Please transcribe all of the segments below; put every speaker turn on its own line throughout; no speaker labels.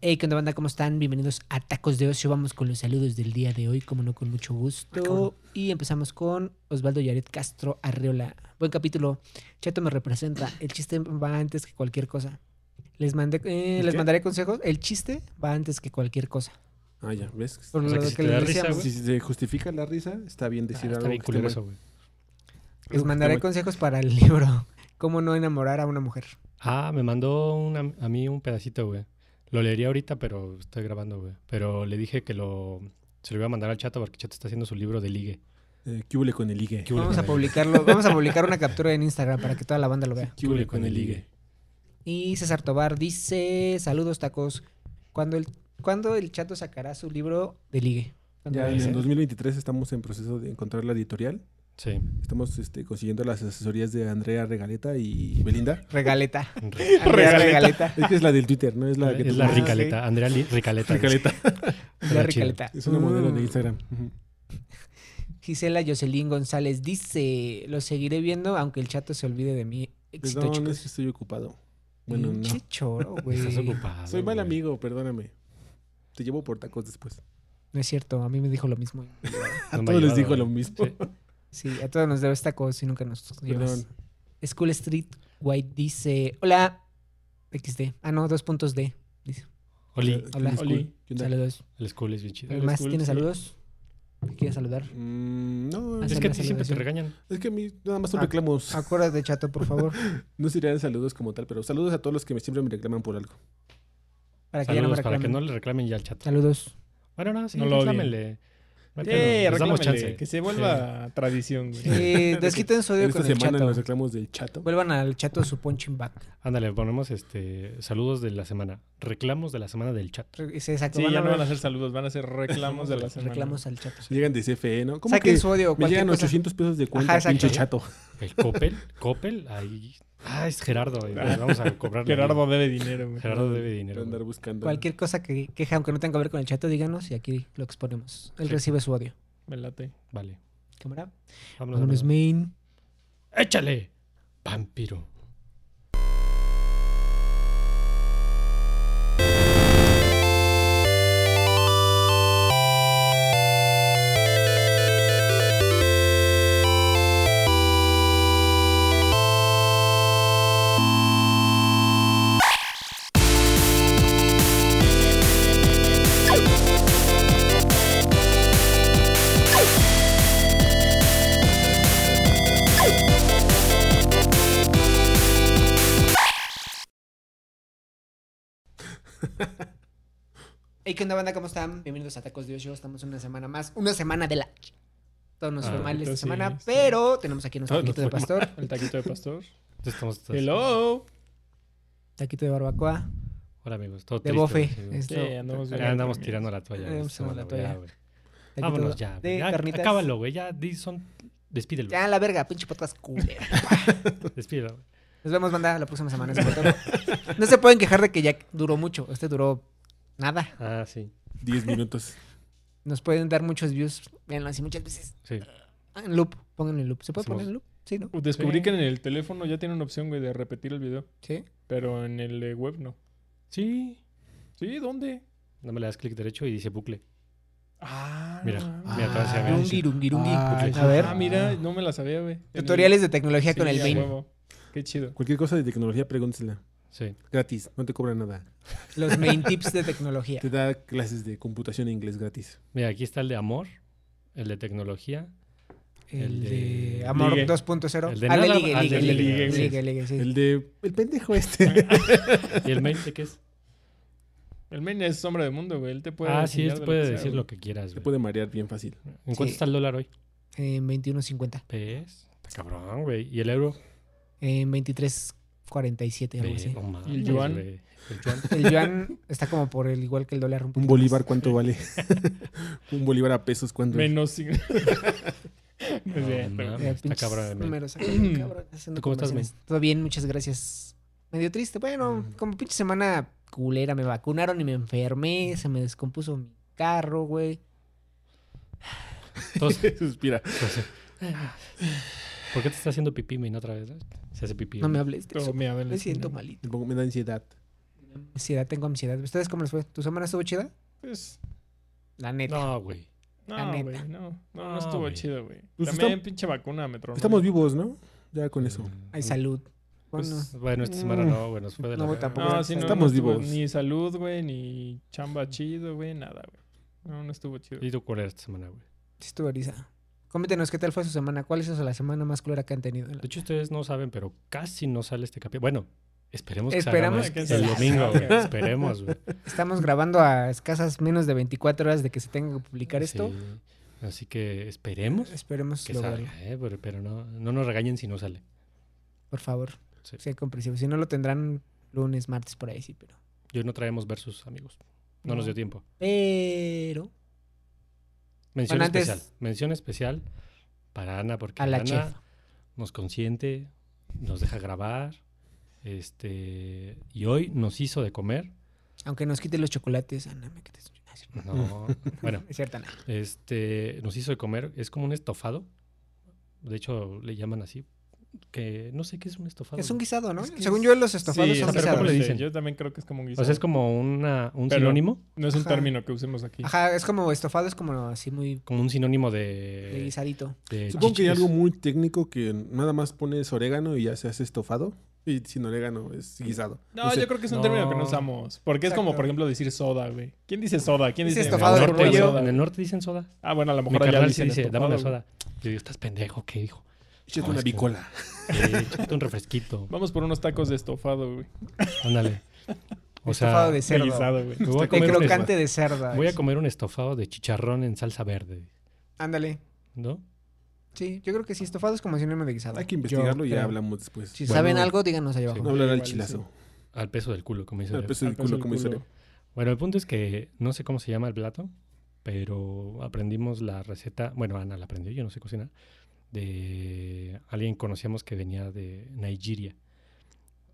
Hey, ¿qué onda, banda? ¿Cómo están? Bienvenidos a Tacos de Ocio. Vamos con los saludos del día de hoy, como no, con mucho gusto. Y empezamos con Osvaldo Yaret Castro Arreola. Buen capítulo. Chato me representa. El chiste va antes que cualquier cosa. Les, mandé, eh, les
¿Qué?
mandaré consejos. El chiste va antes que cualquier cosa.
Ah, ya, ¿ves?
Por
O sea,
lo
que
que,
si te
les
da risa,
decíamos.
güey.
Si se justifica la risa, está bien decir
Ah,
algo.
está bien
que
culero
esté
eso,
mal.
güey.
Les mandaré consejos para el libro. Cómo no enamorar a una mujer.
Ah, me mandó un am- a mí un pedacito, güey. Lo leería ahorita, pero estoy grabando, güey. Pero le dije que lo se lo iba a mandar al chato porque Chato está haciendo su libro de ligue.
Eh, ¿Qué hule con el ligue?
¿Qué hubo
Vamos
con
a
el-
publicarlo. Vamos a publicar una captura en Instagram para que toda la banda lo vea.
¿Qué hule con el ligue?
Y César Tobar dice, saludos tacos, ¿cuándo el, ¿cuándo el chato sacará su libro de ligue? ¿Cuándo
Ya
lo
en el
dice?
2023 estamos en proceso de encontrar la editorial.
Sí.
Estamos este, consiguiendo las asesorías de Andrea Regaleta y Belinda.
Regaleta.
Re-
Andrea Regaleta.
Es que es la del Twitter, ¿no? Es la que
es
tú-
la
Ah,
ricaleta, Andrea Li- Ricaleta.
Regaleta.
Está
La
chido.
Regaleta.
Es una modelo de
Mm.
Instagram. Ujú.
Gisela Jocelyn González dice, lo seguiré viendo aunque el chato se olvide de mí. Éxito,
Perdón,
chicos.
Pues es que estoy ocupado. Bueno, no.
Pinche choro, güey.
Estás ocupado.
Soy mal
güey.
amigo, perdóname. Te llevo por tacos después.
No es cierto, a mí me dijo lo mismo.
No me
A
ha
todos les
llevado,
digo lo
güey.
mismo.
Sí.
Sí, a todos nos debes tacos y nunca nos llevas.
Perdón.
School Street White dice, hola, XD. Ah, no, dos puntos D. Dice,
Oli,
Hola.
Oli. ¿Qué onda?
saludos.
el school es bien chido.
El
¿Más
school,
tienes
sí.
saludos? ¿Quieres saludar?
Mm, no,
Hacer
Es que a
una
ti siempre te
celebración.
regañan.
es que a mí nada más son
Ah.
reclamos.
Acuérdate, chato, por favor.
No serían saludos como tal, pero saludos a todos los que me siempre me reclaman por algo.
Para que ya no me
Saludos para que
reclamen.
no le reclamen ya al chato.
Saludos.
Bueno, no, sí,
No lo odien.
reclámenle. No hay pedo,
Eh,
les damos
reclámenle,
chance.
Que se vuelva tradición, güey.
Eh, desquiten su odio
Esta
con el
semana en
chato.
los reclamos del chato.
Vuelvan al chato su punching back.
Ándale, ponemos este saludos de la semana. Reclamos de la semana del chat.
Re- Sí, exacto.
Sí,
van
ya
a
no
ver
van a hacer saludos, van a hacer reclamos de la semana.
reclamos al chato.
Llegan de CFE, ¿no? ¿Cómo
Saquen
que
su odio.
me
cualquier
llegan
cosa.
800 pesos de cuenta,
Ajá, exacto.
pinche chato?
El Coppel, Coppel, ahí. Ah, es Gerardo. eh, le vamos a cobrar.
Gerardo debe dinero, güey.
Gerardo debe
Para
dinero.
andar
güey.
buscando.
Cualquier cosa que queja, aunque no tenga que ver con el chato, díganos y aquí lo exponemos. Él
Sí.
recibe su odio.
Me late.
Vale.
Cámara.
Vámonos.
Vámonos,
vámonos.
main.
Échale, vampiro.
Hey, ¿qué onda, banda? ¿Cómo están? Bienvenidos a Tacos de Ocio. Estamos una semana más. Una semana de la... Todo nos
Ah,
fue mal esta
entonces sí,
semana,
sí.
pero tenemos aquí nuestro
Todo nos
taquito de
fue
pastor,
El taquito de pastor.
Entonces estamos. todos-
Hello.
taquito de barbacoa,
Hola, amigos. Todo
de
triste,
bofe.
güey, sí, güey.
Esto,
Sí, andamos bien.
Ya andamos
dormidos.
tirando la toalla.
Ya
güey,
andamos
esta
tirando
semana,
la
güey, ya, güey.
taquito
Vámonos ya.
de
güey, ya
carnitas.
acábalo, güey. Ya, Dison. Despídelo.
Ya, la verga, pinche podcast culero.
Despídelo. güey.
Nos vemos, banda, la próxima semana. sobre todo. No se pueden quejar de que ya duró mucho. Este duró nada.
Ah, sí.
10 minutos.
Nos pueden dar muchos views. Véanlo así muchas veces.
Sí.
Ah, En loop. Pónganlo en loop. ¿Se puede
Hacemos-
poner en loop? Sí, ¿no?
Uh, Descubrí
Sí.
que en el teléfono ya tiene una opción, güey, de repetir el video.
Sí.
Pero en el eh, web no.
Sí.
Sí, ¿dónde?
No me le das clic derecho y dice bucle.
Ah,
Mira,
no mames.
mira, acaba de ser
Ah,
bien.
Rungi, rungi, rungi.
Ay,
A ver.
Ah, mira, no me la sabía, güey. En el-
Tutoriales de tecnología con
Sí,
el
a
Bane.
huevo. Qué chido.
Cualquier cosa de tecnología, pregúntesela.
Sí.
Gratis, no te cobra nada.
Los main tips de tecnología.
Te da clases de computación e inglés gratis.
Mira, aquí está el de amor, el de tecnología.
El
El
de
de-
Amor
Ligue.
2.0.
El de
Ah,
nada-
ligue,
ah, el
ligue, ligue,
de
ligue,
ligue,
sí.
ligue, ligue, sí.
El de... El pendejo este.
¿Y el mail de qué es?
El main es hombre de mundo, güey. Él te puede.
ah, sí,
enseñar
él te
de
puede
lo que sea,
decir
güey.
lo que quieras.
Te
güey.
puede marear bien fácil.
¿En cuánto
Sí.
está el dólar hoy?
En 21.50.
¿Ves? Está cabrón, güey. ¿Y el euro?
En 23.47, algo
Ve,
así.
no mames,
¿Y el yuan?
güey. El yuan.
El yuan está como por el igual que el dólar.
Un
poquito más.
bolívar, ¿cuánto vale? Un bolívar a pesos, ¿cuánto es?
Menos. signo. No es
No, mames.
cierto, güey.
Ya,
Está
Eh, pinches
cabrón el men.
números acá, cabrón, haciendo
¿Tú cómo estás, men?
conversiones. Todo bien, muchas gracias. Medio triste. Bueno,
Mm.
como pinche semana culera, me vacunaron y me enfermé, se me descompuso mi carro, güey.
Entonces,
Suspira.
¿por qué te está haciendo pipí, men, otra vez? eh? Se hace pipí.
No me
güey.
hables de
Todo
eso.
me
Me
adolescente.
siento malito.
Me da ansiedad.
Me Ansiedad, tengo ansiedad. ¿Ustedes cómo les fue? ¿Tu semana estuvo chida?
Pues,
La neta.
No, güey.
La
no,
neta.
güey, no. No, no
No,
estuvo
güey.
chido, güey.
Pues
También
estamos-
pinche vacuna, metro.
Estamos vivos, ¿no? Ya con eso.
Hay salud.
Pues,
Bueno,
bueno, esta semana no, güey. Nos fue de la
No,
verga.
tampoco.
No, Ah, sí, no,
Estamos
no estuvo
vivos.
Ni salud, güey, ni chamba chido, güey, nada, güey. No, no estuvo chido.
¿Y tú cuál era esta semana, güey?
sí estuvo eriza. Coméntenos qué tal fue su semana. ¿Cuál es la semana más culera que han tenido?
De hecho, ustedes no saben, pero casi no sale este capítulo. Bueno, esperemos que
Esperamos
salga
que
más el
salga.
domingo, güey. Esperemos, güey.
Estamos grabando a escasas menos de 24 horas de que se tenga que publicar esto.
Sí. Así que esperemos
Esperemos
que
lograrlo,
salga, ¿eh? Pero, pero no, no nos regañen si no sale.
por favor.
Sí.
Sean comprensivos. Si no lo tendrán lunes, martes, por ahí sí, pero.
Yo no traemos versus, amigos. No, nos
No.
dio tiempo.
Pero.
Mención
Bueno, antes-
especial. Mención especial para Ana, porque
A la
Ana
chef.
nos consiente, nos deja grabar. Este, y hoy nos hizo de comer.
Aunque nos quite los chocolates, Ana, me quites. Ah, es cierto.
No, bueno,
Es cierto, Ana.
este, nos hizo de comer. Es como un estofado. De hecho, le llaman así. Que no sé qué es un estofado.
Es un
güey.
guisado, ¿no?
Es que
Según
es-
yo, los estofados
Sí,
son
o sea, pero
guisados.
¿cómo le
sí,
dicen?
Yo también creo que es como un
O
guisado.
sea, es como una, un
Pero-
sinónimo.
No es un
Ajá.
término que usemos aquí.
Ajá, es como estofado, es como así muy
Como un sinónimo
de
de.
guisadito.
de
Supongo que hay
Eh, chichis.
algo muy técnico que nada más pones orégano y ya se hace estofado. Y sin orégano es guisado.
No,
sé.
yo creo que es un
No.
término que no usamos. Porque es como,
Exacto.
por ejemplo, decir soda, güey. ¿Quién dice soda? ¿Quién
Dice
dice
estofado de
Ah,
en, el norte,
pollo.
soda.
en el norte dicen soda.
Ah, bueno, a lo
Mi
mejor allá
carnal sí
dicen
dice,
estofado,
dame la
güey.
soda. Yo digo, estás pendejo, ¿qué dijo?
Échate
No,
una
es que-
bicola.
Eh, échate un refresquito.
Vamos por unos tacos de estofado, güey.
Ándale. O sea,
estofado de
De
cerdo.
guisado, güey. Este
me voy a,
De
comer un
crocante de cerda.
esto- voy a comer un estofado de chicharrón en salsa verde,
Ándale.
¿no?
Sí, yo creo que sí, estofado es como sinónimo de guisado.
Hay que investigarlo y ya
creo.
hablamos después.
Si
Bueno,
saben algo, díganos ahí abajo.
No hablar al
Igual,
chilazo.
Al peso del culo, como dice.
Al
Leo.
peso del
Al peso
culo,
del
como dice.
culo.
Bueno, el punto es que no sé cómo se llama el plato, pero aprendimos la receta. Bueno, Ana la aprendió, yo no sé cocinar. De alguien que conocíamos que venía de Nigeria.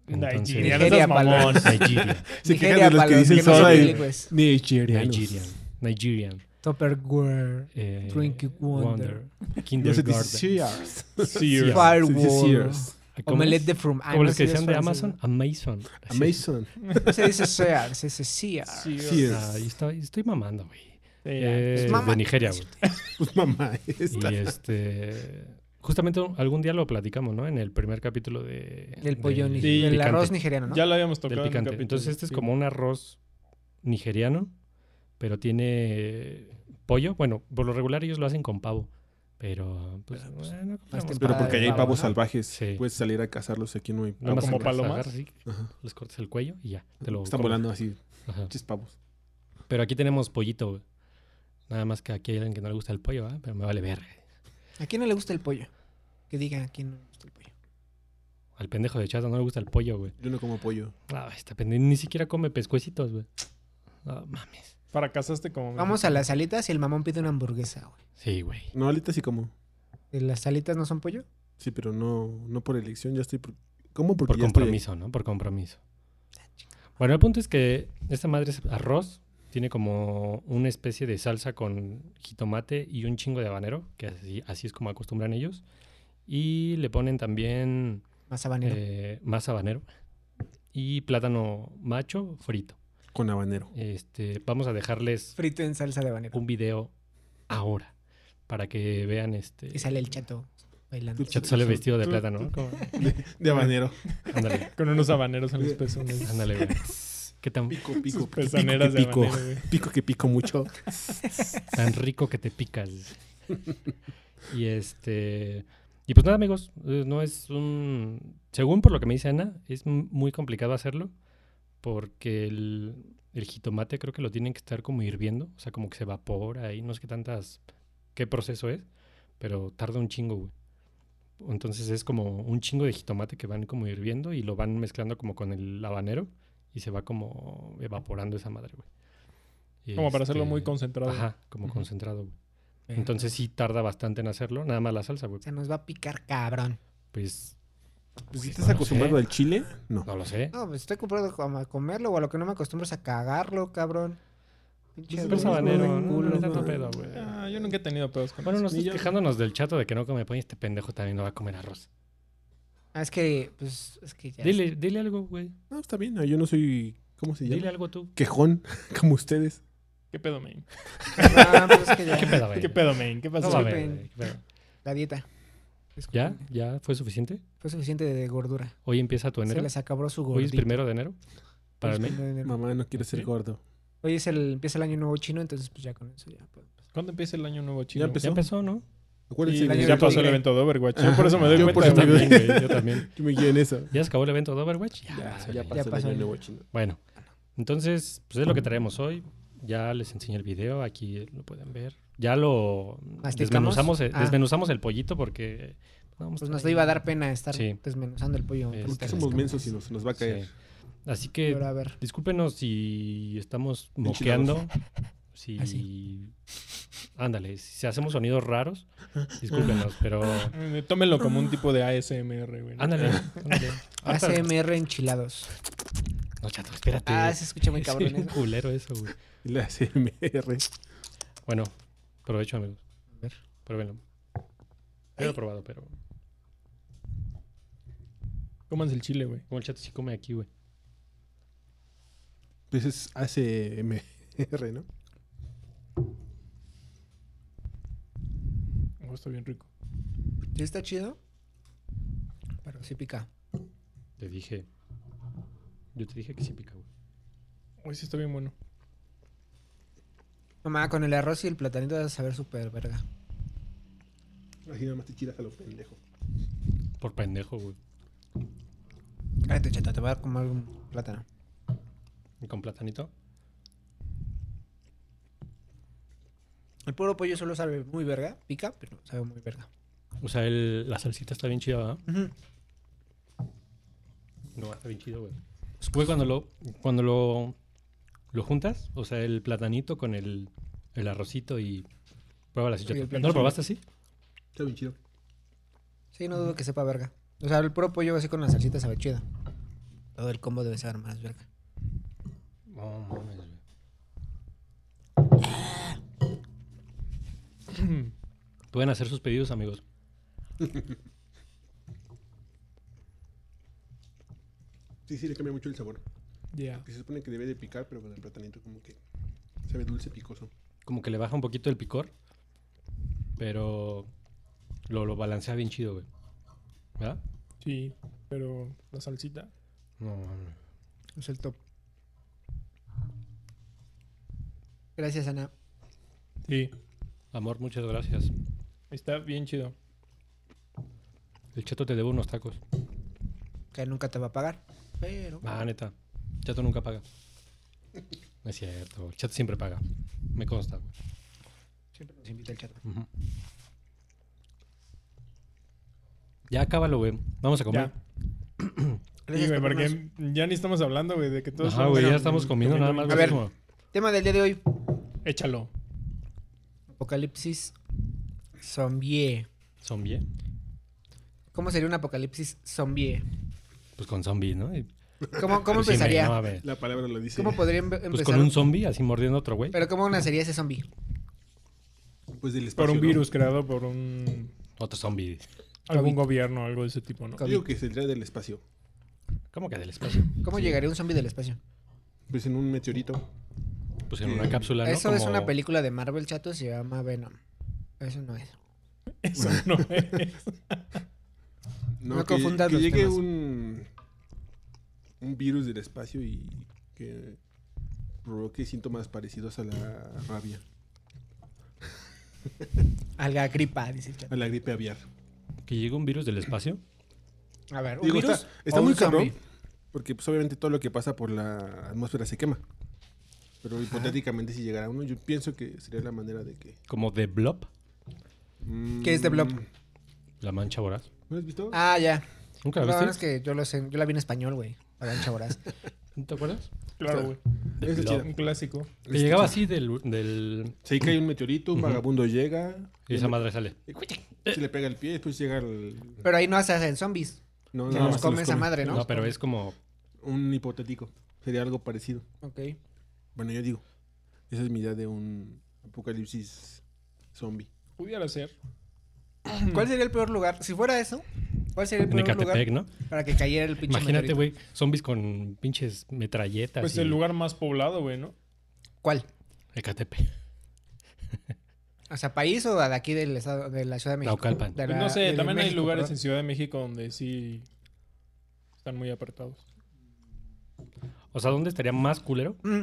Entonces-
Nigeria, no
Nigeria,
seas mamón.
Nigeria.
Se
Nigeria,
quejan de los
para
que
los
dicen
no son
soda y
bilingües.
nigerianos.
Nigerian. Nigerian.
Tupperware.
eh,
Drink Wonder.
No se dice
Kindergarten.
Sears.
Sí,
Sears.
Se dice
Firewall.
Sears.
¿Cómo
Omelette
es?
de from.
Como los que decían de Amazon, Amazon.
Ah,
Así.
Amazon.
No se dice Sears, se dice Sears.
Sí,
Sí, eh,
sí,
es.
Ah, y estoy, estoy mamando, güey.
ya.
Eh,
Pues mama.
de Nigeria, güey.
Pues mamá, esta.
Y este. Justamente un- algún día lo platicamos, ¿no? En el primer capítulo de.
Del pollo
del
nigeriano. Del
picante,
arroz nigeriano, ¿no?
Ya lo habíamos
del
tocado. en un
picante.
capítulo,
Entonces, este es
sí.
como un arroz nigeriano, pero tiene pollo. Bueno, por lo regular ellos lo hacen con pavo. Pero, pues, bueno,
más
compramos
Pero
temporada
porque
de
allá hay
pavo,
pavos
¿no?
salvajes.
Sí.
Puedes salir a cazarlos aquí, no hay.
Nada más
como
agarras-
palomas.
agarras así, les cortas el cuello y ya. Te lo
Están
comes.
volando así,
Ajá.
chis pavos.
Pero aquí tenemos pollito, güey. Nada más que aquí hay alguien que no le gusta el pollo, ¿verdad? Pero me vale verga.
¿A quién no le gusta el pollo? Que diga a quién no le gusta el pollo.
Al pendejo de Chato no le gusta el pollo, güey.
Yo no como pollo.
Ah, este pendejo ni siquiera come pescuecitos, güey. No mames.
Para casaste como.
Vamos a las alitas y el mamón pide una hamburguesa, güey.
Sí, güey.
No, ahorita sí como.
¿De ¿Las alitas no son pollo?
Sí, pero no, no por elección, ya estoy. por- ¿Cómo? Porque
Por
ya estoy
compromiso, ¿no? Por compromiso. Bueno, el punto es que esta madre es arroz. Tiene como una especie de salsa con jitomate y un chingo de habanero, que así, así es como acostumbran ellos. Y le ponen también
Más habanero.
eh, más habanero y plátano macho frito.
ahí, con habanero.
Este, vamos a dejarles
Frito en salsa de habanero.
un video ahora para que vean este.
Y sale el chato bailando.
El
Chato sale vestido de plátano, ¿no? Como-
De habanero.
Ándale,
Con unos habaneros en los pezones.
ándale, güey. ¿Qué tan,
Pico, pico, pico.
Sus
Pico,
pezoneras
que
de
pico.
habanero, güey.
Pico que pico mucho.
tan rico que te picas? Y este. Y pues nada, amigos, eh, no es un. Según por lo que me dice Ana, es m- muy complicado hacerlo porque el, el jitomate creo que lo tienen que estar como hirviendo, o sea, como que se evapora y no sé qué tantas. qué proceso es, pero tarda un chingo, güey. Entonces es como un chingo de jitomate que van como hirviendo y lo van mezclando como con el habanero y se va como evaporando esa madre, güey. Y
Como para hacerlo
este,
muy concentrado.
Ajá, como
Ujú.
concentrado, güey.
Verga.
Entonces sí tarda bastante en hacerlo, nada más la salsa, güey.
Se nos va a picar cabrón.
Pues
Pues, si
Sí,
¿Estás
no lo
acostumbrado
sé.
al chile? No.
no lo sé.
No, pues estoy comprado como a comerlo o a lo que no me acostumbro es a cagarlo, cabrón. Pinche
Pues,
Es
pero es
adorno,
habanero, no,
güey,
no,
culo,
no es tanto
güey.
pedo, güey.
Ah, pues, yo nunca he tenido pedos con
Bueno,
eso.
nos
Ni
estás
yo.
quejándonos del chato de que no come pollo, este pendejo también no va a comer arroz.
Ah, es que, pues, es que ya.
Dile, dile algo, güey.
No, está bien. Yo no soy ¿Cómo se
Dile
llama?
algo tú.
Quejón, como ustedes.
¿Qué pedo, main?
Ah, pues es que
¿Qué
ya,
pedo, güey?
¿Qué pedo, main? ¿Qué pasó?
No, a ver,
Disculpen.
güey, qué pedo.
la dieta.
¿Ya? ¿Ya fue suficiente?
Fue suficiente de gordura.
Hoy empieza tu
Se
enero.
les acabó su
Hoy es
gordura.
primero de enero. Para mí.
Mamá, no quiero ser
Ok.
gordo.
Hoy es el, empieza el año nuevo chino, entonces pues ya con eso ya. pues.
¿Cuándo empieza el año nuevo chino?
Ya empezó.
Ya empezó, ¿no?
Acuérdense
Y
año
de-
ya
nuevo
pasó el
tigre.
evento de Overwatch.
Ajá.
Yo por eso me doy
Yo
cuenta.
por eso
güey.
también,
güey, yo también.
Yo me guié en eso.
¿Ya se acabó el evento de Overwatch? Ya,
Ya,
vale.
ya pasó
pasó
el año
el-
nuevo chino.
Bueno, entonces, pues es lo que traemos hoy. Ya les enseñé el video, aquí lo pueden ver. Ya lo
¿Masticamos?
desmenuzamos, eh,
Ah.
desmenuzamos el pollito porque... vamos,
Pues nos
trae-
iba a dar pena estar
Sí.
desmenuzando el pollo.
Este,
por
Porque
ustedes,
somos
cámaras.
mensos y nos, nos va a caer.
Sí. Así
Pero
que
a ver,
discúlpenos si estamos moqueando. Si...
Ah,
Ándale, si hacemos sonidos raros, discúlpenos, pero...
Eh, Tómenlo como un tipo de ASMR, güey.
Ándale, ándale. Ah, pero-
ACMR enchilados.
No, chato, espérate.
Ah, se escucha muy
Sí,
cabrón
un
eso.
culero eso, güey.
La CMR.
Bueno, provecho, amigos.
A ver.
Pruébenlo. Yo lo he probado, pero...
Cómanse el chile, güey.
Como el chato sí come aquí, güey.
Pues es ACMR, ¿no?
Oh, está bien rico.
Sí está chido, pero sí pica.
Te dije. Yo te dije que sí pica, güey.
Hoy sí está bien bueno.
Mamá, con el arroz y el platanito vas a saber súper verga.
Así nada más te tiras a lo pendejo.
Por pendejo, güey.
Cállate, chata, te voy a dar como algún plátano.
Y con platanito.
El puro pollo solo sabe muy verga, pica, pero sabe muy verga.
O sea, el- la salsita está bien chida, ¿verdad?
Ujú.
No, está bien chido, güey. Güey, cuando lo, cuando lo, lo juntas, o sea, el platanito con el, el arrocito y... Prueba la
Y el
chichota. ¿No
platanito.
lo probaste así?
Está bien chido.
Sí, no dudo que sepa verga. O sea, el puro pollo así con la salsita sabe chida. Todo el combo debe saber más verga.
No, mames, güey. Pueden hacer sus pedidos, amigos.
Sí, sí, le cambia mucho el sabor.
Ya.
Porque se supone que debe de picar, pero con el platanito como que se ve dulce picoso.
Como que le baja un poquito el picor. Pero lo, lo balancea bien chido, güey. ¿Verdad?
Sí, pero la salsita.
No, mames.
Es el top. Gracias, Ana.
Sí.
Amor, muchas gracias.
Está bien chido.
El chato te debo unos tacos.
Que nunca te va a pagar. Pero.
Ah, neta. Chato nunca paga. No es cierto. El chato siempre paga. Me consta, güey.
Siempre nos invita el chato.
Ujú. Ya acábalo, güey. Vamos a comer.
Ya. Sí, güey,
por vernos.
porque ya ni estamos hablando, güey, de que todos
Ajá,
estamos-
güey. Ya
bueno,
estamos comiendo nada más.
A ver.
güey, como-
Tema del día de hoy:
Échalo.
Apocalipsis zombie.
¿Zombie?
¿Cómo sería un apocalipsis zombie?
Pues con zombie, ¿no? Y-
¿Cómo, cómo
Sí, me-
empezaría?
no, a ver.
La palabra lo dice.
¿Cómo podría empe-
Pues
empezar?
con un zombie así mordiendo a otro güey.
Pero ¿cómo nacería ese zombie?
Pues del
Por
espacio,
un
¿no?
virus creado por un...
Otro zombie.
Algún
Covid.
gobierno, algo de ese tipo, ¿no?
Co-
Digo que saldría del espacio.
¿Cómo que del espacio?
¿Cómo llegaría un zombie del espacio?
Pues en un meteorito.
Pues en una cápsula, ¿no?
Eso es
Como-
una película de Marvel, chato, se llama Venom. Eso no es.
Eso no es.
No,
No
que,
confundas
que
los
llegue
temas.
un, un virus del espacio y que provoque síntomas parecidos a la rabia,
Alga gripa, dice el
a
chato.
la gripe aviar.
Que llegue un virus del espacio.
A ver, un
Digo,
virus.
está, está
o
muy
un zombie?
cabrón, porque pues obviamente todo lo que pasa por la atmósfera se quema. Pero hipotéticamente si llegara uno, yo pienso que sería la manera de que...
Como The Blob.
¿Qué es The Blob?
Mm,
La mancha voraz.
¿No has visto?
Ah, ya.
¿Nunca
Lo
la
bueno
viste?
es que yo lo sé, yo la vi en español, güey. La Lancha Voraz.
¿No te acuerdas?
Claro, güey.
The
Esa es
Blob.
chida.
Un clásico.
Que llegaba así del... del...
Se cae un meteorito, un
Ujú.
vagabundo llega,
Y esa madre sale.
se le pega el pie, después llega el...
Pero ahí no se hacen zombies.
No,
se
nada
los
más
come esa madre,
¿No?
¿no?
pero es como...
Un hipotético, sería algo parecido.
Ok.
Bueno, yo digo, esa es mi idea de un apocalipsis zombie.
Pudiera ser.
¿Cuál sería el peor lugar? Si fuera eso, ¿Cuál sería el
En
primer
Ecatepec,
lugar
¿no?
para que cayera el pinche
Imagínate,
meteorito?
güey, zombies con pinches metralletas.
Pues
y-
el lugar más poblado, güey, ¿no?
¿Cuál?
Ecatepec.
O sea, país o de aquí del estado, de la Ciudad de México.
Naucalpan.
De
Pues
la-
no sé,
de
también hay
México,
lugares
perdón.
en Ciudad de México donde sí están muy apartados.
O sea, ¿dónde estaría más culero?
Mm,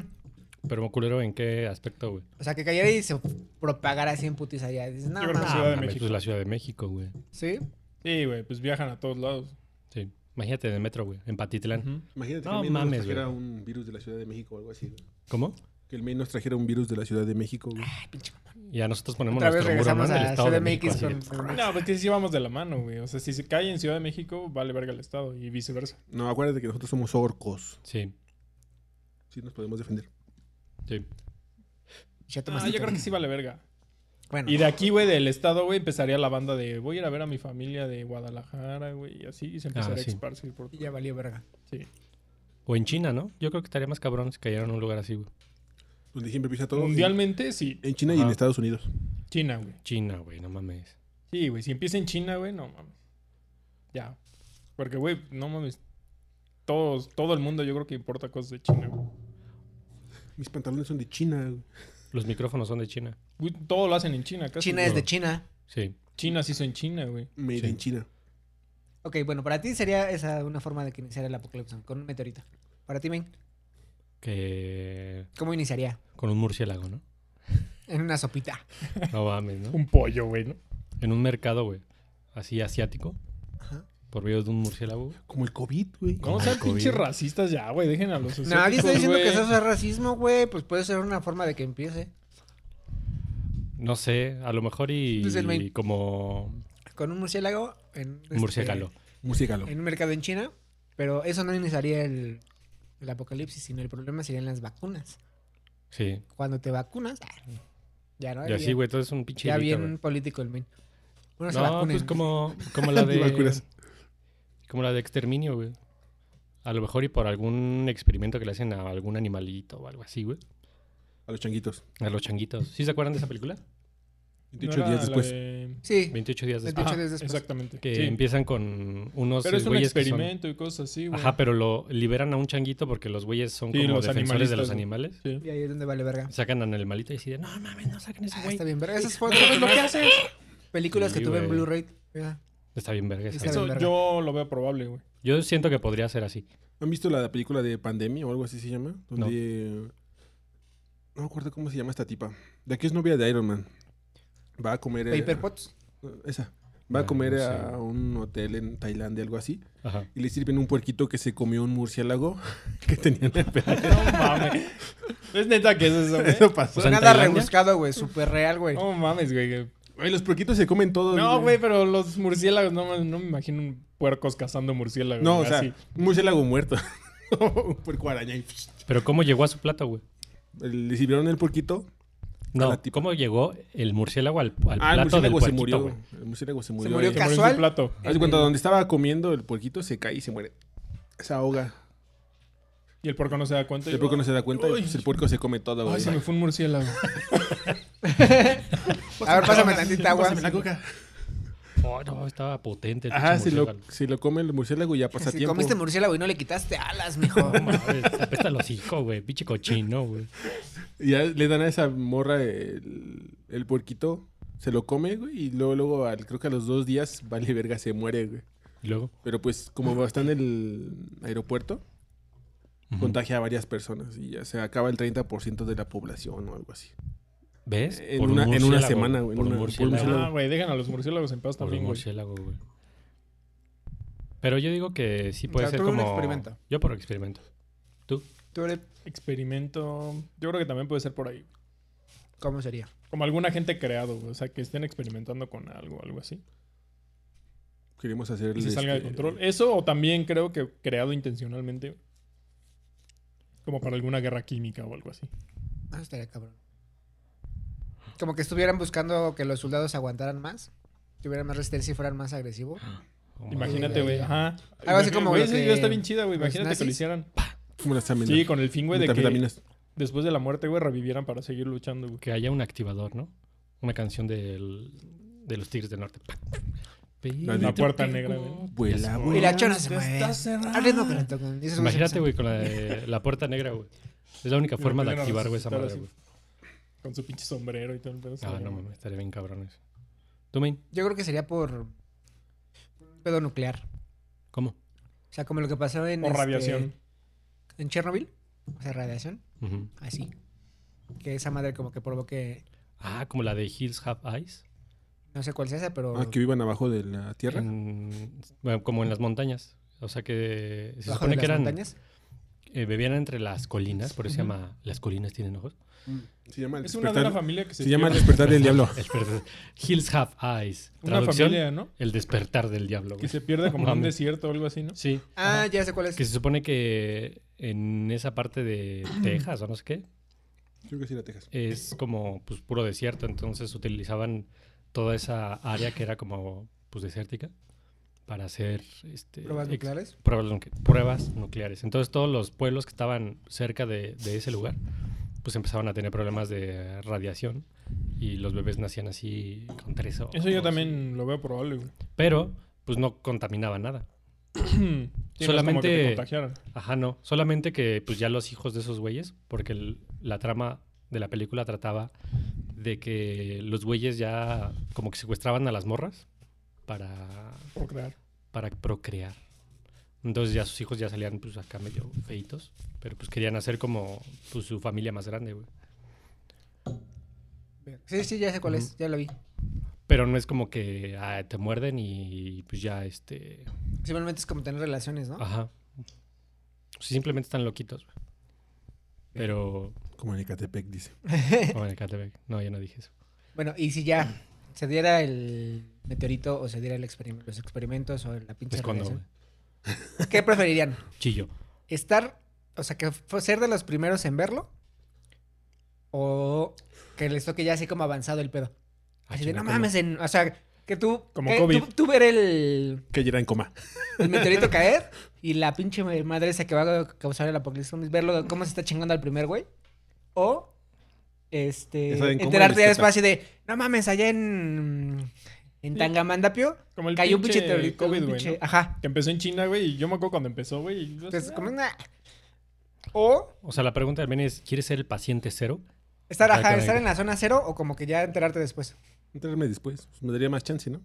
Pero culero en qué aspecto, güey.
O sea, que cayera y se propagara así en putis allá. Dices, no,
Yo creo que
mames.
Ciudad de
mames,
México.
Pues la Ciudad de México, güey.
¿Sí?
Sí, güey, pues viajan a todos lados.
Sí. Imagínate en el metro, güey. En Patitlán.
Ujú.
Imagínate
No
que el mail
mames,
nos trajera
güey.
un virus de la Ciudad de México o algo así. güey.
¿Cómo?
Que el mail nos trajera un virus de la Ciudad de México, güey.
Ay, pinche mamá.
Y a nosotros ponemos
Otra vez
nuestro muro, ¿no?
regresamos
En el
a
Estado de México.
CDMX
así de-
con...
No, pues que sí vamos de la mano, güey. O sea, si se cae en Ciudad de México, vale verga el Estado y viceversa.
No, acuérdate que nosotros somos orcos.
Sí,
Sí, nos podemos defender.
sí.
Ya
No,
tomaste
Ah, yo creo
todo.
que sí vale verga.
Bueno,
Y de aquí, güey, del Estado, güey, empezaría la banda de voy a ir a ver a mi familia de Guadalajara, güey, y así, y se empezaría
Ah, sí.
a esparcir por...
ya valió verga.
Sí.
O en China, ¿no? Yo creo que estaría más cabrón si cayeran en un lugar así, güey.
Donde siempre empieza todo.
Mundialmente, sí.
En, en China y en
Ajá.
Estados Unidos.
China, güey.
China, güey, no mames.
Sí, güey, si empieza en China, güey, no mames. Ya. Porque, güey, no mames. Todos, todo el mundo yo creo que importa cosas de China, güey.
Mis pantalones son de China. güey.
Los micrófonos son de China.
Güey, Todo lo hacen en China, casi.
China es de China.
Sí.
China se hizo en China, güey.
Made
Sí.
in China.
Ok, bueno, para ti sería esa una forma de que iniciara el apocalipsis con un meteorito. Para ti, men,
Que
¿cómo iniciaría?
con un murciélago, ¿no?
En una sopita.
No mames, ¿no?
Un pollo, güey, ¿no?
En un mercado, güey. Así asiático.
Ajá.
Por medio de un murciélago. güey.
Como el COVID, güey.
No sean
COVID.
pinches racistas ya, güey. Dejen a los
Nadie está
asiáticos,
diciendo que
güey.
eso es racismo, güey. Pues puede ser una forma de que empiece.
No sé, a lo mejor y,
Pues el main-
y como
Con un murciélago. En, este,
murciélago.
Musícalo.
En un mercado en China. Pero eso no iniciaría el, el apocalipsis, sino el problema serían las vacunas.
Sí.
Cuando te vacunas, ah, ya no.
Y así,
ya-
güey, todo es un pinche.
Ya
idiota,
bien
güey.
político el men. Bueno, se
No,
vacunen.
pues como, como la de.
Antivacunas.
como la de exterminio, güey. A lo mejor y por algún experimento que le hacen a algún animalito o algo así, güey.
A los changuitos.
A los changuitos. ¿Sí se acuerdan de esa película?
28
No era
días
la
después.
de-
Sí.
28 días después.
28
Ajá,
días después.
Exactamente.
Que
Sí.
empiezan con unos
Pero
eh,
es un
güeyes que son-
experimento y cosas así, güey.
Ajá, pero lo liberan a un changuito porque los güeyes son
Sí,
como
los
defensores de los
animalistas,
animales.
Sí.
Y ahí es donde vale verga.
Sacan al animalito y deciden, no mames, no saquen ese
Ah,
güey.
está
está,
bien verga. Esas fueron todas las
haces?
películas que
Sí,
tuve en
güey.
Blu-ray. Mira.
bien verga esa.
Está bien.
Eso
verga.
yo lo veo probable, güey.
Yo siento que podría ser así.
¿Han visto la película de Pandemia o algo así se llama? Donde. No, me acuerdo cómo se llama esta tipa. De aquí es novia de Iron Man. Va a comer. eh,
Paper Pots.
Esa. Va a
Ah,
comer
no sé.
a un hotel en Tailandia, algo así.
Ajá.
Y le sirven un puerquito que se comió un murciélago que tenía en el pedazo.
No mames. Es neta que es eso, güey.
Eso pasó.
O sea, en
Nada
Tailandia.
rebuscado, güey. Súper real,
Oh,
güey.
No mames, güey. que-
Güey, los puerquitos se comen todo.
No, güey, pero los murciélagos, no, mames, no me imagino un puercos cazando murciélagos.
No, o
güey,
sea,
así.
un murciélago muerto. un puerco araña. Y...
Pero ¿cómo llegó a su plato, güey?
Le sirvieron el puerquito.
No,
la tipa.
¿cómo llegó el murciélago al, al
Ah, el
plato del
murciélago se
puerquito,
murió.
güey?
El murciélago se murió.
murió
ahí.
Se murió en su
casual.
plato.
Haz de cuenta, donde estaba comiendo el puerquito se cae y se muere. Se ahoga.
Y el puerco no se da cuenta. y-
El puerco no se da cuenta y
Uy.
pues, el puerco se come todo.
Ay,
güey.
se me fue un murciélago.
A ver, pásame tantita agua.
Pásame la coca.
Oh, no, estaba potente el
Ajá,
pinche
si lo,
murciélago.
si lo come el murciélago ya pasa
Si
tiempo.
comiste murciélago y no le quitaste alas, mijo.
No mames, apesta el hocico, güey. Pinche cochino, güey.
Y ya le dan a esa morra el, el puerquito, se lo come, güey, y luego, luego al- creo que a los dos días, vale verga, se muere, güey.
Y luego...
Pero pues, como está en el aeropuerto,
ujú.
contagia a varias personas y ya se acaba el 30% de la población o algo así.
¿Ves?
En
un
una- en una
murciélago,
semana, güey, en
Por un
una- por un
murciélago.
murciélago.
Ah, güey, dejan a los murciélagos en paz
Por un
también, güey.
murciélago, güey. Pero yo digo que sí
O
puede
sea,
ser
tuve un
como...
experimento.
Yo por experimento.
¿Tú eres-
Experimento. Yo creo que también puede ser por ahí.
¿Cómo sería?
Como alguna gente creado, güey. O sea, que estén experimentando con algo, algo así.
Queremos hacer... este,
Y se salga
Este,
de control. Eso o también creo que creado intencionalmente. Como para alguna guerra química o algo así.
Ah, estaría cabrón. Como que estuvieran buscando que los soldados aguantaran más. Tuvieran más resistencia y fueran más agresivos.
Ah,
Imagínate,
ya,
güey.
ya.
Ajá.
Algo así como
Güey,
lo
esa
que
idea está bien chida, güey.
los
Imagínate que lo
nazis-
hicieran.
Ah,
Como las vitaminas.
Sí, con el fin, güey, de que
Vitaminas.
después de la muerte, güey, revivieran para seguir luchando, güey.
Que haya un activador, ¿no? Una canción del, de los Tigres del Norte.
La puerta negra, güey.
Vuela,
Y
vuela.
la chona se mueve. Al ritmo que la tocan. Y eso es muy
Pues, Imagínate,
sexy.
güey, con la, de- la puerta negra, güey. Es la única
Lo
forma de
empiezan a
activar, güey, esa
resucitar
madre,
así.
güey.
Con su pinche sombrero y todo el pedo.
Ah, no mames, estaría bien cabrón eso. ¿Tú, Main?
Yo creo que sería por pedo nuclear.
¿Cómo?
O sea, como lo que pasó en.
O
este,
radiación.
En Chernobyl. O sea, radiación.
Ujú.
Así. Que esa madre como que provoque.
Ah, como la de Hills Have Eyes.
No sé cuál sea esa, pero.
Ah, que vivan abajo de la tierra.
En- bueno, como en las montañas. O sea que se
bajo
supone
de
que
las
eran.
montañas.
eh, bebían entre las colinas, por eso se llama Las colinas tienen ojos.
Se llama el
Es una de una
despertar.
familia que se,
Se llama el
pierde.
despertar del diablo.
El per- Hills Have Eyes.
Una
Traducción,
familia, ¿no?
el despertar del diablo.
Que
güey.
se pierde como en un
Mames.
desierto o algo así, ¿no?
Sí.
Ah, ya sé cuál es.
Que se supone que en esa parte de Texas o no sé qué,
Creo que sí, la Texas.
es como pues puro desierto, entonces utilizaban toda esa área que era como pues desértica para hacer este,
Pruebas
ex-
nucleares.
pruebas, nucle- pruebas nucleares. Entonces todos los pueblos que estaban cerca de, de ese lugar pues empezaban a tener problemas de radiación y los bebés nacían así con tres ojos.
Eso yo también lo veo probable, güey.
Pero pues no contaminaba nada.
Sí, no es como que
Solamente-
te contagiaran.
Ajá, no. Solamente que, pues ya los hijos de esos güeyes, porque el- la trama de la película trataba de que los güeyes ya como que secuestraban a las morras para,
Por crear.
para procrear. Entonces ya sus hijos ya salían pues acá medio feitos, pero pues querían hacer como pues, su familia más grande, güey.
Sí, sí, ya sé cuál es. Ya la vi.
Pero no es como que ah, te muerden y pues ya este...
Simplemente es como tener relaciones, ¿no?
Ajá. Sí, simplemente están loquitos, güey. Pero...
Como en Ecatepec, dice.
Oh, en Ecatepec. No, yo no dije eso.
Bueno, y si ya se diera el meteorito o se diera el experim- los experimentos o la pinche
Es cuando
radiación, ¿Qué preferirían?
chillo.
¿Estar, o sea, que fue ser de los primeros en verlo? ¿O que les toque ya así como avanzado el pedo?
Ah,
Así de,
chinga,
no
¿cómo?
mames, en- o sea, que tú...
Como
que
COVID.
Tú, tú ver el,
Que ya era en coma.
el meteorito caer y la pinche madre esa que va a causar el apocalipsis, zombie, verlo cómo se está chingando al primer güey. O, este,
Esa de en coma
enterarte
y
ya
les
después así de, no mames, allá en... En
Sí.
Tangamandapio
Como el
cayó un pinche
pinche
meteorito,
COVID,
un
güey,
pinche-
¿no?
Ajá.
Que empezó en China, güey, y yo me acuerdo cuando empezó, güey. y yo
Entonces,
así,
como
ah,
una- O
O sea, la pregunta también es, ¿quieres ser el paciente cero?
Estar,
Ajá,
ajá,
caray.
estar en la zona cero o como que ya enterarte después.
Entrarme después. pues, me daría más chance, ¿no?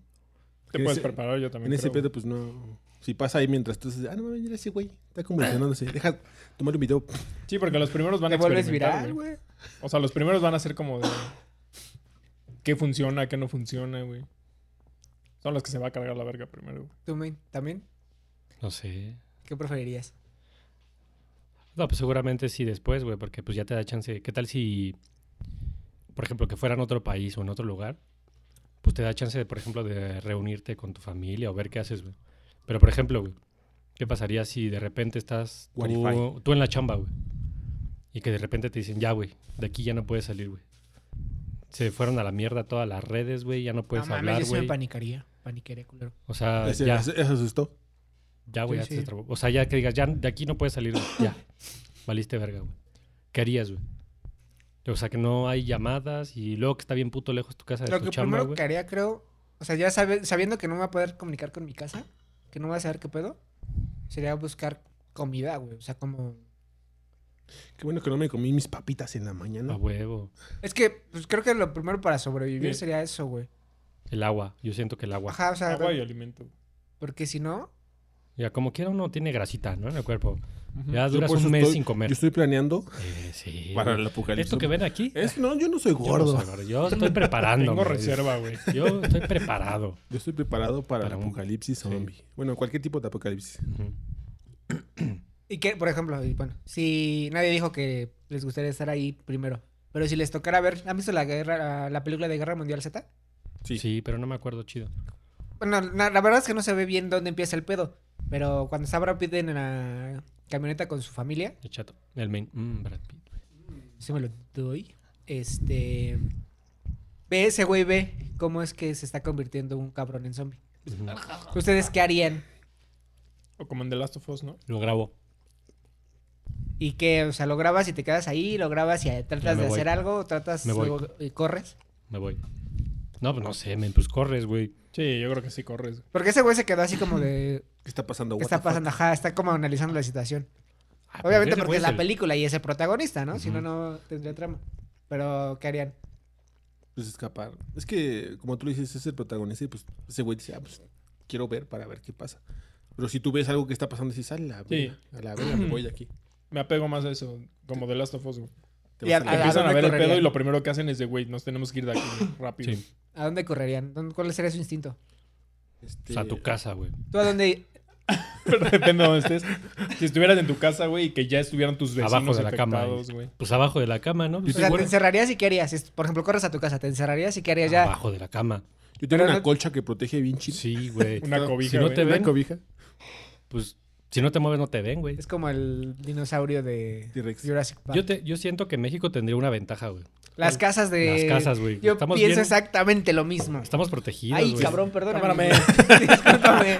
Te
En
puedes
ese-
preparar yo también.
En ese
creo,
pedo, pues no. Si pasa ahí mientras tú dices, ah, no mames, mira ese güey. Está
Ah.
convulsionándose. Deja tomar un video.
güey. Sí, porque los primeros van a
Te vuelves
experimentar,
viral,
güey.
güey.
O sea, los primeros van a ser como de... ¿Qué funciona? ¿Qué no funciona, güey? Son los que se va a cargar la verga primero, güey.
¿Tú men, también?
No sé.
¿Qué preferirías?
No, pues seguramente sí después, güey, porque pues ya te da chance. ¿Qué tal si, por ejemplo, que fuera en otro país o en otro lugar? Pues te da chance, de, por ejemplo, de reunirte con tu familia o ver qué haces, güey. Pero, por ejemplo, güey, ¿qué pasaría si de repente estás tú,
Wi-Fi.
tú en la chamba, güey? Y que de repente te dicen, ya, güey, de aquí ya no puedes salir, güey. Se fueron a la mierda todas las redes, güey, ya no puedes
No mames,
Pues hablar,
yo sí me
güey.
panicaría. Paniquearía, culero.
O sea,
Ese-
Ah, ya.
ese- Eso asustó.
Ya, güey,
Sí,
ya te
sí.
trabó. O sea, ya que digas, ya de aquí no puedes salir, güey. Ya. Valiste verga, güey. ¿Qué harías, güey? O sea, que no hay llamadas y luego que está bien puto lejos tu casa de
Lo
tu
que
chamba,
primero
güey.
que haría, creo, o sea, ya sabe- sabiendo que no me voy a poder comunicar con mi casa, que no voy a saber qué pedo, sería buscar comida, güey. O sea, como...
Qué bueno que no me comí mis papitas en la
A
mañana.
huevo.
Es que, pues creo que lo primero para sobrevivir
Sí.
sería eso, güey.
El agua. Yo siento que el agua.
Ajá, o sea,
Agua y alimento.
porque si no,
Ya, como quiera uno tiene grasita, ¿no? En el cuerpo. Ya
Yo
duras
por
un
eso
mes
estoy-
sin comer.
Yo estoy planeando
Eh, sí.
para
güey.
el apocalipsis.
Esto que ven aquí.
Es- no, yo no soy
yo no
gordo.
soy gordo. Yo estoy preparando.
Tengo
güey.
reserva, güey.
Yo estoy preparado.
Yo estoy preparado para,
Para
el
un-
apocalipsis
sí.
zombie. Bueno, cualquier tipo de apocalipsis.
Ujú.
Y que, por ejemplo, y bueno, si nadie dijo que les gustaría estar ahí primero, pero si les tocara ver, ¿han visto la guerra, la película de Guerra Mundial Z?
Sí.
Sí. pero no me acuerdo chido.
Bueno, na- la verdad es que no se ve bien dónde empieza el pedo, pero cuando está Brad Pitt en la camioneta con su familia,
El chato. El main. Mm, Brad Pitt.
si me lo doy, este, ve ese güey, ve cómo es que se está convirtiendo un cabrón en zombie.
Ujú.
¿Ustedes qué harían?
O como en The Last of Us, ¿no?
Lo grabó.
¿Y qué? O sea, ¿lo grabas y te quedas ahí? ¿Lo grabas y
Ya
tratas
me
de
voy.
hacer algo? ¿O tratas
Me voy.
luego- y corres?
Me voy. No, pues no sé, men, pues corres, güey.
Sí, yo creo que sí corres. güey.
Porque ese güey se quedó así como de.
¿Qué está pasando?
¿Qué
What
está
the fuck?
pasando? Ajá, está como analizando la situación.
Ah, pero
Obviamente
ese
porque
güey
es la
el-
película y es el protagonista, ¿no? Si no,
Ujú.
no tendría trama. Pero, ¿qué harían?
Pues escapar. Es que, como tú le dices, es el protagonista y pues ese güey dice, ah, pues quiero ver para ver qué pasa. Pero si tú ves algo que está pasando, dices, a la verga, a la verga, me voy de aquí.
Me apego más a eso, como The Last of Us, güey.
Te
Y
vas
a- a-
la verga.
Empiezan a
dónde
ver el
correrían?
pedo y lo primero que hacen es de, güey, nos tenemos que ir de aquí güey, rápido.
Sí,
¿A dónde correrían? ¿Dónde- ¿Cuál sería su instinto?
Este,
o sea, pues, a tu casa, güey.
¿Tú a dónde?
Pero depende de donde estés. Si estuvieras en tu casa, güey, y que ya estuvieran tus vecinos
Abajo de la cama,
infectados, güey.
Pues abajo de la cama, ¿no?
O
Pues,
sea, ¿te
igual,
encerrarías y qué harías? Es- Por ejemplo, corres a tu casa, ¿te encerrarías y qué harías ya?
Abajo de la cama.
Yo tengo
Pero
una
no-
colcha que protege bien chido.
Sí, güey.
Una cobija,
Si no
güey.
te
¿Una
ven,
cobija?
pues si no te mueves, no te ven, güey.
Es como el dinosaurio de
T-Rex.
Jurassic Park.
Yo, te, yo siento que México tendría una ventaja, güey.
Las casas de.
Las casas, güey.
Yo
Estamos
pienso
bien-
exactamente lo mismo.
Estamos protegidos,
Ay,
güey.
cabrón, perdóname.
Cámarame.
Discúlpame.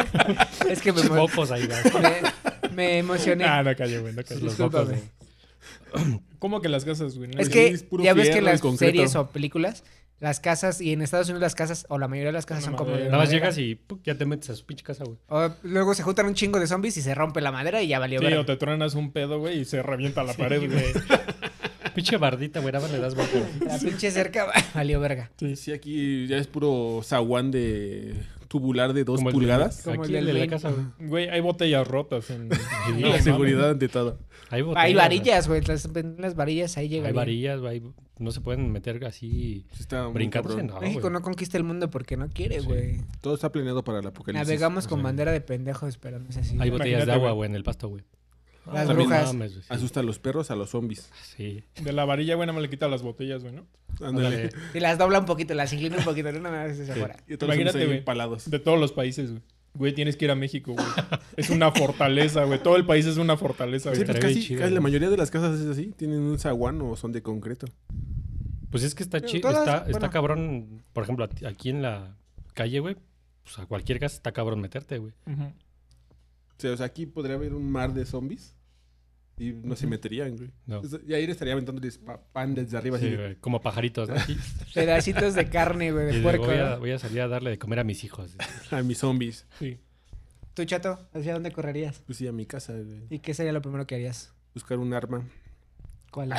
Es que me, emo-
Pocos ahí, güey.
me, me emocioné.
Ah, no cayó, güey, no
Esos
cayó.
pues, los mocos,
Discúlpame.
güey.
¿Cómo que las casas, güey? No,
Es
sí,
que
es puro
ya ves que en
fierro y
las
concreto.
series o películas, las casas, y en Estados Unidos las casas, o la mayoría de las casas
Una
son como de
madera.
Nada más
madera.
llegas y ¡puc! ya te metes a su pinche casa, güey.
O luego se juntan un chingo de zombies y se rompe la madera y ya valió
Sí,
verga.
o te truenas un pedo, güey, y se revienta la pared, güey.
Pinche bardita, güey. Nada más le das vuelta. güey.
La pinche cerca valió verga.
Sí, aquí ya es puro zaguán de tubular de dos
Como el de-
pulgadas.
Como
Aquí
el
el de
del
la
Bane.
casa, güey.
Güey, hay botellas rotas en... en-
La
no,
seguridad ante todo.
Hay,
hay
botellas,
varillas, güey. Las, las varillas ahí
güey. Hay
llegan.
varillas, güey. hay- No se pueden meter así
Sí está muy
brincándose.
cabrón.
No,
México
Ah, güey.
no conquista el mundo porque no quiere,
Sí.
güey.
Todo está planeado para el apocalipsis.
Navegamos con
sí.
bandera de pendejos, pero no es así.
Hay
güey.
botellas de
Imagínate,
agua,
güey.
güey, en el pasto, güey.
Las
No
brujas.
mames, güey, sí.
Asusta a los perros, a los zombies.
Sí.
De la varilla, güey, no me le quita las botellas, güey, ¿no?
Ándale.
Ándale.
Y las dobla un poquito, las inclina un poquito. No, no, no, eso es afuera.
Y todos los zombies
Imagínate,
ahí
güey.
empalados.
De todos los países, güey. Güey, tienes que ir a México, güey. Es una fortaleza, güey. Todo el país es una fortaleza,
Sí,
güey.
pues
Estaría
casi,
bien chido,
casi la
güey.
mayoría de las casas es así. Tienen un zaguán o son de concreto.
Pues es que está
Pero
chi-
todas,
está,
bueno.
está cabrón, por ejemplo, a ti- aquí en la calle, güey, pues a cualquier casa está cabrón meterte, güey.
Ujú.
O sea, o sea, aquí podría haber un mar de zombies y no se meterían, güey.
No.
O sea, Y ahí le estaría aventándoles pa- pan desde arriba.
Sí,
así de-
güey, como pajaritos, ¿no? Y-
Pedacitos de carne, güey,
y
de
de,
puerco.
voy, a,
¿no?
voy a salir a darle de comer a mis hijos.
a "Ah, mis zombies.
Sí.
Tú, chato, ¿hacia dónde correrías?
Pues sí, a mi casa, güey.
¿Y qué sería lo primero que harías?
Buscar un arma.
¿Cuál?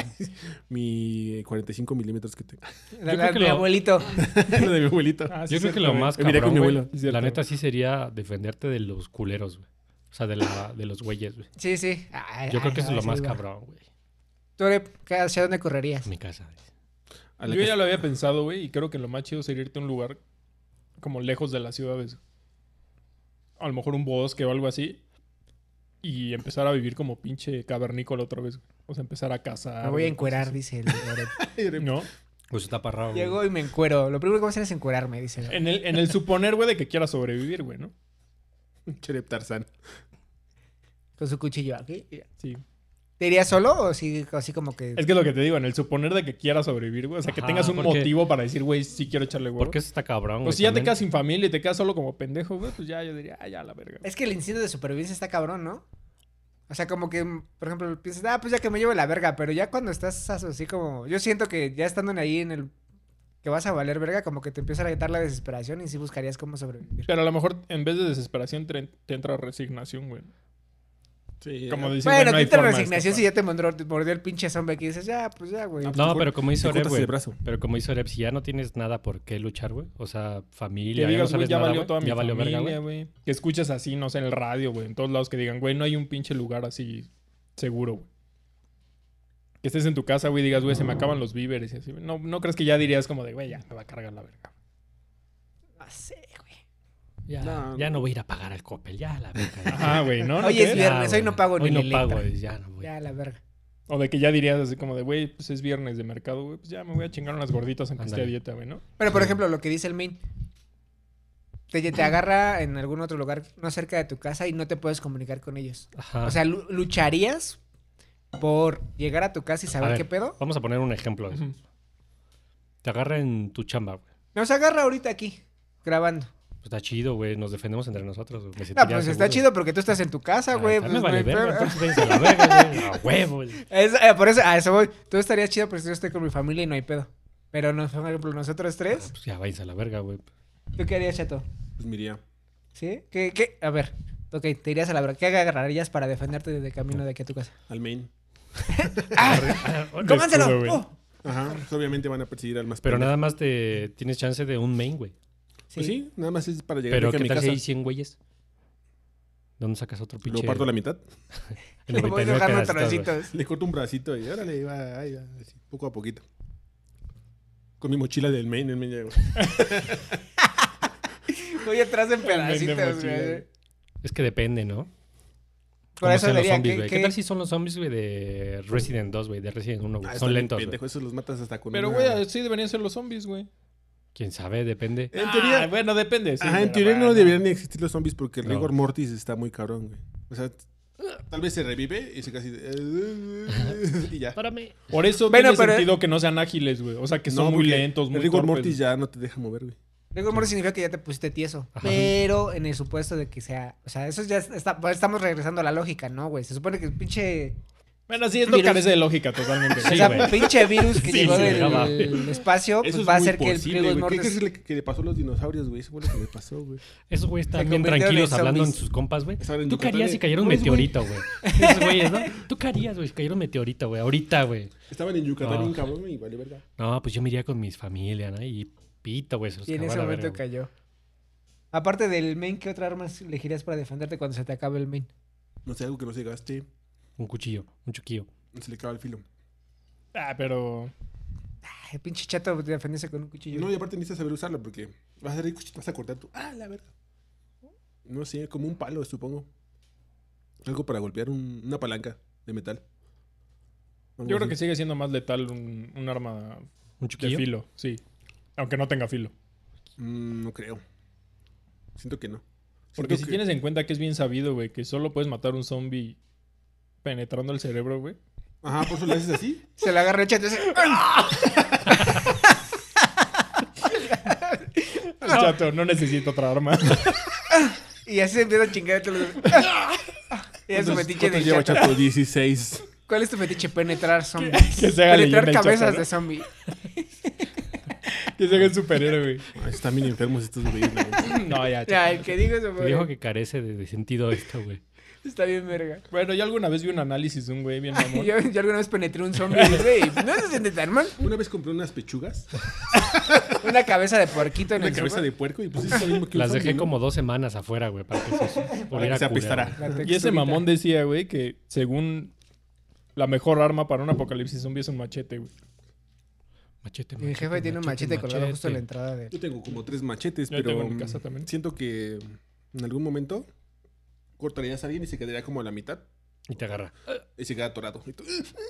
Mi eh, 45 milímetros que tengo.
La,
creo
la-
que
mi
lo-
abuelito.
Lo de mi abuelita.
Ah, sí,
Yo creo que
cierto,
lo
güey.
más
Eh, miré con
cabrón,
mi
güey,
abuelo, es cierto,
la neta sí sería defenderte de los culeros, güey. O sea, de, la, de los güeyes, güey.
Sí, sí. Ay,
Yo creo
ay,
que eso es lo
ay,
más
sí, va.
cabrón, güey.
¿Tú, Arep, qué- hacia dónde correrías?
Mi casa. güey.
A la
Yo
casa-
ya lo había pensado, güey, y creo que lo más chido sería irte a un lugar como lejos de las ciudades. A lo mejor un bosque o algo así. Y empezar a vivir como pinche cavernícola otra vez. güey. O sea, empezar a cazar.
Me voy a
güey,
encuerar,
cosas
dice el Arep.
así. ¿No?
Pues está parrado, güey.
Llego y me encuero. Lo primero que voy a hacer es encuerarme, dice el Arep.
En el, en el suponer, güey, de que quiera sobrevivir, güey, ¿no?
Un Cherep Tarzán.
Con su cuchillo aquí.
Sí.
¿Te irías solo o sí, así como que...?
Es que es lo que te digo, en el suponer de que quiera sobrevivir, güey. O sea, que
Ajá,
tengas un
porque-
motivo para decir, güey, sí quiero echarle huevo.
Porque eso está cabrón,
O
güey.
si Pues ya te
también.
quedas sin familia y te quedas solo como pendejo, güey, pues ya yo diría, ah, ya la verga.
Es que el instinto de supervivencia está cabrón, ¿no? O sea, como que, mm, por ejemplo, piensas, ah, pues ya que me lleve la verga, pero ya cuando estás as- así como. Yo siento que ya estando en ahí en el. que vas a valer verga, como que te empieza a agitar la desesperación y sí buscarías cómo sobrevivir.
Pero a lo mejor en vez de desesperación te, te entra resignación, güey.
Sí,
Como
ya.
dice,
bueno,
no
quita la resignación
resignación
si ya te mandó- te mordió, el pinche zombie aquí y dices, ya, pues ya, güey.
pues,
No,
mejor
pero como hizo
te
Oreb,
cortas
güey.
el brazo.
Pero como dice Oreb, si ya no tienes nada por qué luchar, güey. O sea, familia,
Que
ya no
digas, güey,
sabes
ya
nada,
valió
güey,
toda mi
ya valió verga,
familia,
güey.
güey. Que escuches así, no sé, en el radio, güey, en todos lados que digan, güey, no hay un pinche lugar así seguro, güey. Que estés en tu casa, güey, y digas, güey, se me acaban los víveres y así. güey. No, no crees que ya dirías como de, güey, ya me va a cargar la verga.
No sé, güey.
Ya,
No,
ya
no.
no voy a ir a pagar al Coppel, ya la verga. ya.
Ajá, güey, ¿no? ¿No
Oye, es
crees?
Ya,
viernes, hoy
güey,
no pago
hoy
ni
no
el
pago,
Electra.
ya no voy.
Ya, la verga.
O de que ya dirías así como de, güey, pues es viernes de mercado, güey, pues ya me voy a chingar unas gorditas aunque esté a
Ándale.
dieta, güey, ¿no?
Pero, por
Sí.
ejemplo, lo que dice el main. Te, te agarra en algún otro lugar no cerca de tu casa y no te puedes comunicar con ellos.
Ajá.
O sea, lu- ¿lucharías por llegar a tu casa y saber
ver.
qué pedo?
Vamos a poner un ejemplo.
Ujú.
Te agarra en tu chamba, güey.
Nos agarra ahorita aquí, grabando.
Pues está chido, güey. Nos defendemos entre nosotros. güey. Me
No,
sentiría
pues
seguro.
está chido porque tú estás en tu casa,
Ay,
güey.
también
pues,
vale
no hay
verga,
pedo.
entonces váyanse a la verga, güey. A huevo, güey.
Es- eh, por eso, a eso voy. Tú estarías chido porque yo estoy con mi familia y no hay pedo. Pero, no, por ejemplo, nosotros tres,
Pues ya váyanse a la verga, güey.
¿Tú qué harías, chato?
Pues miría.
¿Sí? ¿Qué, qué? A ver. Ok, te irías a la verdad. ¿Qué agarrarías para defenderte de camino de aquí a tu casa?
Al main.
¡Cómanselo!
Estuve, güey.
¡Oh!
Ajá. pues obviamente van a perseguir al más
Pero
pendejo.
nada más te tienes chance de un main, güey.
Pues sí, nada más es para llegar
Pero
aquí a
¿qué
mi
tal si
casa.
hay 100 güeyes? ¿Dónde sacas otro pinche?
Lo parto a la mitad.
en
Le voy
99
dejando
pedacitos, güey?
trocitos.
Le corto un bracito y órale, ahí va, ahí va, así, poco a poquito. Con mi mochila del main, el main ya, güey.
Voy atrás en
Vende
pedacitos,
mochila,
güey.
güey.
Es que depende, ¿no?
Por
Cómo
eso
sean
le
los
diría
zombies,
que...
güey. ¿Qué tal si son los zombies, güey, de Resident 2, güey? De Resident 1, güey.
Ah, están
Son
bien
lentos, güey.
pendejos, esos los matas hasta con
Pero,
una-
güey, así deberían ser los zombies, güey.
¿Quién sabe? Depende.
En teoría,
Ah, bueno, depende. sí,
ajá, en
pero
teoría no
bueno.
deberían ni existir los zombies porque el
No.
rigor mortis está muy cabrón, güey. O sea, tal vez se revive y se casi... y ya.
Párame.
Por eso
Bueno,
tiene
pero-
sentido que no sean ágiles, güey. O sea, que son
No,
muy
porque
lentos, muy
El rigor
torpes.
mortis ya no te deja mover, güey.
Rigor mortis significa que ya te pusiste tieso.
Ajá.
Pero en el supuesto de que sea. O sea, eso ya está, pues, estamos regresando a la lógica, ¿no, güey? Se supone que el pinche.
Bueno, sí, esto
Virus.
carece de lógica totalmente.
o
güey.
sea,
güey.
pinche virus que
Sí,
llegó
sí,
del
no
del espacio, pues
Eso es
va a
muy
hacer que el
posible,
rigor
güey. ¿Qué- ¿Qué
mortis.
es lo que, que le pasó a los dinosaurios, güey? Eso fue lo que le pasó, güey.
Esos güeyes
Se
están bien
convirtieron
tranquilos
en
hablando en
zombies.
sus compas, güey.
Estaban en
¿Tú qué
Yucatán,
harías si
eh.
cayera un
No, es, güey.
meteorito, güey? Esos güeyes, ¿no? ¿Tú qué harías, güey, si cayera un meteorito, güey? Ahorita, güey.
Estaban en Yucatán
Ah.
un cabrón y vale verga.
No, pues yo me iría con mis familias, ¿no? Y pito, güey. se los
Y en
pues,
cagó a
ese
la
momento
verga, güey.
cayó. Aparte del main, ¿qué otra arma elegirías para defenderte cuando se te acabe el main?
No sé, algo que no se gaste,
Un cuchillo, un chuquillo.
no se le acaba el filo.
Ah, pero...
Ay, el pinche chato defenderse con un cuchillo.
No, y aparte necesitas saber usarlo porque vas a hacer cuchillo, vas a cortar tú. Ah, la verga. No sé, como un palo, supongo. Algo para golpear un- una palanca de metal. Algo
Yo creo
así.
que sigue siendo más letal un, un arma
Un
de
chuquillo.
filo, sí. Aunque no tenga filo.
Mm, no creo. Siento que no.
Porque si
Siento que-
tienes en cuenta que es bien sabido, güey, que solo puedes matar un zombie penetrando el cerebro, güey.
Ajá, por eso le haces así.
Se la agarra el chato y dice,
Chato, no necesito otra arma.
Y así se empieza a chingar a todos los- Y es su metiche
¿Cuántos- cuántos
del
lleva
chato.
chato? 16.
¿Cuál es tu metiche? Penetrar zombies.
que se haga
Penetrar
leyenda el Chato,
cabezas
¿no?
de zombie.
Que se haga el superhéroe,
Ay, están bien enfermos estos güeyes. la neta.
güey. No,
Ya,
ya, chato.
el que digo eso,
Te dijo que carece de, de sentido esto, güey.
Está bien verga.
Bueno, yo alguna vez vi un análisis de un güey bien
Yo,
mamón.
yo alguna vez penetré un zombie y güey, no se siente tan mal.
Una vez compré unas pechugas,
Una cabeza de puerquito en
una
el
cabeza
sofá.
de puerco y pues es lo mismo que un
Las dejé
zombie, ¿no?
como dos semanas afuera, güey, para que se
Para que
oliera
se
culero,
apestara.
güey.
La
Y ese
texturita.
mamón decía, güey, que según la mejor arma para un apocalipsis zombie es un machete, güey.
Machete,
Mi jefe tiene un machete colgado justo en la entrada de
Yo tengo como tres machetes,
Yo
pero
tengo en mi
mm,
casa también.
siento que mm, en algún momento cortarías a alguien y se quedaría como a la mitad
Y te agarra.
y se queda atorado. Y, tú-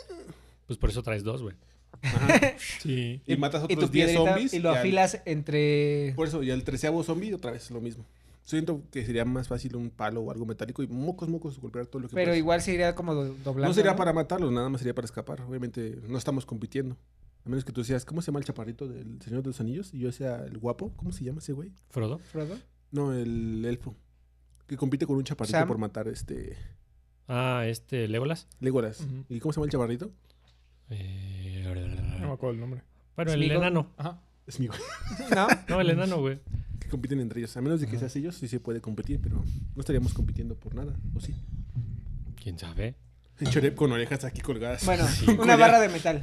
Pues por eso traes dos, güey.
Ajá.
Sí.
Y matas a
Y tu
otros 10
piedrita
zombies.
y lo
al-
afilas entre...
por eso, y al treceavo zombie otra vez es lo mismo. Siento que sería más fácil un palo o algo metálico y mocos, mocos, golpear todo lo que
Pero
puedas.
igual sería como do- doblando.
No sería para matarlos, nada más sería para escapar. Obviamente no estamos compitiendo. A menos que tú seas, ¿cómo se llama el chaparrito del Señor de los Anillos? Y yo sea el guapo. ¿Cómo se llama ese güey?
Frodo.
Frodo.
No, el elfo. Que compite con un chaparrito
Sam.
por matar este...
Ah, este, Legolas.
Legolas.
Ujú.
¿Y cómo se llama el chaparrito?
Eh,
No me acuerdo el nombre.
Bueno, el
Smigo.
enano.
Ajá.
Es mi güey.
¿No?
No, el enano, güey.
Que compiten entre ellos. A menos de que
Ajá.
seas ellos, sí se puede competir, pero no estaríamos compitiendo por nada, ¿o sí?
¿Quién sabe?
Chorep con orejas aquí colgadas.
Bueno,
Sí.
una
Collar.
barra de metal.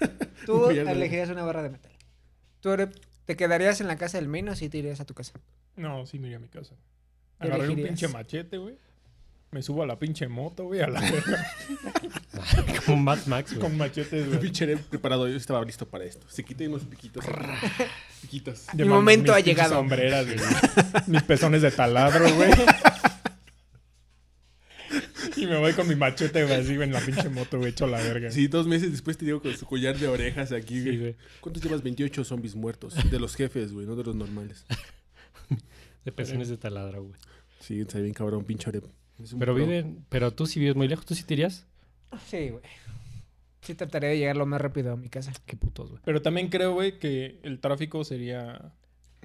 Un
Tú
collar de-
elegirías una barra de metal. ¿Tú Oreb, te quedarías en la casa del menos y te irías a tu casa?
No, sí, miré a mi casa.
¿Qué
Agarré un
elegirías?
pinche machete, güey. Me subo a la pinche moto, güey, a la
Como Mad Max, güey.
con machetes,
El
güey.
pinche Chorep preparado, yo estaba listo para esto. Se quita unos piquitos. piquitos.
De
Mi
mam-
momento
mis
ha
pinches
llegado.
sombreras, güey. mis pezones de taladro, güey. y me voy con mi machete, güey, así güey, en la pinche moto, güey, hecho la verga.
Sí, dos meses después te digo con su collar de orejas aquí,
Sí,
güey.
güey.
¿Cuántos llevas? 28 zombies muertos. De los jefes, güey, no de los normales.
De pezones de taladra, güey.
Sí, está bien cabrón, pinche Chorep. Es un
Pero
pro.
viven, pero tú si vives muy lejos, tú sí te irías.
Sí, güey. Sí trataría de llegar lo más rápido a mi casa.
Qué putos, güey.
Pero también creo, güey, que el tráfico sería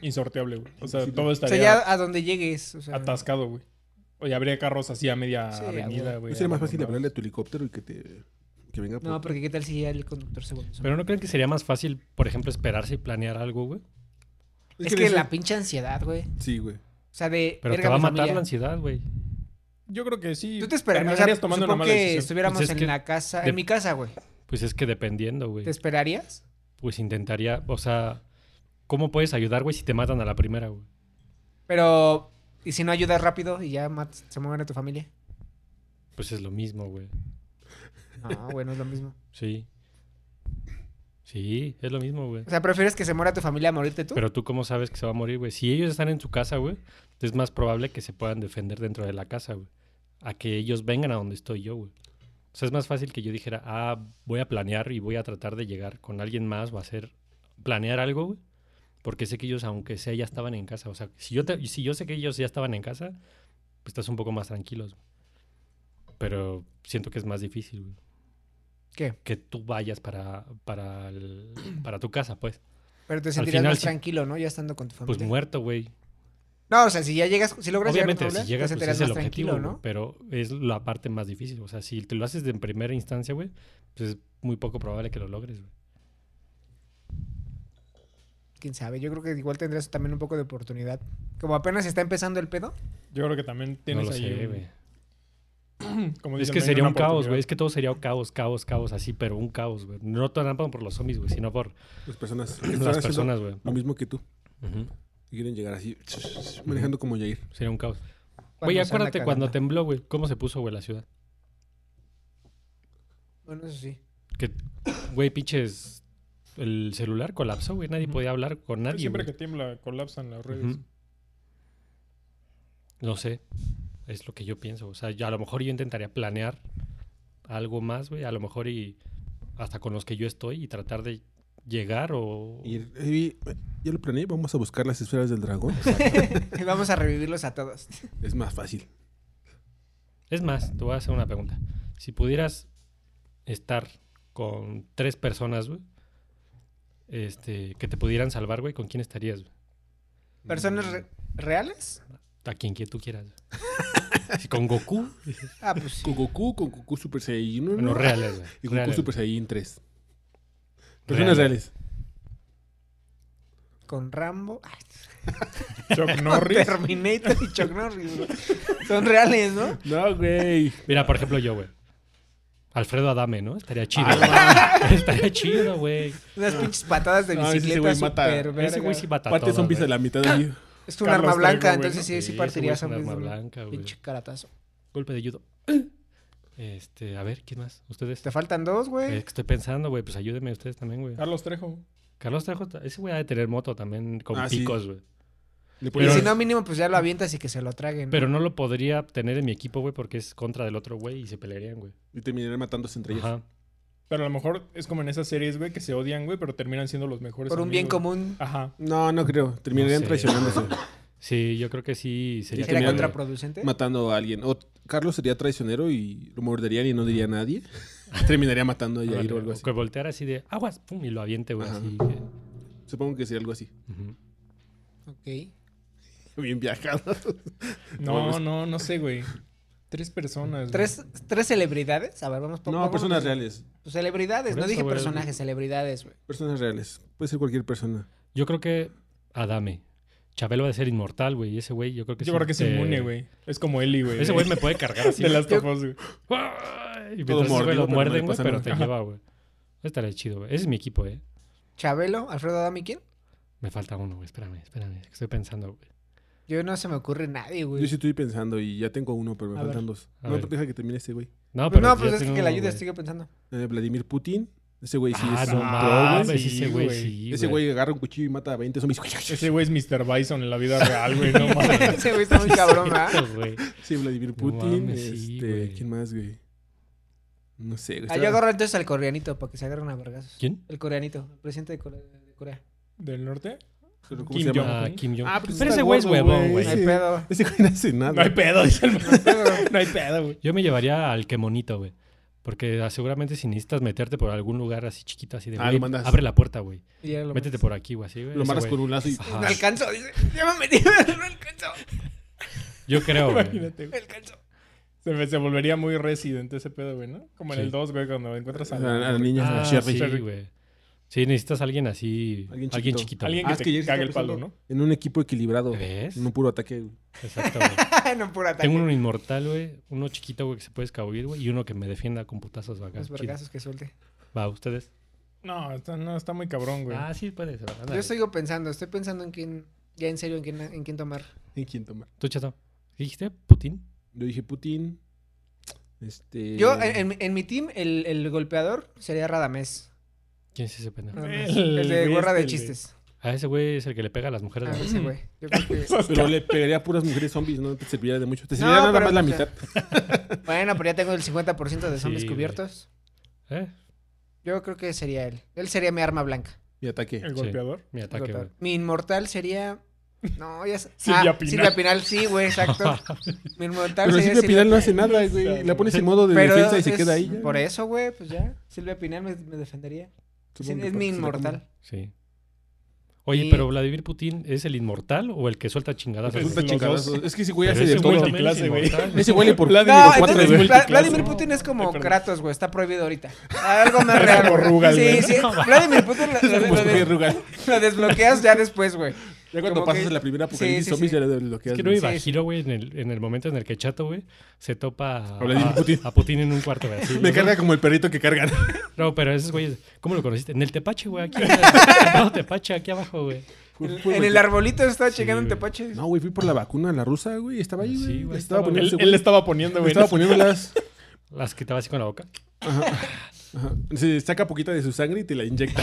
insorteable, güey. O sea,
Imposible.
todo
O
estaría
sea, ya a donde llegues. O sea,
atascado, güey. Oye, habría carros así a media
Sí,
avenida,
güey.
güey.
¿No sería más fácil
abandonados.
hablarle a tu helicóptero y que te... Que venga por
No, porque qué tal si ya el conductor se vuelve zombie?
Pero no creen que sería más fácil, por ejemplo, esperarse y planear algo, güey.
Es,
que
que,
de
la
eso-
pinche ansiedad, güey.
Sí, güey.
O sea, de.
Pero te
verga,
va a
mi
matar
familia.
la ansiedad, güey.
Yo creo que sí.
Tú te esperarías. O sea,
terminarías tomando una
supongo
mala
que
decisión.
estuviéramos
Pues es
en
que
la casa,
de-
en mi casa, güey.
Pues es que dependiendo, güey.
¿Te esperarías?
Pues intentaría, o sea, ¿cómo puedes ayudar, güey, si te matan a la primera, güey?
Pero. ¿Y si no ayudas rápido y ya matas- se mueven a tu familia?
Pues es lo mismo, güey.
No, güey, no es lo mismo.
Sí. Sí, es lo mismo, güey.
O sea, ¿prefieres que se muera tu familia a morirte tú?
Pero tú cómo sabes que se va a morir, güey. Si ellos están en su casa, güey, es más probable que se puedan defender dentro de la casa, güey. A que ellos vengan a donde estoy yo, güey. O sea, es más fácil que yo dijera, ah, voy a planear y voy a tratar de llegar con alguien más o hacer, planear algo, güey. Porque sé que ellos, aunque sea, ya estaban en casa. O sea, si yo, te- si yo sé que ellos ya estaban en casa, pues estás un poco más tranquilos. güey. Pero siento que es más difícil, güey.
¿Qué?
Que tú vayas para, para, el- para tu casa, pues.
Pero te
Al
sentirás
final
más
sí.
tranquilo, ¿no? Ya estando con tu familia.
Pues muerto, güey.
No, o sea, si ya llegas, si logras
Obviamente,
llegar a tu
si
familia,
llegas,
te
pues
sentirás
es el
más
objetivo,
tranquilo,
güey,
¿no?
Pero es la parte más difícil. O sea, si te lo haces de- en primera instancia, güey, pues es muy poco probable que lo logres, güey.
Quién sabe, yo creo que igual tendrás también un poco de oportunidad. Como apenas está empezando el pedo,
Yo creo que también tienes
no lo
ahí.
sé,
un-
güey.
como
Es
dicen,
que
ahí
sería
una
un caos,
oportunidad.
güey. Es que todo sería un caos, caos, caos, así, pero un caos, güey. No tan tanto por los zombies, güey, sino por
Las personas. que están
las
haciendo
personas, güey.
Lo mismo que tú.
Ujú.
que Quieren llegar así, manejando como Jair.
Sería un caos. Güey,
se anda
acuérdate cuando
cagando.
tembló, güey. ¿Cómo se puso, güey, la ciudad?
Bueno, eso sí.
Que, güey, pinches... El celular colapsó, güey. Nadie podía hablar con
Pues
nadie,
Siempre
güey.
que tiembla, colapsan las redes.
Ujú. No sé, es lo que yo pienso. O sea, yo- a lo mejor yo intentaría planear algo más, güey. A lo mejor y hasta con los que yo estoy y tratar de llegar o...
Y eh, ya lo planeé, vamos a buscar las esferas del dragón.
Y vamos a revivirlos a todos.
es más fácil.
Es más, te voy a hacer una pregunta. Si pudieras estar con tres personas, güey, este, que te pudieran salvar, güey, ¿con quién estarías? güey?
¿Personas re- reales?
A quien que tú quieras. güey. Si con Goku,
Ah, pues sí.
Con Goku, con Goku Super Saiyan 1.
bueno, reales, güey.
Y Goku
reales,
Super Saiyan 3. Personas reales.
Con Rambo, ah,
Chuck
con
Norris.
Terminator y Chuck Norris, güey. Son reales, ¿no?
No, güey.
Mira, por ejemplo, yo, güey. Alfredo Adame, ¿no?
Ah,
Estaría chido. Estaría chido, güey.
Unas pinches patadas de
No, ese
bicicleta
güey mata-
super verga.
Ese güey sí mata
Parte
todo,
zombies
güey.
a la mitad de ahí.
Es un
Carlos
arma blanca,
Trejo, güey,
entonces sí,
¿no?
sí,
Sí,
partiría
ese güey es un
zombies,
arma
güey.
blanca, güey.
Pinche caratazo.
Golpe de judo. Este, a ver, ¿quién más? ¿Ustedes?
Te Ah. faltan dos,
Es
güey.
que estoy pensando, güey. Pues ayúdenme ustedes también, güey.
Carlos Trejo.
Carlos Trejo, ese güey ha de tener moto también con
Ah, sí.
picos, güey.
Le
Y
Pero-
si no, mínimo, pues ya lo avientas y que se lo traguen.
Pero no lo podría tener en mi equipo, güey, porque es contra del otro güey y se pelearían, güey.
Y terminaré matándose entre ellas.
Ajá.
Pero a lo mejor es como en esas series, güey, que se odian, güey, pero terminan siendo los mejores.
Por un bien
amigos.
común.
Ajá.
No, no creo. Terminarían
No sé.
traicionándose.
Sí, yo creo que sí sería
¿Era
que
como-
contraproducente?
matando a alguien. O Carlos sería traicionero y lo morderían y no diría a nadie. Terminaría matando a
Ándale,
Jair o algo
o
así.
que volteara así de aguas, pum, y lo aviente, güey,
Ajá.
así. que-
Supongo que sería algo así.
Ujú.
Ok.
Bien viajado.
No, no, no sé, güey. Tres personas. güey.
¿Tres, tres celebridades? A ver, vamos poco a
No,
poco.
personas reales.
Pues celebridades,
Por
no
eso,
dije
güey.
personajes, celebridades, güey.
Personas reales. Puede ser cualquier persona.
Yo creo que Adame. Chabelo va a ser inmortal, güey. Y ese güey, yo creo que
Yo creo que es
te-
inmune, güey. Es como Eli, güey.
Ese güey me puede cargar así.
De las tofos, güey.
¡Ay! Y
Todo
mientras ese güey
mordido, pero no
lo
le
muerden, güey,
pasa
pero
nada.
te lleva, güey. Estaría chido, güey. Ese es mi equipo, eh.
Chabelo, Alfredo Adami, ¿quién?
Me falta uno, güey. Espérame, espérame. Estoy pensando, güey.
Yo no se me ocurre nadie,
Yo
güey.
sí estoy pensando y ya tengo uno, pero me
A
faltan dos.
A
No,
ver.
pero deja que termine ese güey.
No,
Pues
pero
no,
ya
pues es que,
tiene
que
uno,
la ayuda,
güey.
sigo pensando.
Eh, Vladimir Putin. Ese güey sí
Ah,
es
no
un
güey.
mames.
Sí,
Ese güey
güey.
sí,
Ese güey agarra un cuchillo y mata a 20 zombies.
Ese güey es Mr. Bison en la vida real, güey. No mames.
Ese güey está muy cabrón, ¿verdad?
Cierto, güey.
Sí, Vladimir Putin.
mames, sí,
este,
güey.
¿Quién más, güey? No sé. güey,
Ah,
está-
yo agarro entonces al coreanito para que se agarren a vergazos.
¿Quién?
El coreanito, el presidente de Corea. de Corea.
¿Del norte?
pero ¿cómo
Kim
se llama?
Jong.
Ah, Kim Jong.
Ah, pues
pero
está
ese güey es
gordo,
huevón,
güey.
No
güey.
hay
Sí.
pedo.
Ese güey Ah, no hace nada.
No hay pedo, dice el
pedo.
No hay pedo, güey.
Yo me llevaría al que monito, güey. Porque ah, seguramente si necesitas meterte por algún lugar así chiquito, así de
Ah,
güey,
lo mandas.
abre la puerta, güey.
Y ya lo
Métete por aquí, güey, así, güey.
Lo
Ese
matas
güey.
con un lazo y...
No
Ajá.
alcanzo, dice. Ya me metí, no alcanzo,
Yo creo, güey.
Imagínate,
no
güey.
alcanzo.
Se, me- se volvería muy residente ese pedo, güey, ¿no? Como en
Sí.
el 2, güey, cuando encuentras
A
a
la, a la
la...
niña, a la
Ah,
Sherry.
sí, güey. Sí, necesitas alguien así. Alguien
Alguien
chiquito.
chiquito.
Alguien
Ah,
que
es
te
que Jerry está
cague el palo,
pensando
¿no?
En un equipo equilibrado.
¿Ves?
En un puro ataque. güey.
Exacto, güey.
Ah, no, por ataque.
Tengo uno inmortal, güey. Uno chiquito, güey, que se puede escabullir, güey. Y uno que me defienda con putazos acá.
Los
Chido.
vergazos que suelte.
Va, ustedes.
No, está, no, está muy cabrón, güey.
Ah, sí, puedes. va, ándale.
Yo sigo pensando, estoy pensando en quién, ya en serio, en quién, en quién tomar.
¿En quién tomar?
Tú, chato. ¿Dijiste Putin?
Yo dije Putin. Este.
Yo, en, en- en mi team, el, el golpeador sería Radamés.
¿Quién es ese pendejo?
Radamés.
El-
El, de gorra de
este, el de-
chistes.
Ah, ese güey es el que le pega a las mujeres.
Ah,
¿no?
ese güey. Yo creo que-
Pero le pegaría a puras mujeres zombies, no te serviría de mucho. Te
No,
serviría nada
pero,
más la
o sea,
mitad.
Bueno, pero ya tengo el 50% de zombies
Sí, güey.
cubiertos.
¿Eh?
Yo creo que sería él. Él sería mi arma blanca.
Mi ataque.
El golpeador.
Mi ataque, güey.
Mi inmortal sería. No, ya. sé-
Silvia
Ah,
Pinal.
Silvia Pinal, sí, güey, exacto. Mi inmortal
Pero
sería
Silvia Pinal no hace nada, güey. La pones en modo de
Pero
defensa y se
es-
queda ahí. ya.
Por eso, güey, pues ya. Silvia Pinal me, me defendería. Sí,
Supongo que
es
porque
mi
se la
inmortal.
Sí. Oye,
Y-
pero Vladimir Putin es el inmortal o el que suelta chingadas.
come. Resulta
Los
chingadazo.
dos.
Es que ese güey
Pero
hace
ese
de
Es
güey
todo.
también-
multiclase,
es
güey.
inmortal.
Ese güey le por
Vladimir
No,
por cuatro,
entonces
güey.
Vla-
Multiclase.
Vladimir
No,
Putin es como
ay, perdón.
Kratos, güey. Está prohibido ahorita. Algo más real.
como
güey.
Rugal,
sí,
güey.
sí. Vladimir Putin lo, lo-
Como
lo-
Jorge Rugal.
lo desbloqueas ya después, güey.
Ya cuando
Como
pasas
que-
la primera apocalipsis
Sí, sí,
zombies
sí.
ya le bloqueas.
Es que no iba
Sí, sí.
giro, güey, en el, en el momento en el que Chato, güey, se topa a,
Vladimir
a-
Putin.
a Putin en un cuarto, güey. así,
Me
¿no?
carga como el perrito que cargan.
No, pero esos güeyes, ¿cómo lo conociste? En el Tepache, güey, aquí. no, Tepache, aquí abajo, güey.
Pues,
En el arbolito estaba
Sí,
checando un
güey.
tepache.
No, güey, fui por la vacuna, la rusa, güey. Estaba ahí,
Sí,
güey.
güey,
estaba
estaba-
poniendo
Él,
ese
él
güey.
estaba poniendo,
Me
güey.
Estaba poniéndolas.
Las que te vas así con la boca.
Ajá. Se saca poquita de su sangre y te la inyecta.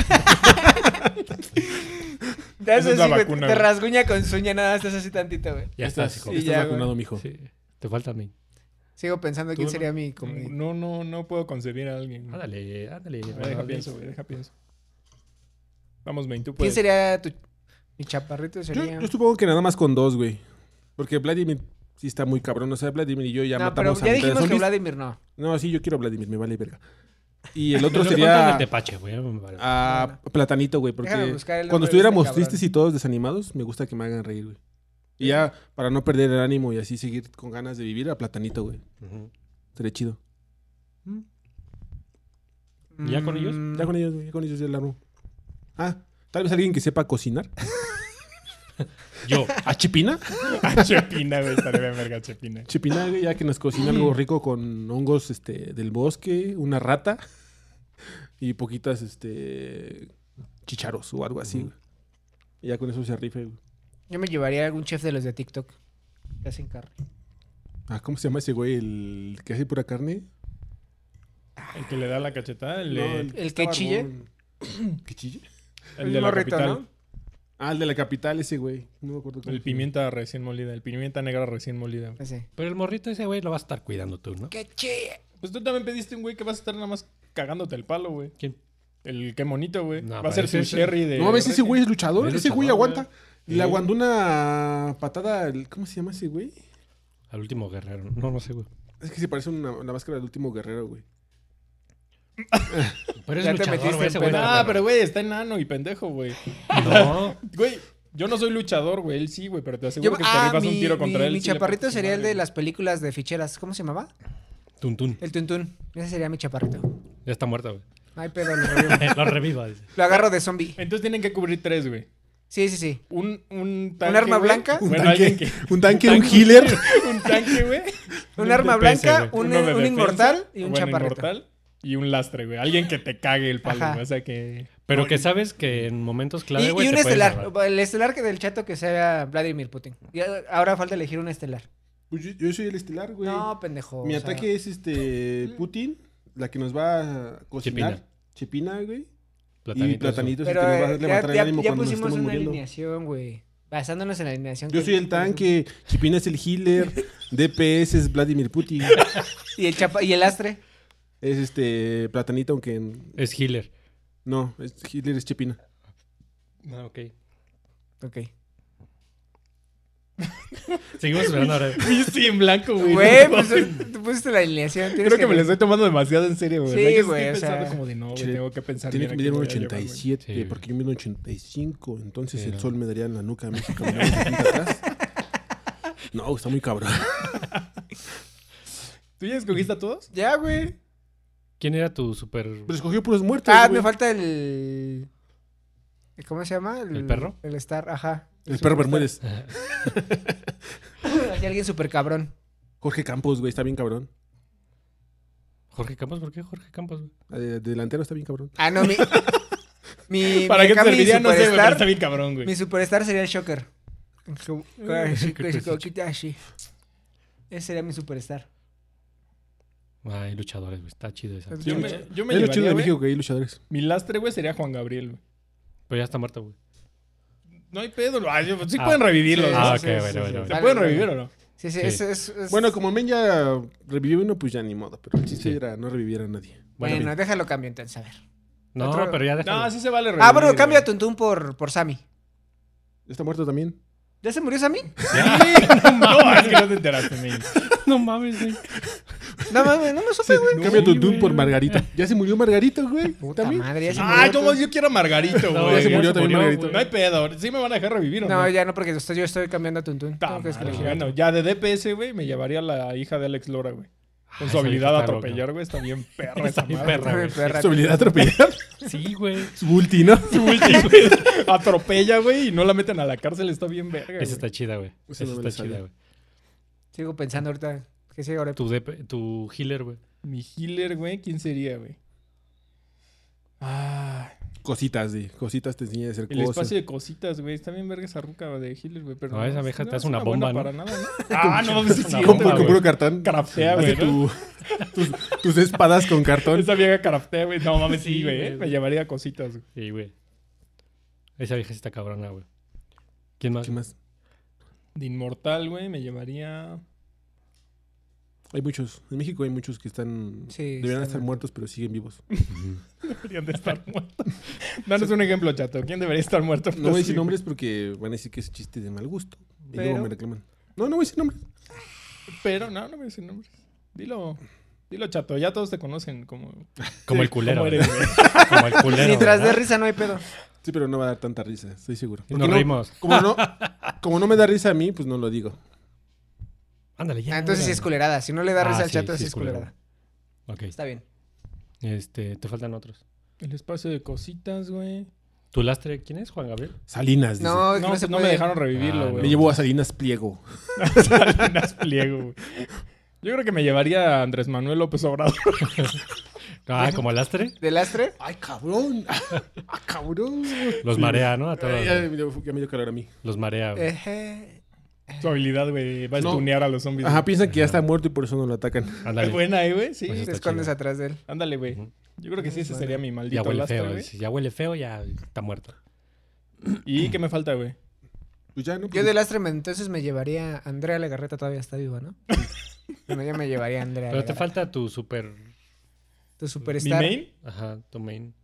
Te haces
Esa es la
así, güey,
vacuna,
te
güey.
rasguña con su uña, nada, estás así tantito, güey.
Ya
Este
estás, hijo.
sí.
Estás
ya,
vacunado, mijo.
Sí. Te falta a mí.
Sigo pensando quién
Tú,
sería mi como mi-
No, no, no puedo concebir a alguien. güey.
Ándale, ándale.
A ver,
no,
deja
no,
pienso, güey, deja pienso. Vamos, Main, tú
¿Quién
puedes.
sería tu mi chaparrito
Yo,
sería?
yo supongo que nada más con dos, güey. Porque Vladimir sí está muy cabrón. O sea, Vladimir y yo ya
no, pero
matamos
ya
a mitad de
dijimos que
zombies.
Vladimir no.
No, sí, yo quiero Vladimir, me vale verga. Y el otro
Pero cuéntame el
sería
Tepache, güey. no me vale.
Ah. a Platanito, güey.
Déjame
Porque
buscar el nombre de este
cuando estuviéramos
cabrón.
tristes y todos desanimados, me gusta que me hagan reír, güey. Y ya, para no perder el ánimo y así seguir con ganas de vivir, a Platanito, güey.
Ujú.
Sería chido.
¿Ya con ellos?
Mm,
Ya con ellos, güey, ya con ellos ya la armo. Ah, tal vez alguien que sepa cocinar.
Yo.
¿A Chipina?
A Ah, Chepina, güey. Estaría bien verga Chepina.
Chipina, güey, ya que nos cocina algo rico con hongos este, del bosque, una rata y poquitas este, chicharos o algo así. güey. Y ya con eso se rife, güey.
Yo me llevaría a algún chef de los de TikTok. Que hacen carne.
Ah, ¿cómo se llama ese güey? ¿El que hace pura carne?
El que le da la cachetada, el,
No,
de-
¿El que
está
chille?
barbón. ¿Que chille?
el de la
morrito,
capital.
¿no?
Ah, el de la capital, ese güey. No me acuerdo cómo
El
se
pimienta recién molida, el pimienta negra recién molida. güey.
Ese.
Pero el morrito ese, güey, lo vas a estar cuidando tú, ¿no?
¡Qué chille!
Pues tú también pediste un güey que vas a estar nada más cagándote el palo, güey.
¿Quién?
El qué monito, güey.
No,
Va a ser
parece ese.
su sherry de.
llama. No, ves, ese güey es luchador.
Es
ese güey
luchador,
aguanta.
güey.
¿Eh?
Le
Sí.
aguantó una patada. al- ¿Cómo se llama ese güey?
Al último guerrero. No, no sé, güey.
Es que se parece a una, la máscara del último guerrero, güey.
Pero
Ya
es
te
luchador,
metiste
güey.
en
ese güey
pedo.
no
Ah,
es
pero güey, está enano y pendejo, güey.
guerrero. No.
Güey, yo no soy luchador, güey. Él sí, güey, pero te
Yo,
aseguro que te
ah,
rifas
mi,
un tiro contra
mi-
él.
mi
sí le
chaparrito
partes su
sería el
madre,
de las películas de ficheras. ¿Cómo se llamaba?
Tuntún.
El Tuntún. Ese sería mi chaparrito.
Ya está muerto, güey.
Ay, pedo, lo revivo.
lo reviva. dice.
Lo agarro de zombie.
güey. Entonces tienen que cubrir tres, güey.
Sí, sí, sí.
Un, un tanque.
arma
güey.
blanca?
Un
Bueno, alguien
tanque,
que.
un tanque, un healer.
un tanque, güey.
Un arma blanca,
güey.
un,
Uno de
un
defensa,
inmortal y un
bueno,
chaparrito.
inmortal y un lastre, güey. Alguien que te cague el palo,
Ajá.
güey. O sea que.
Pero que sabes que en momentos
Y-
clave,
y,
güey.
un
te pueden
estelar.
salvar.
El estelar que del chato que sea Vladimir Putin. Y ahora falta elegir un estelar.
Pues yo, yo soy el estelar, güey.
No, pendejo.
Mi
o sea,
ataque es este Putin, la que nos va a cocinar. Chepina, güey. y
Platanito,
platanito es el
Pero
que nos va a
eh,
levantar
ya,
el
ya-
ánimo
ya
cuando nos
pusimos
estemos
una
muriendo.
alineación, güey. Basándonos en la alineación.
Yo
que-
soy el tanque, Chipina es el healer, DPS es Vladimir Putin,
Y el, chapa, y el astre.
es este platanito, aunque en-
eso. Es healer.
no, es, healer es Chipina.
Ah, ok.
Ok.
Seguimos esperando ahora.
Sí, sí, en blanco, güey.
Güey,
No,
pues
güey.
tú pusiste la alineación. tienes
Creo que me
ver.
lo estoy tomando demasiado en serio, güey.
Sí,
Hay que-
güey,
estoy
o sea,
pensando como de no, güey,
tiene-
tengo que pensar
Tiene
bien
que
a
medir
qué
un
voy a llevar, güey.
87,
Sí, güey.
porque yo mido un 85, entonces
Sí,
el
no.
sol me daría en la nuca a mí si caminara un poquito atrás. No, está muy cabrón.
¿Tú ya escogiste a todos?
Ya, güey.
¿Quién era tu super.
Pues, Pero escogió puros muertos.
Ah,
güey.
me falta el. ¿Cómo se llama?
¿El perro?
El Star, ajá.
El perro Bermúdez.
Así alguien súper cabrón.
Jorge Campos, güey, está bien cabrón.
Jorge Campos, ¿por qué Jorge Campos? güey?
Eh, delantero está bien cabrón.
Ah, no, mi. mi
¿Para
mi
qué te
acá, mi
serviría? No sé, güey, pero
superstar-
está bien cabrón, güey.
Mi superstar sería el Shocker. Ese sería mi superstar.
Ay, luchadores, güey. Está chido esa.
Yo me, yo me
es lo
llevaría,
chido de
güey,
México que hay luchadores.
Mi lastre, güey, sería Juan Gabriel, güey.
Pero ya está muerta, güey.
No hay pedo. ah, yo- sí
Ah.
pueden revivirlo.
Sí,
¿no?
Ah, ok,
sí,
bueno,
sí,
bueno,
sí.
bueno.
¿Se
Vale,
pueden
vale.
revivir o no?
Sí, sí,
Sí.
es- es- es-
Bueno, como Men ya revivió uno, pues ya ni modo. Pero el chiste
Sí.
era no revivir a nadie.
bueno,
bien.
déjalo cambio entonces, a ver.
No,
Otro-
pero ya déjalo.
No, sí se vale revivir.
Ah, bueno, cambia a
tu...
Tuntún por, por Sammy.
¿Está muerto también?
¿Ya se murió Sammy?
No, es que no te enteraste, men.
No mames, güey.
No, mames, no me supe, güey.
Cambia tu Doom
güey.
por Margarita. Ya se murió Margarita, güey.
Puta
¿También?
madre, ya se murió.
Ay,
todo.
como Ah, yo quiero a Margarito,
No,
güey.
se murió también Margarito.
güey.
No hay pedo. Sí me van a dejar revivir o no.
No, ya no, porque estoy- yo estoy cambiando a Tuntún.
Ta
Tengo que
madre,
escoger.
bueno, ya de DPS, güey, me llevaría a la hija de Alex Lora, güey. Con
Ay,
su
Ah, esa
habilidad
vieja
a
está loca.
atropellar, güey, está bien perra
Está
esa
bien
madre.
perra, güey.
Perra.
Su habilidad de atropellar.
Sí, güey.
Su ulti, ¿no?
Su ulti, güey, Atropella, güey, y no la meten a la cárcel, está bien verga.
Esa
güey.
está chida, güey.
Esa
Esa
no me la
está
sabía.
chida, güey.
Sigo pensando ahorita. ¿Qué sigue ahora?
Tu, DP tu healer, güey.
Mi healer, güey, ¿quién sería, güey? Ah,
Cositas, sí. Cositas te enseñan a hacer
el
cosas.
espacio de cositas, güey. Está bien verga esa ruca de healer, güey, pero
No, esa vieja te
no
hace una
es
bomba,
buena
¿no?
Para nada, ¿no? ah, no, sí,
Una
sí.
Compra
bomba,
con
güey.
puro cartón.
Craftea,
Hace
güey, ¿no?
tu- tus, tus espadas con cartón.
Esa vieja craftea, güey. No mames, sí,
Sí,
güey.
güey,
eh, Me
güey.
llevaría a cositas, güey.
Sí, güey. Esa vieja sí está cabrona, güey. ¿Quién más?
¿Qué más?
De inmortal, güey, me llevaría.
Hay muchos. En México hay muchos que están.
Sí,
deberían
están
estar muertos, pero siguen vivos.
Deberían de estar muertos. Danos un ejemplo, chato. ¿Quién debería estar muerto?
No voy a decir nombres porque van a decir que es chiste de mal gusto. Y luego
Pero-
me reclaman. No, no voy a decir nombres.
Pero no, no voy a decir nombres. Dilo. Dilo, chato. Ya todos te conocen como.
Como el
¿Cómo
culero. güey.
eres, güey?
Como el culero.
Ni tras de
¿verdad?
risa no hay pedo.
Sí, pero no va a dar tanta risa, estoy seguro.
Y
Porque
nos
no-
reímos.
Como no, como no me da risa a mí, pues no lo digo.
Ándale, ya.
Ah, entonces sí
ándale.
es culerada. Si no le da
Ah,
risa al
sí,
chato,
sí
sí
es
es culerada.
Ok.
Está bien.
Este, te faltan otros.
El espacio de cositas, güey.
¿Tu lastre quién es, Juan Gabriel?
Salinas, dice.
No,
No,
que no,
pues
se
no
puede.
me dejaron revivirlo,
Ah,
güey.
Me llevo a Salinas Pliego.
Salinas Pliego, güey. Yo creo que me llevaría a Andrés Manuel López Obrador.
Ah, como lastre.
¿De lastre?
¡Ay, cabrón! ¡Ah, cabrón!
Los
Sí,
marea, ¿no? A todos.
güey. Ya,
güey.
me dio- ya me dio calor a mí.
Los marea,
Eh,
güey.
Ejé.
Su habilidad, güey, va a
No.
estunear a los zombies.
Ajá, piensan que ya está muerto y por eso no lo atacan.
Es
Ándale.
buena, eh, güey, sí.
Pues
Te
está
escondes
chido.
atrás de él.
Ándale, güey.
Ujú.
Yo creo que sí, ese sería mi
Ya
maldito
huele
lastre,
feo. ¿eh?
güey.
Si ya huele feo, ya está muerto.
¿Y qué me falta, güey?
Pues ya, ¿no?
Yo de lastre me- entonces me llevaría... Andrea Legarreta todavía está viva, ¿no? Bueno, yo me llevaría a Andrea
Pero te
Legarreta.
falta tu super.
Tu
¿Mi
superstar.
main?
Ajá, tu main.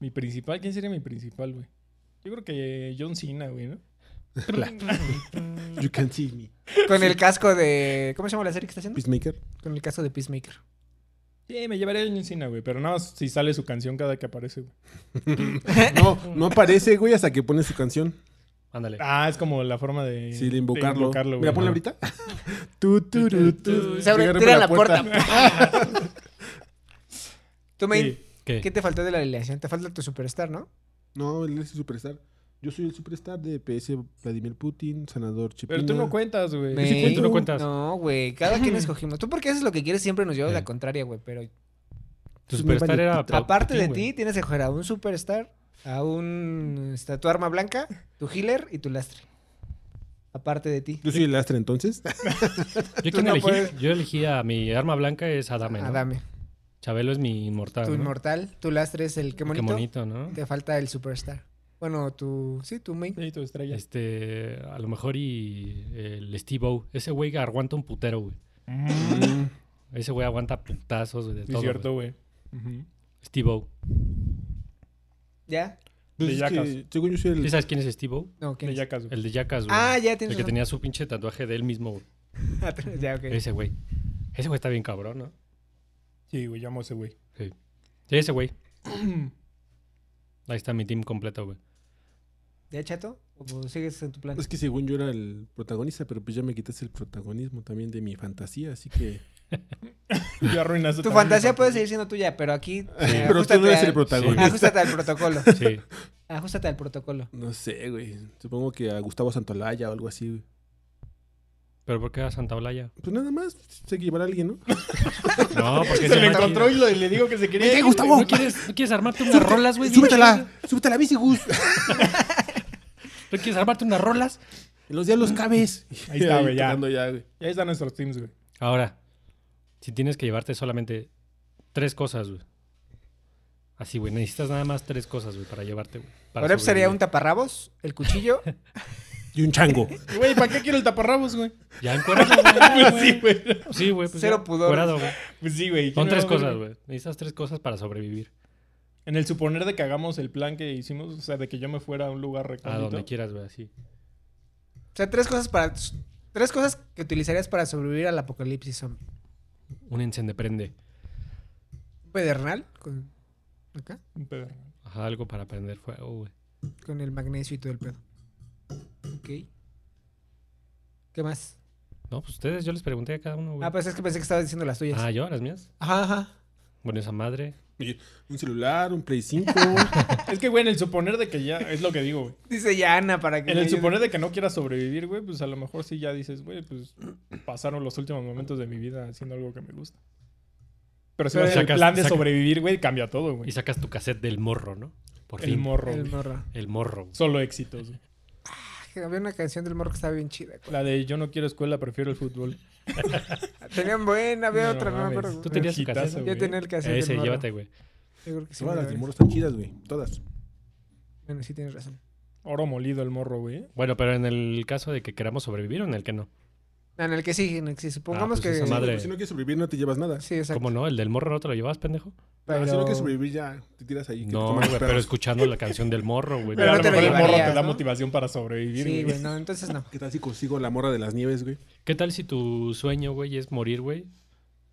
¿Mi principal? ¿Quién sería mi principal, güey? Yo creo que John Cena, güey, ¿no?
You can see me.
Con el casco de... ¿Cómo se llama la serie que está haciendo?
Peacemaker.
Con el casco de Peacemaker.
Sí, me llevaría a John Cena, güey. Pero nada más si sale su canción cada que aparece, güey.
No, no aparece, güey, hasta que pone su canción.
Ándale.
Ah, es como la forma de...
Sí, de invocarlo.
de invocarlo, güey.
Mira, ponle
Ajá.
ahorita. Tú, tú, tú, tú.
Se abre-
Llegaron
tira
por
la puerta. Tu main,
Sí.
¿Qué?
¿qué te faltó de la alineación? Te falta tu superstar, ¿no?
No, él es el superstar. Yo soy el superstar de PS Vladimir Putin, senador Chipina.
Pero tú no cuentas, güey.
Me-
sí cuento, no cuentas.
No, güey. Cada quien escogimos. Tú porque haces lo que quieres siempre nos llevas
Sí. Ah,
la contraria, güey. Pero
Tu
Es
superstar
muy
era.
maletita.
Pau-
aparte de
Putin,
ti,
güey.
tienes que jugar a un superstar, a un... este, a tu arma blanca, tu healer y tu lastre. Aparte de ti.
Yo soy el lastre, entonces. Pues
¿Yo
tú
quién
no
elegí?
puedes.
Yo elegí a mi arma blanca es Adame. ¿no?
Adame.
Chabelo es mi inmortal.
Tu
¿no?
inmortal, tu lastre es el que
Qué
bonito.
bonito, ¿no?
Te falta el superstar. Bueno, tu... Sí, tu main.
Sí, tu estrella.
Este, a lo mejor y el Steve O. Ese güey aguanta un putero, güey.
Mm.
Ese güey aguanta putazos güey, de
Sí,
todo.
cierto, güey. Ujú.
Steve O.
¿Ya?
Pues
De
es
yacas.
que, según yo soy
¿Sí
el.
sabes quién es Steve O?
No, ¿quién
De
es?
Jackass, güey.
El de Jackass, güey.
Ah, ya
El
tienes
que
razón.
tenía su pinche tatuaje de él mismo, güey.
ya, ok.
Ese güey. Ese güey está bien cabrón, ¿no?
Sí, güey, llamo a ese güey.
Sí, ese güey. Ahí está mi team completo, güey.
¿Ya, chato? ¿O pues, sigues en tu plan?
Es que según yo era el protagonista, pero pues ya me quitaste el protagonismo también de mi fantasía, así que.
Eh, Ya arruinaste
Tu
también mi
fantasía puede seguir siendo tuya, pero aquí... eh,
pero usted no
ajustate
es el
al-
protagonista.
Ajustate al protocolo.
Sí.
Ajustate al protocolo.
No sé, güey. Supongo que a Gustavo Santolaya o algo así, güey.
¿Pero por qué a Santa Olaya?
Pues nada más, sé que llevar a alguien, ¿no?
No, porque
Se le encontró y lo- le digo que se quería.
¡Eh,
ir,
Gustavo!
¿No quieres, ¿No quieres armarte unas rolas, güey?
¡Súbetela! ¡Súbetela, bici, Gus!
¿No quieres armarte unas rolas?
En los diablos cabes.
Ahí está, güey, ya.
tocando ya, güey.
güey. Ahí están nuestros teams, güey.
Ahora, si tienes que llevarte solamente tres cosas, güey. Así, güey. Necesitas nada más tres cosas, güey, para llevarte, güey. para
Ahora pues, sería un
sobrevivir.
taparrabos, el cuchillo.
Y un chango.
Güey, ¿para qué quiero el taparrabos, güey?
Ya encuerado, güey.
Pues sí, güey.
Sí, Pues güey. Pues
Cero
ya,
pudor.
encuerado, güey.
Pues sí, güey.
Son
¿Quién
tres
me va a ver,
cosas, güey. Necesitas tres cosas para sobrevivir.
En el suponer de que hagamos el plan que hicimos, o sea, de que yo me fuera a un lugar
A donde
recóndito.
quieras, güey, así.
O sea, tres cosas para. Tres cosas que utilizarías para sobrevivir al apocalipsis zombie.
Un encende prende.
Un pedernal con. Acá.
Un pedo.
Ajá, algo para prender fuego, güey.
Con el magnesio y todo el pedo. Ok. ¿Qué más?
No, pues ustedes, yo les pregunté a cada uno, güey.
Ah, pues es que pensé que estabas diciendo las tuyas.
Ah, yo, las mías.
Ajá, ajá.
Bueno, esa madre.
Y Un celular, un Play 5.
Es que, güey, en el suponer de que ya, es lo que digo, güey.
Dice ya Ana para que.
En
me
el
ayude.
suponer de que no quieras sobrevivir, güey, pues a lo mejor sí ya dices, güey, pues pasaron los últimos momentos de mi vida haciendo algo que me gusta. Pero si
Pero
vas el
sacas-
plan de
saca-
sobrevivir, güey, cambia todo,
Y
güey.
sacas tu cassette del morro, ¿no? Por
El
fin.
morro.
El
güey.
morro.
El morro. güey.
Solo éxitos. güey.
Que Había una canción del morro que estaba bien chida.
La de yo no quiero escuela, prefiero el fútbol.
Tenían buena, había
No
otra, no me
mames.
acuerdo.
Tú tenías su
Hitazo,
cassette.
güey.
Yo tenía el cassette del
Ese,
morro.
llévate, güey.
Yo creo que sí.
Todas
me
las de
la-
Moro están chidas, güey. Todas.
Bueno, sí tienes razón.
Oro molido el morro, güey.
Bueno, pero en el caso de que queramos sobrevivir o en el que no.
No, en el que sí, en el que sí. Supongamos
Ah, pues
que.
esa madre.
Pero Si no quieres sobrevivir, no te llevas nada.
Sí, exacto.
¿Cómo no? ¿El del morro no te lo llevabas, pendejo?
Pero... Si no quieres
Pero-
sobrevivir, ya te tiras ahí. que te
No,
coman los
güey, pero
perros.
escuchando la canción del morro, güey.
Pero a
no
lo
te lo
mejor el morro te
llevarías,
da
¿no?
motivación para sobrevivir,
Sí,
güey.
güey, no, entonces no.
¿Qué tal si consigo la morra de las nieves, güey?
¿Qué tal si tu sueño, güey, es morir, güey?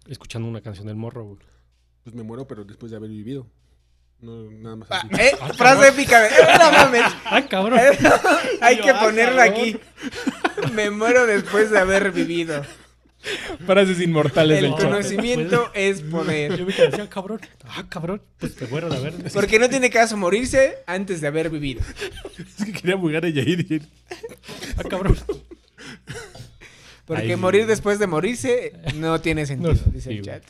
Escuchando una canción del morro, güey.
Pues me muero, pero después de haber vivido. No, nada más
Ah,
así.
eh, frase épica de. ¡Eh, no mames!
¡Ay, Ah, cabrón!
Hay
Yo,
que
ah,
ponerla
cabrón.
aquí. Me muero después de haber vivido.
Frases inmortales
El
del
cono-
chat.
conocimiento es poder.
Yo me quedé así, "Ah, cabrón. ¡Ah, cabrón! Pues te muero de haber.
Porque no tiene caso morirse antes de haber vivido.
Es que quería bugar a Yair. y él-
¡Ah, cabrón!
Porque
Ay,
morir
güey.
después de morirse no tiene sentido,
No,
dice
sí,
el
güey.
chat.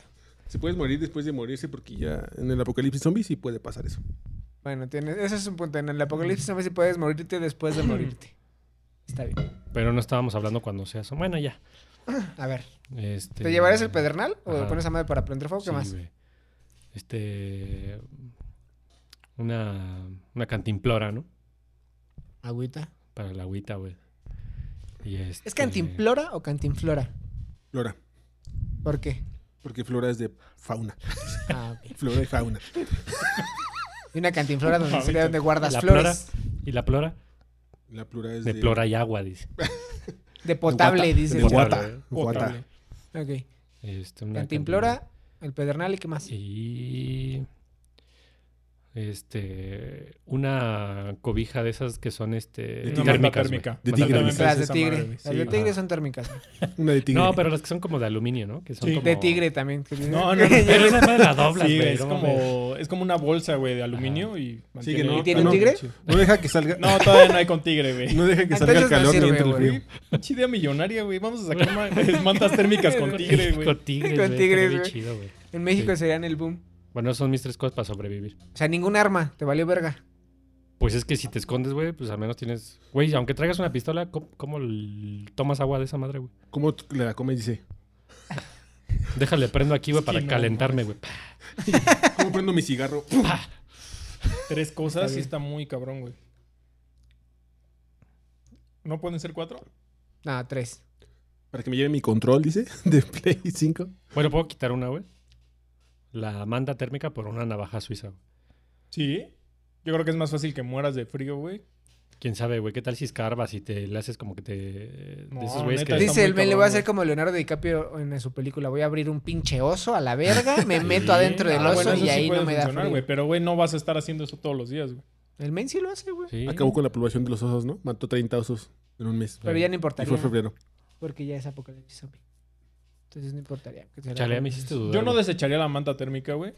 Se puedes morir después de morirse porque ya en el apocalipsis zombie sí puede pasar eso.
Bueno, tienes, ese es un punto. En el apocalipsis no sé si puedes morirte después de morirte. Está bien.
Pero no estábamos hablando cuando se asó. Bueno, ya.
A ver,
Este,
¿te llevarás el pedernal o
Ajá.
pones a madre para prender fuego? ¿Qué
Sí,
más?
güey. Este. Una. Una cantimplora, ¿no?
Agüita.
Para la agüita, güey. Y este-
¿Es cantimplora o cantinflora?
Flora.
¿Por qué?
Porque flora es de fauna.
Ah, ok.
Flora y fauna.
Y una cantinflora donde
Ahorita.
sería donde guardas
La
flores.
¿Y la plora?
La plura es de...
De plora y agua, dice.
De potable,
guata.
dice.
De
el chat.
guata.
Potable.
Guata.
Ok.
Este, una
Cantimplora, el pedernal y qué más.
cantimplora. Y. Este. Una cobija de esas que son este.
Una manta
térmicas, güey.
térmica.
De
Manta
tigre.
térmica.
Las de
esa
tigre.
madre, güey.
Las
Sí,
de
ajá.
tigre son térmicas.
Una de tigre.
No, pero las que son como de aluminio, ¿no? Que son
Sí.
como-
De tigre también. que dicen.
No, no, no.
Pero esa madre la doblas,
Sí,
güey.
es
no mames.
como, es como una bolsa, güey, de aluminio y
Sí,
mantiene-
que no.
¿Y tiene
no,
un tigre?
No deja que salga...
No, todavía no hay con tigre, güey.
No deja que
Entonces
salga el
no
calor
sirve,
ni entre el
güey.
frío.
Pinche idea millonaria, güey. Vamos a sacar ma- mantas térmicas con tigre, güey.
Con tigres,
Con
güey,
tigres,
estaría bien
güey.
chido, güey.
En México
Sí.
serían el boom.
Bueno, son mis tres cosas para sobrevivir.
O sea, ningún arma. Te valió verga.
Pues es que si te escondes, güey, pues al menos tienes... Güey, aunque traigas una pistola, ¿cómo, cómo l- tomas agua de esa madre, güey?
¿Cómo t- la comes? Dice,
Déjale, prendo aquí, güey,
Es que
para
no,
calentarme, güey. Pa,
¿cómo prendo mi cigarro?
pa.
Tres
Está
cosas y
bien.
está muy cabrón, güey. ¿No pueden ser cuatro?
No, tres.
Para que me lleve mi control, dice, de Play 5.
Bueno, ¿puedo quitar una, güey? La manta térmica por una navaja suiza, güey.
Sí. Yo creo que es más fácil que mueras de frío, güey.
¿Quién sabe, güey? ¿Qué tal si escarbas y te le haces como que te...
No,
de esos güeyes
neta,
que...
está
Dice
muy
el me le
cabrón,
voy a hacer
güey.
como Leonardo DiCaprio en su película. Voy a abrir un pinche oso a la verga, me meto adentro del
Ah,
oso
bueno, eso
y
sí
ahí
puede
no me da
funcionar,
frío.
güey. Pero, güey, no vas a estar haciendo eso todos los días, güey.
El men sí lo hace, güey.
Sí.
Acabó con la población de los osos, ¿no? Mató 30 osos en un mes.
Pero ya no
Y
importaría.
fue febrero.
Porque ya es apocalipsis zombie. Entonces no importaría. que se la
Chale, ya me
coman.
hiciste dudar.
Yo no
güey.
desecharía la manta térmica, güey.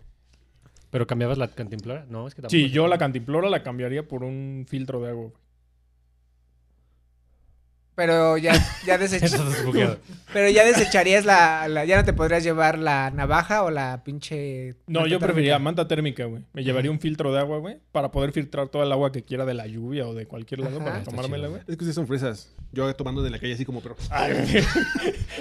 Pero cambiabas la cantimplora. No, es que tampoco.
Sí, yo la cantimplora la cambiaría por un filtro de agua. güey.
Pero ya, ya desech-
Eso es bugueado.
Pero ya desecharías la, la- Ya no te podrías llevar la navaja o la pinche.
No,
manta
yo preferiría
térmica.
manta térmica, güey. Me llevaría un filtro de agua, güey, para poder filtrar toda el agua que quiera de la lluvia o de cualquier lado
Ajá.
para
Está
tomármela,
chido.
güey.
Es que ustedes son fresas. Yo tomando de la calle así como perro.
Ay,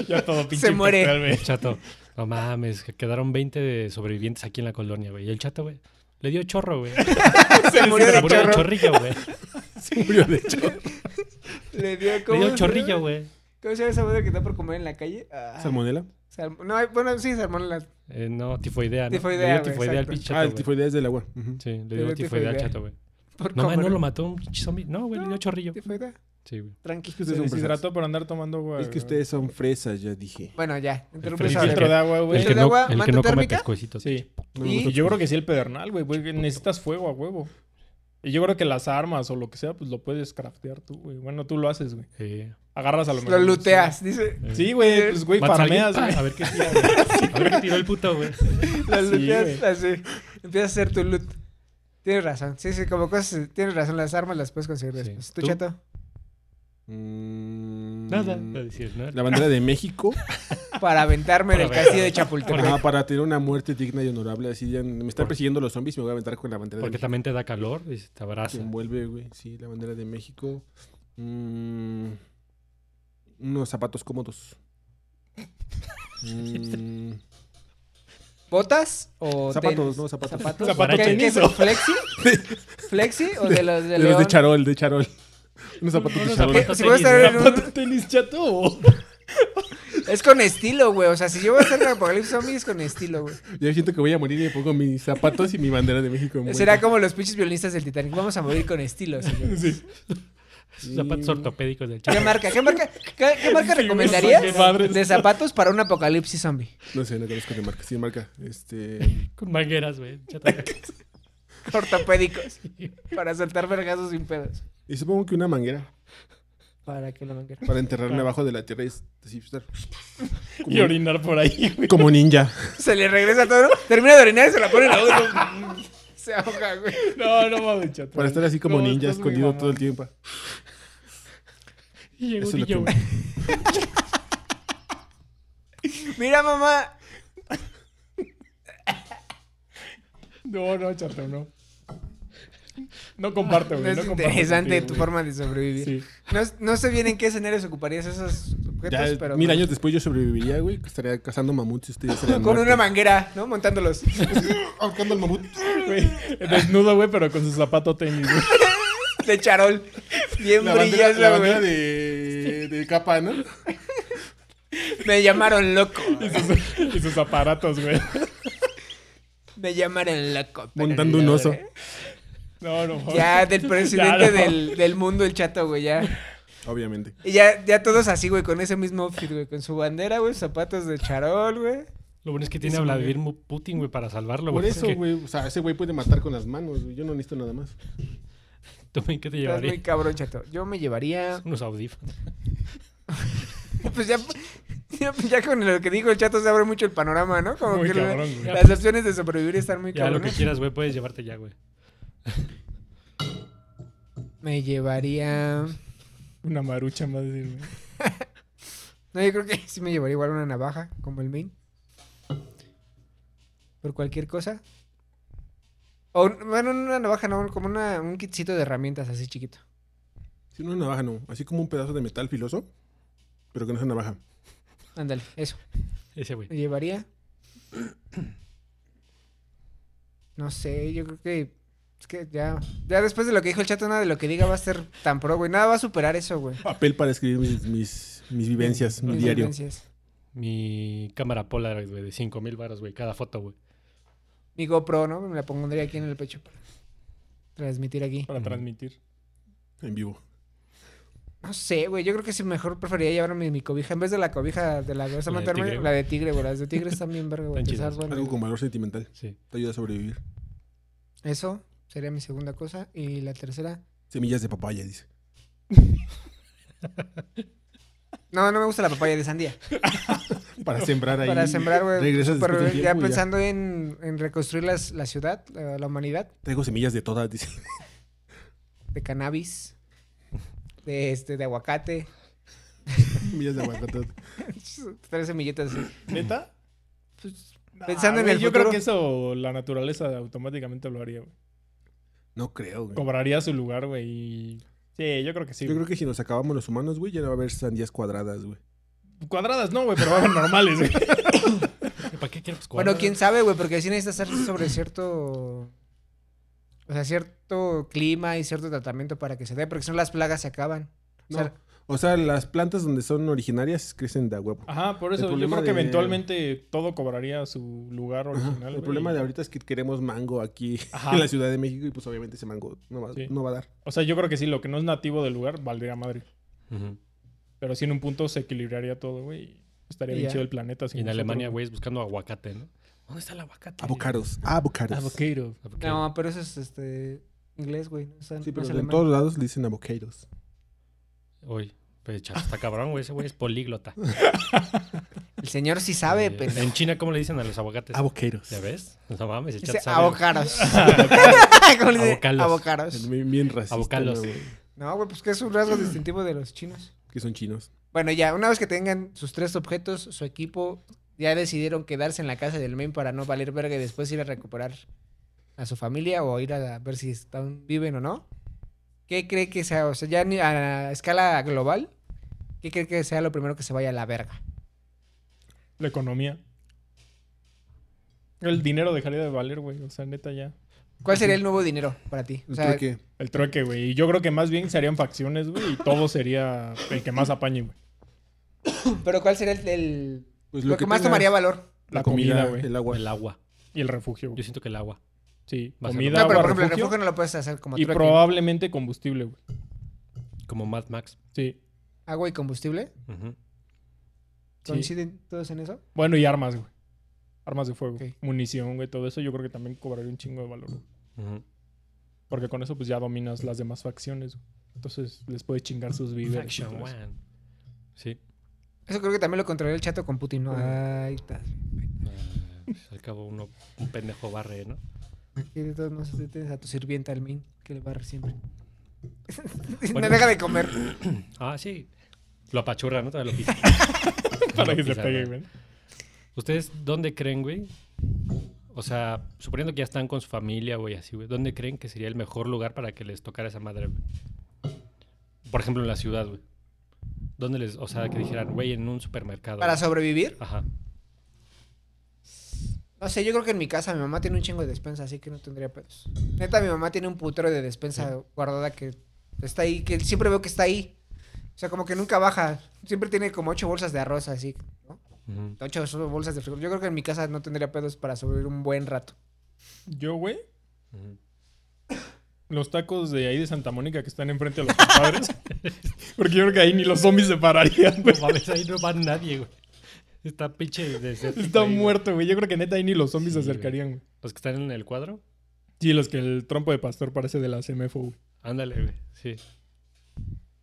ya todo pinche
Se muere.
impecable,
Este
güey.
Chato. No mames, que quedaron 20 de sobrevivientes aquí en la colonia, güey. Y el chato, güey, le dio chorro, güey.
Se murió
Se
de
murió de
chorro.
chorrillo, güey.
Murió de hecho.
Le dio
Le
como.
dio chorrillo, güey.
¿Cómo se llama esa madre que da por comer en la calle? Ah,
¿Salmonela?
salm- No, hay- bueno, sí, salmonela.
Eh, no, tifoidea, ¿no?
Tifoidea,
Le dio
güey,
tifoidea al
exacto.
pinche chato,
Ah, el
güey.
tifoidea es del agua. Ujú.
Sí,
dio
le dio tifoidea al
tifoidea.
chato, güey.
Por
No, man,
comer.
no lo mató un pinche zombie. No, güey, le dio chorrillo.
Tifoidea.
Sí, güey.
Es
Tranqui.
que
Se
ustedes son fresas.
deshidrató por andar tomando agua.
Es que
güey.
ustedes son fresas, ya dije.
Bueno, ya. Interrumpe
Un
frío.
esa-
filtro de agua, güey.
El que
de
no,
agua,
el que
manta
no come
térmica?
pescuecitos.
Sí.
No me
Y-
gusta
Y yo creo que sí el pedernal, güey, güey. Necesitas fuego a huevo. Y yo creo que las armas o lo que sea, pues lo puedes craftear tú, güey. Bueno, tú lo haces, güey.
Sí. eh.
Agarras a lo
Lo
mejor.
luteas, dice.
Sí, güey. Pues, güey,
Matas a alguien, pa,
farmeas, güey.
A ver qué tira, güey. A ver qué tiró el puto, güey.
Lo
Sí,
luteas
güey.
así. Empiezas a hacer tu loot. Tienes razón. Sí, sí, como cosas. Tienes razón. Las armas las puedes conseguir
Sí.
después. ¿Tú,
¿Tú?
chato?
Mm,
Nada, a decir, ¿no?
La bandera de México.
Para aventarme del
Para
castillo de
¿Por
Chapultepec.
qué?
Ah, para tener una muerte digna y honorable. Así ya me están
Por-
persiguiendo los zombies. Me voy a aventar con la bandera de
Porque
México.
también te da calor y se te
Que
abraza.
envuelve, güey. Sí, la bandera de México. Mm, unos zapatos cómodos. Mm,
¿Botas o
zapatos,
tenis?
no, zapatos.
¿Zapatos?
Zapato
¿Qué- qué
tenizo.
son? ¿Flexi? ¿Flexi o de los de,
De los
León?
de charol, de charol. Unos zapatos de
unos
charol.
¿Qué? Si voy a estar en un-
¿Zapato tenis chato o-
Es con estilo, güey. O sea, si yo voy a hacer un apocalipsis zombie es con estilo, güey.
Yo siento que voy a morir y me pongo mis zapatos y mi bandera de México. envuelta.
Será como los pinches violinistas del Titanic. Vamos a morir con estilo, señor.
Zapatos ortopédicos del
¿Qué
chato.
marca? ¿Qué marca? ¿Qué, qué marca
Sí,
recomendarías
me sale
de zapatos para un apocalipsis zombie?
No sé, no conozco de marca. Sí, marca. Este.
Con mangueras, güey. Chato.
Ortopédicos. Para saltar vergazos sin pedos.
Y supongo que una manguera
Para que la manguera.
para enterrarme abajo de la tierra y así estar.
y orinar por ahí, güey.
Como ninja.
Se le regresa todo, ¿no? Termina de orinar y se la pone en la boca. Se ahoga, güey.
No, no mames, chato.
Para estar así como
No,
ninja,
estás muy
escondido
mamón.
todo el tiempo.
Y llegó
Eso es
un
lo
niño,
que-
güey.
Mira, mamá.
No, no, chato, no. No comparto,
No
güey.
es
comparto
interesante
contigo,
tu
güey.
forma de sobrevivir.
Sí.
No, no sé bien en qué escenarios ocuparías esos objetos,
Ya
pero.
mil años después yo sobreviviría, güey. que Estaría cazando mamuts y ustedes estarían
Con una
muertos.
manguera, ¿no? Montándolos.
ahorcando al mamut.
Güey, Desnudo, güey, pero con su zapato tenis, güey.
De charol. Bien
La bandera, la
brilloso,
bandera
güey.
de, de capa, ¿no?
Me llamaron loco.
Y sus, y sus aparatos, güey.
Me llamaron loco. pero
Montando un
no,
oso.
¿eh?
No, no.
Ya del presidente
Ya, no.
del, del mundo, el chato, güey, ya.
Obviamente.
Y ya, ya todos así, güey, con ese mismo outfit, güey. Con su bandera, güey, zapatos de charol, güey.
Lo bueno es que tiene a Vladimir Mu- Putin, güey, para salvarlo,
Por
güey.
eso,
porque-
güey. O sea, ese güey puede matar con las manos, güey. Yo no necesito nada más.
¿Tú men, qué te
Estás muy
llevarías?
cabrón, chato. Yo me llevaría.
Unos audífonos.
Pues ya, ya, ya con lo que dijo el chato se abre mucho el panorama, ¿no? Como
Muy
que la-
cabrón, güey.
las opciones de sobrevivir están muy
Ya lo que
cabronas.
quieras, güey, puedes llevarte ya, güey.
Me llevaría.
Una marucha más, güey.
No, yo creo que sí me llevaría igual una navaja, como el main. Por cualquier cosa. O, un- bueno, una navaja, no, como una, un kitcito de herramientas así chiquito.
Si una navaja, no. Así como un pedazo de metal filoso, pero que no sea navaja.
Ándale, eso.
Ese, güey.
Me llevaría. No sé, yo creo que. Es que ya. Ya después de lo que dijo el chato, nada de lo que diga va a ser tan pro, güey. Nada va a superar eso, güey.
Papel para escribir mis, mis, mis vivencias, mi
Mis
diario.
vivencias.
Mi cámara Polaroid, güey, de 5 mil baros, güey, cada foto, güey.
Mi GoPro, ¿no? Me la pondría aquí en el pecho para transmitir aquí.
Para transmitir.
En vivo.
No sé, güey. Yo creo que sí mejor preferiría llevarme mi cobija. En vez de la cobija de la de esa
La de
mantarme,
tigre,
la de tigre, güey. Las de tigre están bien verga, güey.
Están
Esas,
chidas.
bueno,
Algo con valor sentimental.
Sí.
Te ayuda a sobrevivir.
Eso sería mi segunda cosa. Y la tercera.
Semillas de papaya, dice.
No, no me gusta la papaya de sandía.
Para sembrar ahí.
Para sembrar, güey.
Regresas después
Pero
del
ya
tiempo y
pensando en, en reconstruir las- la ciudad, la, la humanidad,
Traigo semillas de todas, dice.
de cannabis, de este, de aguacate,
semillas de aguacate.
tres semilletas. así.
¿Neta?
Pues,
Nah,
Pensando en
güey,
el
Yo creo
futuro.
que eso la naturaleza automáticamente lo haría, güey.
No creo, güey.
Cobraría su lugar, güey. y- Sí, yo creo que sí.
Yo
güey.
creo que si nos acabamos los humanos, güey, ya no va a haber sandías cuadradas, güey.
Cuadradas no, güey, pero van normales, güey.
¿Para qué quieres
bueno, quién sabe, güey, porque sí necesitas hacer sobre cierto. O sea, cierto clima y cierto tratamiento para que se dé, porque si no las plagas se acaban. O sea,
No. O sea, las plantas donde son originarias crecen de a huevo.
Ajá, por
El
eso yo
problema
creo que
de-
eventualmente todo cobraría su lugar
Ajá.
original.
El
güey.
problema de ahorita es que queremos mango aquí
Ajá.
en la Ciudad de México y pues obviamente ese mango no va,
Sí.
no va a dar.
O sea, yo creo que sí, lo que no es nativo del lugar valdría madre. Pero sí en un punto se equilibraría todo, güey. Estaría
Y
bien
ya.
chido el planeta.
Y en Alemania, güey, es buscando aguacate, ¿no? ¿Dónde está el aguacate?
Avocados, avocados.
pues,
Avocado.
Avocado.
no, pero eso es este inglés, güey. No, es- no
Sí, pero
es
en
alemán.
todos lados le dicen avocados.
Uy, pues chato, está cabrón, güey. Ese güey es políglota.
El señor sí sabe,
Eh,
pero.
En China, ¿cómo le dicen a los aguacates?
Avocados.
¿Ya ves? No mames, el
Dice
chat sabe.
avocados. ¿Cómo le dice?
Avocalos.
Avocados.
Bien, bien racista,
Avocados.
¿no, güey?
No, güey, pues que es un rasgo distintivo de los chinos.
Que son chinos.
Bueno, ya, una vez que tengan sus tres objetos, su equipo, ya decidieron quedarse en la casa del main para no valer verga y después ir a recuperar a su familia o ir a ver si están, viven o no. ¿Qué cree que sea, o sea, ya ni- a escala global, qué cree que sea lo primero que se vaya a la verga?
La economía. El dinero dejaría de valer, güey. O sea, neta ya.
¿Cuál sería el nuevo dinero para ti? O
Yo
sea,
creo Pues que
El trueque, güey. Y yo creo que más bien serían facciones, güey. Y todo sería el que más apañe, güey.
pero ¿cuál sería el, el-
pues
lo, que, más
tenga
tomaría valor?
la
La
comida,
comida, güey.
el agua.
El agua.
Y el refugio,
Yo
güey.
siento que el agua.
Sí.
Va a ser
Comida,
No, pero por
agua,
ejemplo, el
refugio
refugio no lo puedes hacer como
Y
trueque.
probablemente combustible, güey.
Como Mad Max.
Sí.
agua y combustible.
Ujú.
Sí.
¿Coinciden todos en eso?
Bueno, y armas, güey. Armas de fuego.
Ok.
Munición, güey. Todo eso yo creo que también cobraría un chingo de valor. güey.
Ujú.
Porque con eso, pues ya dominas las demás facciones, güey. Entonces les puedes chingar sus víveres. y
Faction
todo eso.
One. Sí.
Eso creo que también lo controló el chato con Putin, ¿no? Ay, está.
Ah, pues, al cabo, uno, un pendejo barre, ¿no?
Y de todos modos, tú tienes a tu sirvienta, al min, que le barre siempre.
Bueno.
No deja de comer.
Ah, sí. Lo apachurra, ¿no? Todavía lo pisa.
Para
Lo
que se
pisa,
pegue,
¿no?
güey.
¿Ustedes dónde creen, güey? O sea, suponiendo que ya están con su familia, güey, así, güey. ¿Dónde creen que sería el mejor lugar para que les tocara esa madre, güey? Por ejemplo, en la ciudad, güey. ¿Dónde les, o sea, que dijeran, güey, en un supermercado?
Para
güey.
sobrevivir.
Ajá.
No sé, yo creo que en mi casa mi mamá tiene un chingo de despensa, así que no tendría pedos. Neta, mi mamá tiene un putero de despensa guardada que está ahí, que siempre veo que está ahí. O sea, como que nunca baja. Siempre tiene como ocho bolsas de arroz, así, ¿no?
Ujú.
Ocho solo bolsas de frijol. Yo creo que en mi casa no tendría pedos para sobrevivir un buen rato.
Yo, güey.
Ujú.
Los tacos de ahí de Santa Mónica que están enfrente de los compadres. Porque yo creo que ahí ni los zombies se pararían, güey.
No mames, ahí no va nadie, güey. Está pinche desierto.
Está
ahí, güey.
muerto, güey. Yo creo que neta ahí ni los zombies
Sí,
se acercarían, güey.
Los que están en el cuadro,
Sí, los que el trompo de pastor parece de la CMFO, güey.
ándale, güey. Sí.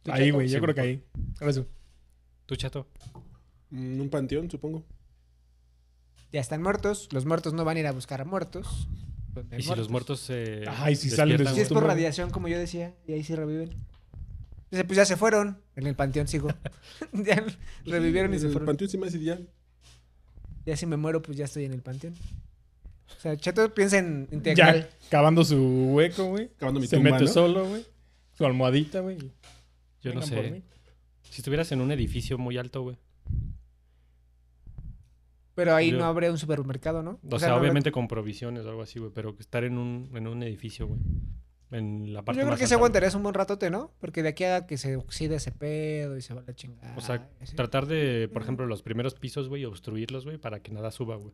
Ahí, güey.
Sí,
Yo creo que
güey.
ahí. Gracias.
¿Tú, chato?
Mm, Un panteón, supongo.
Pues
Ya están muertos. Los muertos no van a ir a buscar a muertos. Donde hay
¿Y si
pues,
los muertos se.
Ay, si salen
Si
despiertan,
de
Pues es
Justo
por
no.
radiación, como yo decía, y ahí sí reviven. Dice, pues ya se fueron. En el panteón sigo. ya revivieron y se
El
fueron.
panteón se me hace ideal.
Ya si me muero, pues ya estoy en el panteón. O sea, Chato piensa en
Ya
integral.
cavando su hueco, güey.
Cavando mi
Se
tumba,
mete
¿no?
solo, güey. Su almohadita, güey.
Yo no
Vengan por
sé.
mí.
Si estuvieras en un edificio muy alto, güey.
Pero ahí
Yo-
no habría un supermercado, ¿no?
O, sea,
no habrá-
obviamente con provisiones o algo así, güey. Pero que estar en un, en un edificio, güey. En la parte
Yo creo
más
que se
alta, güey.
aguantaría un buen ratote, ¿no? Porque de aquí a que se oxide ese pedo y se va a la chingada.
O sea,
y así.
tratar de, por ejemplo, los primeros pisos, güey, obstruirlos, güey, para que nada suba, güey.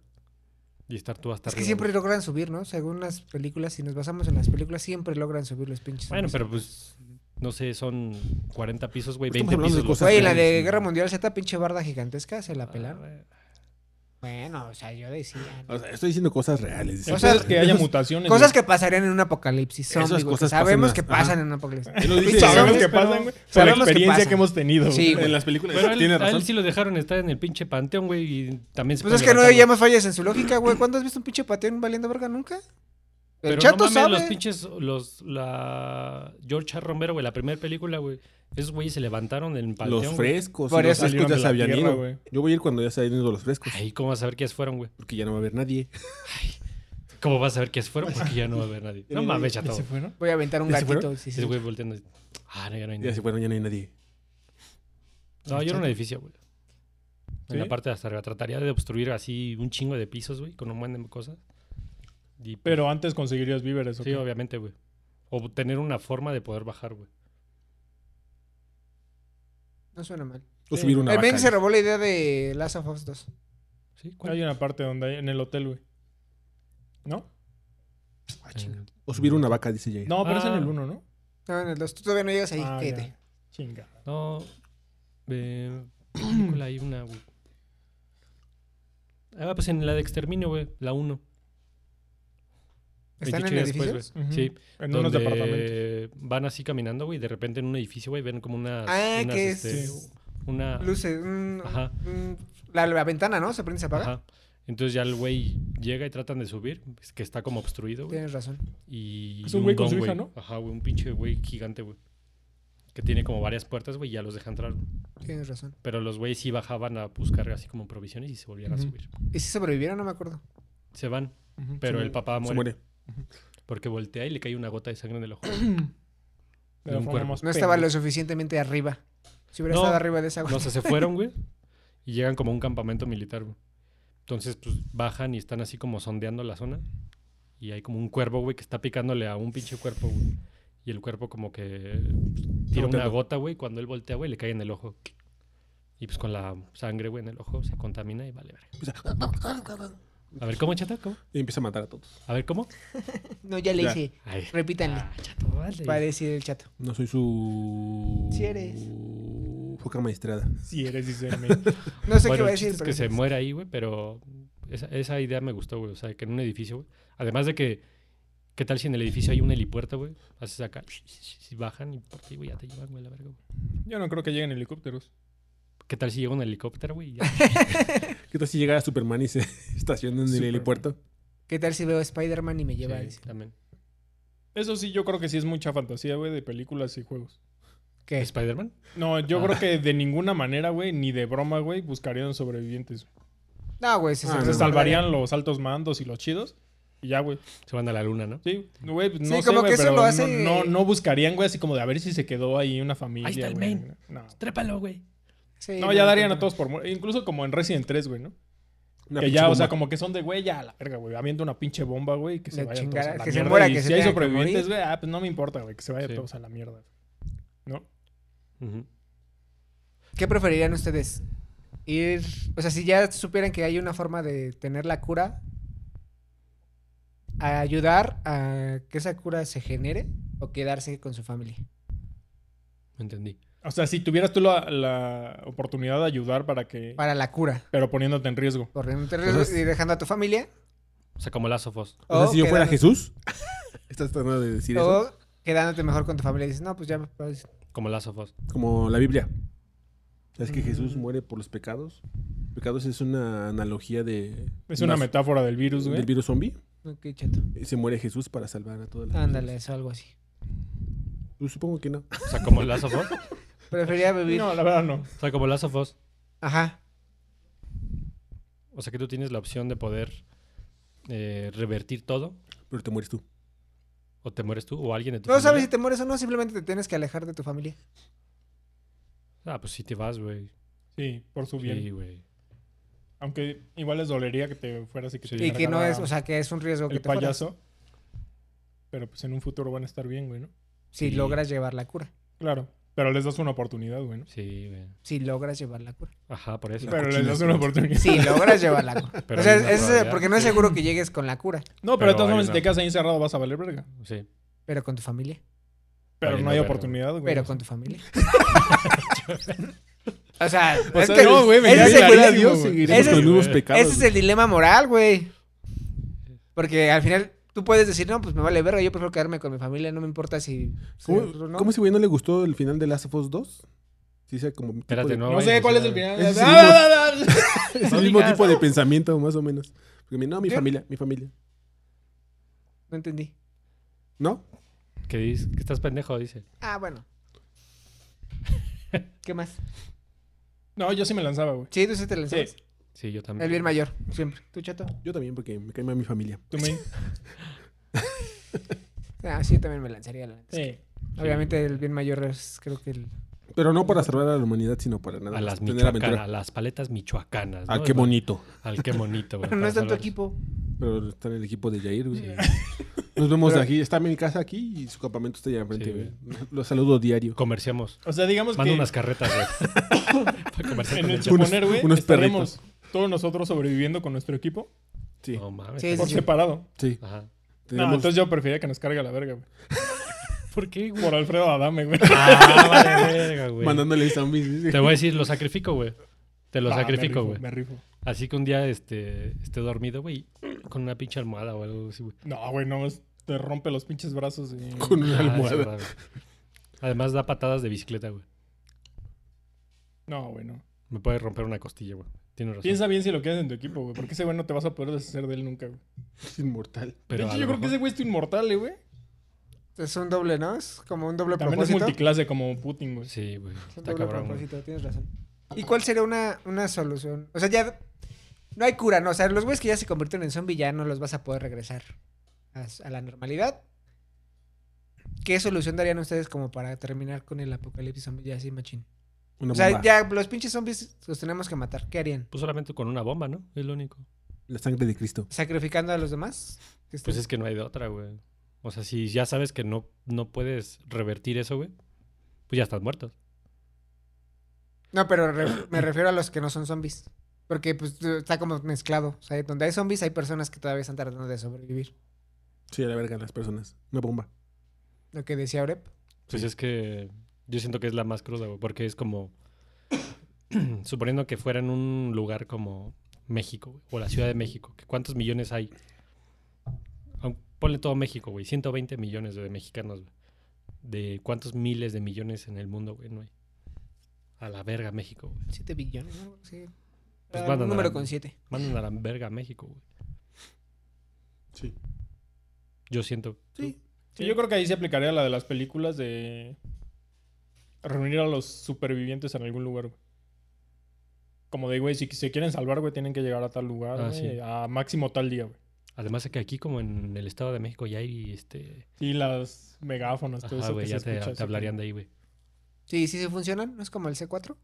Y estar tú hasta
Es que
arriba,
siempre
güey.
logran subir, ¿no? Según las películas, si nos basamos en las películas, siempre logran subir los pinches.
Bueno,
zombies.
pero pues. No sé, son 40 pisos, güey,
Pues Estamos
20
hablando
pisos.
de
los
cosas
Güey, la
grandes,
de
güey.
Guerra Mundial Z, pinche barda gigantesca, se la
Ah,
pelaron.
güey.
Bueno, o sea, yo decía. ¿no?
O sea, estoy diciendo cosas reales. dice.
El
Cosas-
pedo es que haya mutaciones.
Cosas
güey.
que pasarían en un apocalipsis
Esas
zombie, güey, que
cosas
Sabemos
pasan,
que
ajá.
pasan en un apocalipsis.
Él lo
Pues
dice,
Pinches
sabemos
zombies,
que
pero-
pasan, güey. Por la
sabemos que
experiencia que,
pasan.
hemos tenido.
Sí,
güey.
En las películas
Pero a él,
tiene
a él
razón.
sí lo dejaron estar en el pinche panteón, güey. Y también se
Pues es
pueden
que no
levantar,
hay más fallas en su lógica, güey. ¿Cuándo has visto un pinche pateón valiendo verga nunca? El
Pero no
chato
mames,
sabe.
los pinches, los, la George R. Romero, güey, la primera película, güey. Esos güeyes se levantaron en el panteón.
Los
güey.
frescos.
Por
Los
eso
frescos
salieron
ya
de
se
la
habían
tierra,
ido.
güey.
Yo voy a ir cuando ya se hayan ido los frescos.
Ay, ¿cómo vas a saber quiénes fueron, güey?
Porque ya no va a haber nadie.
¿Cómo vas a saber quiénes fueron? Porque ya no va a haber nadie. No mames, chato.
¿Se fueron?
Voy a aventar un
¿Ya se
gatito.
fueron?
sí, sí.
Ese güey volteando. y- Ah, no, ya no hay
Ya
nadie.
se fueron, ya no hay nadie.
No, yo era un edificio, güey. En la
¿Sí?
parte de hasta arriba. Trataría de obstruir así un chingo de pisos, güey, con un buen de cosas. Y, pues,
Pero antes conseguirías víveres. ¿o
Sí,
qué?
obviamente, güey. O tener una forma de poder bajar, güey.
No suena mal.
O
Sí.
subir una
El Ben se
vaca.
robó la idea de Last of Us 2.
¿Sí?
Hay una parte donde hay, en el hotel, güey. ¿No?
Ah, chinga.
O subir una vaca, dice Jair.
No, pero es en
Ah.
el 1, ¿no?
No, en el 2. Tú todavía no llegas ahí.
Ah,
quédate.
ya. Chinga.
No. Eh, ¿qué película hay una, güey? Ah, pues en la de Exterminio, güey. La 1.
¿Están
28
en
días después,
edificios?
güey.
Ujú.
Sí.
En unos
donde
departamentos.
Van así caminando, güey. y De repente en un edificio, güey, ven como unas.
Ah,
unas, este,
que es-
Sí.
Una.
Luces. mm,
Ajá.
mm, la, la ventana, ¿no? Se prende y se apaga.
Ajá. Entonces ya el güey llega y tratan de subir, es que está como obstruido, güey.
Tienes razón.
Y
Es un güey con
don,
su hija, ¿no?
Ajá, güey, un pinche güey gigante, güey. Que tiene como varias puertas, güey, y ya los deja entrar.
Tienes razón.
Pero los güeyes sí bajaban a buscar así como provisiones y se volvían a
Ujú.
subir.
¿Y si sobrevivieron? No me acuerdo.
Se van,
Ujú,
pero
sí,
el papá
Se
muere,
muere.
porque voltea y le cae una gota de sangre en el ojo.
de la
un
forma
cuerpo.
más
No estaba
pendeja.
lo suficientemente arriba. Si hubiera
No.
estado arriba de esa
No
güey.
sé, se fueron, güey. Y llegan como a un campamento militar, güey. Entonces, pues bajan y están así como sondeando la zona. Y hay como un cuervo, güey, que está picándole a un pinche cuerpo, güey. Y el cuerpo como que pues, tira una
Volteando.
gota, güey. Cuando él voltea, güey, le cae en el ojo. Y pues con la sangre, güey, en el ojo se contamina y vale, verga. A ver, ¿cómo, chata? ¿Cómo?
Y empieza a matar a todos.
A ver, ¿cómo?
No, ya le
Ya.
hice.
Ay,
Repítanle.
ah, chato, vale.
Para decir el chato.
No soy su.
Sí eres.
Foca maestrada.
Si eres, dice mí.
No sé
Bueno,
qué va a
el chiste
decir,
es
pero.
que
sí.
se muera ahí, güey, pero esa, esa idea me gustó, güey. O sea, que en un edificio, güey. Además de que, ¿qué tal si en el edificio hay un helipuerto, güey? Haces acá, si bajan y por ti, güey, ya te llevan, güey, la verga, güey.
Yo no creo que lleguen helicópteros.
¿Qué tal si llega un helicóptero, güey? y ya?
¿Qué tal si llegara Superman y se estaciona en el
Superman.
helipuerto?
¿Qué tal si veo a Spider-Man y me lleva?
Sí,
dice?
también.
Eso sí, yo creo que sí es mucha fantasía, güey, de películas y juegos.
¿Qué?
¿Spider-Man?
No, yo
Ah.
creo que de ninguna manera, güey, ni de broma, güey, buscarían sobrevivientes.
Pues No, güey. Se,
Ah,
se-
no.
Se
se-
salvarían los altos mandos y los chidos. Y ya, güey.
Se van a la luna, ¿no?
Sí, güey, pues,
Sí,
no sé,
como
güey,
que eso
pero
lo hace-
No, no, no buscarían, güey, así como de a ver si se quedó ahí una familia.
Ahí está el
güey.
main.
No.
Trépalo, güey.
sí,
No, ya darían
no.
a todos por muertos. Incluso como en Resident 3, güey, ¿no?
Una
que
pinche
ya, o sea,
bomba.
como que son de, güey, ya, a la verga, güey. Habiendo una pinche bomba, güey, y que se
La
vayan
chingada,
todos a la
que se
mierda.
muera,
y
que
si
se
hay
tenga que
sobrevivientes,
morir.
güey, ah, pues no me importa, güey, que se vayan
Sí.
todos a la mierda. ¿No?
Ujú.
¿Qué preferirían ustedes? Ir. O sea, si ya supieran que hay una forma de tener la cura, a ayudar a que esa cura se genere o quedarse con su familia.
No entendí.
O sea, si tuvieras tú la, la oportunidad de ayudar para que...
Para la cura.
Pero poniéndote en riesgo.
Porque no te arriesgas y dejando a tu familia.
O sea, como Last of Us.
O sea,
o
si yo fuera
quedarnos-
Jesús. Estás tratando de decir eso.
O quedándote mejor con tu familia. Dices, no, pues ya. pues,
Como Last of Us.
Como la Biblia. ¿Sabes
Mm.
que Jesús muere por los pecados? Pecados es una analogía de.
Es una
más-
metáfora del virus, güey.
Del virus zombie.
no, qué chato.
Y Se muere Jesús para salvar a toda la
Ándale, eso, algo así.
Yo supongo que no.
O sea, como Last of Us.
Preferiría vivir.
Pues, No, la verdad no.
O sea, como Last of Us.
Ajá.
O sea, que tú tienes la opción de poder eh, revertir todo.
Pero te mueres tú.
O te mueres tú o alguien de tu
No sabes si
familia.
te mueres o no, simplemente te tienes que alejar de tu familia.
Ah, pues sí te vas, güey.
Sí, por su bien.
Sí, güey.
Aunque igual les dolería que te fueras y que te
Y que no
cargara
es, o sea, que es un riesgo que
el
te fueras,
payaso. Pero pues en un futuro van a estar bien, güey, ¿no?
Si
Sí.
logras llevar la cura.
Claro. Pero les das una oportunidad, güey, ¿no?
Sí, güey.
Si logras llevar la cura.
Ajá, por eso.
Claro.
Pero les
cochina
das una
esperanza.
oportunidad.
Si logras llevar la cura.
Pero
o sea,
hay una
es-
probabilidad,
porque no es seguro que llegues con la cura,
No, pero
Pero
de todas
hay
formas, si
una-
te quedas ahí encerrado vas a valer verga.
Sí.
pero con tu familia.
Pero
Valiendo
no hay
verga,
oportunidad, güey.
Pero con tu familia. O sea,
O
es
sea,
que
no, güey, me
ese, es
quedé
el,
clarísimo,
Dios,
güey.
seguiremos
Ese
con
es-
los mismos
ese
pecados.
ese es el dilema moral, güey. Porque al final tú puedes decir, no, pues me vale verga, yo prefiero quedarme con mi familia, no me importa si...
¿Cómo,
no.
cómo ese güey no le gustó el final de Last of Us 2? Sí, sea como mi tipo
Espérate,
de-
no.
No
vayas
sé
a
cuál es
hacer
el
nada.
final.
Ese es el
Ah, ah, ah,
Es
No
el mismo
digas.
tipo de pensamiento, más o menos. Porque mi- No, mi
¿Qué?
familia, mi familia.
No entendí.
¿No?
Que, dice, que estás pendejo, dice.
Ah, bueno. ¿Qué más?
ah. No, yo sí me lanzaba, güey.
Sí, tú sí te lanzas.
Sí.
Sí, yo también.
El bien mayor, siempre. ¿Tú, Chato?
Yo también, porque me cae mal mi familia.
Tú me-
Ah, sí, yo también me lanzaría. la neta.
Sí.
Obviamente el bien mayor es creo que el...
Pero no para salvar a la humanidad, sino para nada.
A las
tener
michoacanas, a
aventura.
las paletas michoacanas.
Ah,
¿no?
qué bonito.
Al qué bonito, güey.
Pero no
para
es tanto
salvar-
equipo.
Pero está en el equipo de Jair, güey. Nos vemos de aquí. Está mi casa aquí y su campamento está allá enfrente,
Sí,
güey. Los saludo diario.
Comerciamos.
O sea, digamos
Manda
Pues que
unas carretas, güey. para comerciar con
en el
el
Unos-
Chaponer, güey,
unos
estaremos todos nosotros sobreviviendo con nuestro equipo
Sí,
No mames.
Sí,
por
sí, sí.
separado.
sí.
Ajá.
No,
Tenemos-
entonces yo prefería que nos cargue a la verga, güey.
¿Por qué, güey?
Por Alfredo Adame, güey.
Ah, vale, verga, güey.
mandándole zombies. sí.
Te voy a decir, lo sacrifico, güey. Te lo
Ah, me
sacrifico,
rifo,
güey.
Me rifo.
Así que un día este, esté dormido, güey, con una pinche almohada o algo así, güey.
No, güey, no, es- te rompe los pinches brazos y...
Con una
Ah, es
almohada.
verdad, güey. Además da patadas de bicicleta, güey.
No, güey, no.
Me puede romper una costilla, güey. Tienes razón.
Piensa bien si lo quieres en tu equipo, güey, porque ese güey no te vas a poder deshacer de él nunca, güey.
Es inmortal.
de
Pero
hecho,
a
yo
lo
creo que ese
mejor-
güey es tu inmortal, eh, güey.
Es un doble, ¿no? Es como un doble
También es
propósito.
multiclase como Putin, güey.
Sí, güey.
Es un
Está
doble
cabrón, güey.
propósito, tienes razón. ¿Y cuál sería una, una solución? O sea, ya no hay cura, ¿no? O sea, los güeyes que ya se convirtieron en zombie ya no los vas a poder regresar a, s- a la normalidad. ¿Qué solución darían ustedes como para terminar con el apocalipsis zombie ya así machín?
Una
o sea,
bomba.
ya los pinches zombies los tenemos que matar. ¿Qué harían?
Pues solamente con una bomba, ¿no? Es lo único.
La sangre de Cristo.
¿Sacrificando a los demás? Este, Que
Pues
estén-
es que no hay de otra, güey. O sea, si ya sabes que no, no puedes revertir eso, güey, pues ya estás muerto.
No, pero re- me refiero a los que no son zombies. Porque pues tú- está como mezclado. O sea, donde hay zombies hay personas que todavía están tratando de sobrevivir.
Sí, a la verga las personas. Una bomba.
Lo que decía Orep.
Pues es que yo siento que es la más cruda, güey, porque es como... suponiendo que fuera en un lugar como México, güey, o la Ciudad de México, que ¿cuántos millones hay? Aun- Ponle todo México, güey, 120 millones de mexicanos, güey. ¿De cuántos miles de millones en el mundo, güey? No hay. A la verga México, güey.
7 billones, ¿no? Sí.
Pues
Ah,
van a
un
andar.
número con 7.
Mandan a la verga a México, güey.
Sí.
Yo siento.
Sí.
Sí, yo creo que ahí se aplicaría la de las películas de reunir a los supervivientes en algún lugar, güey. Como de, güey, si se quieren salvar, güey, tienen que llegar a tal lugar,
Ah,
güey,
sí.
a máximo tal día, güey.
Además de que aquí, como en el Estado de México, ya hay este...
Y las megáfonos, todo
Ajá,
eso
güey,
que
ya
se
te,
escucha,
te
así
hablarían
como-
de ahí, güey.
Sí, sí, sí funcionan. No es como el C4.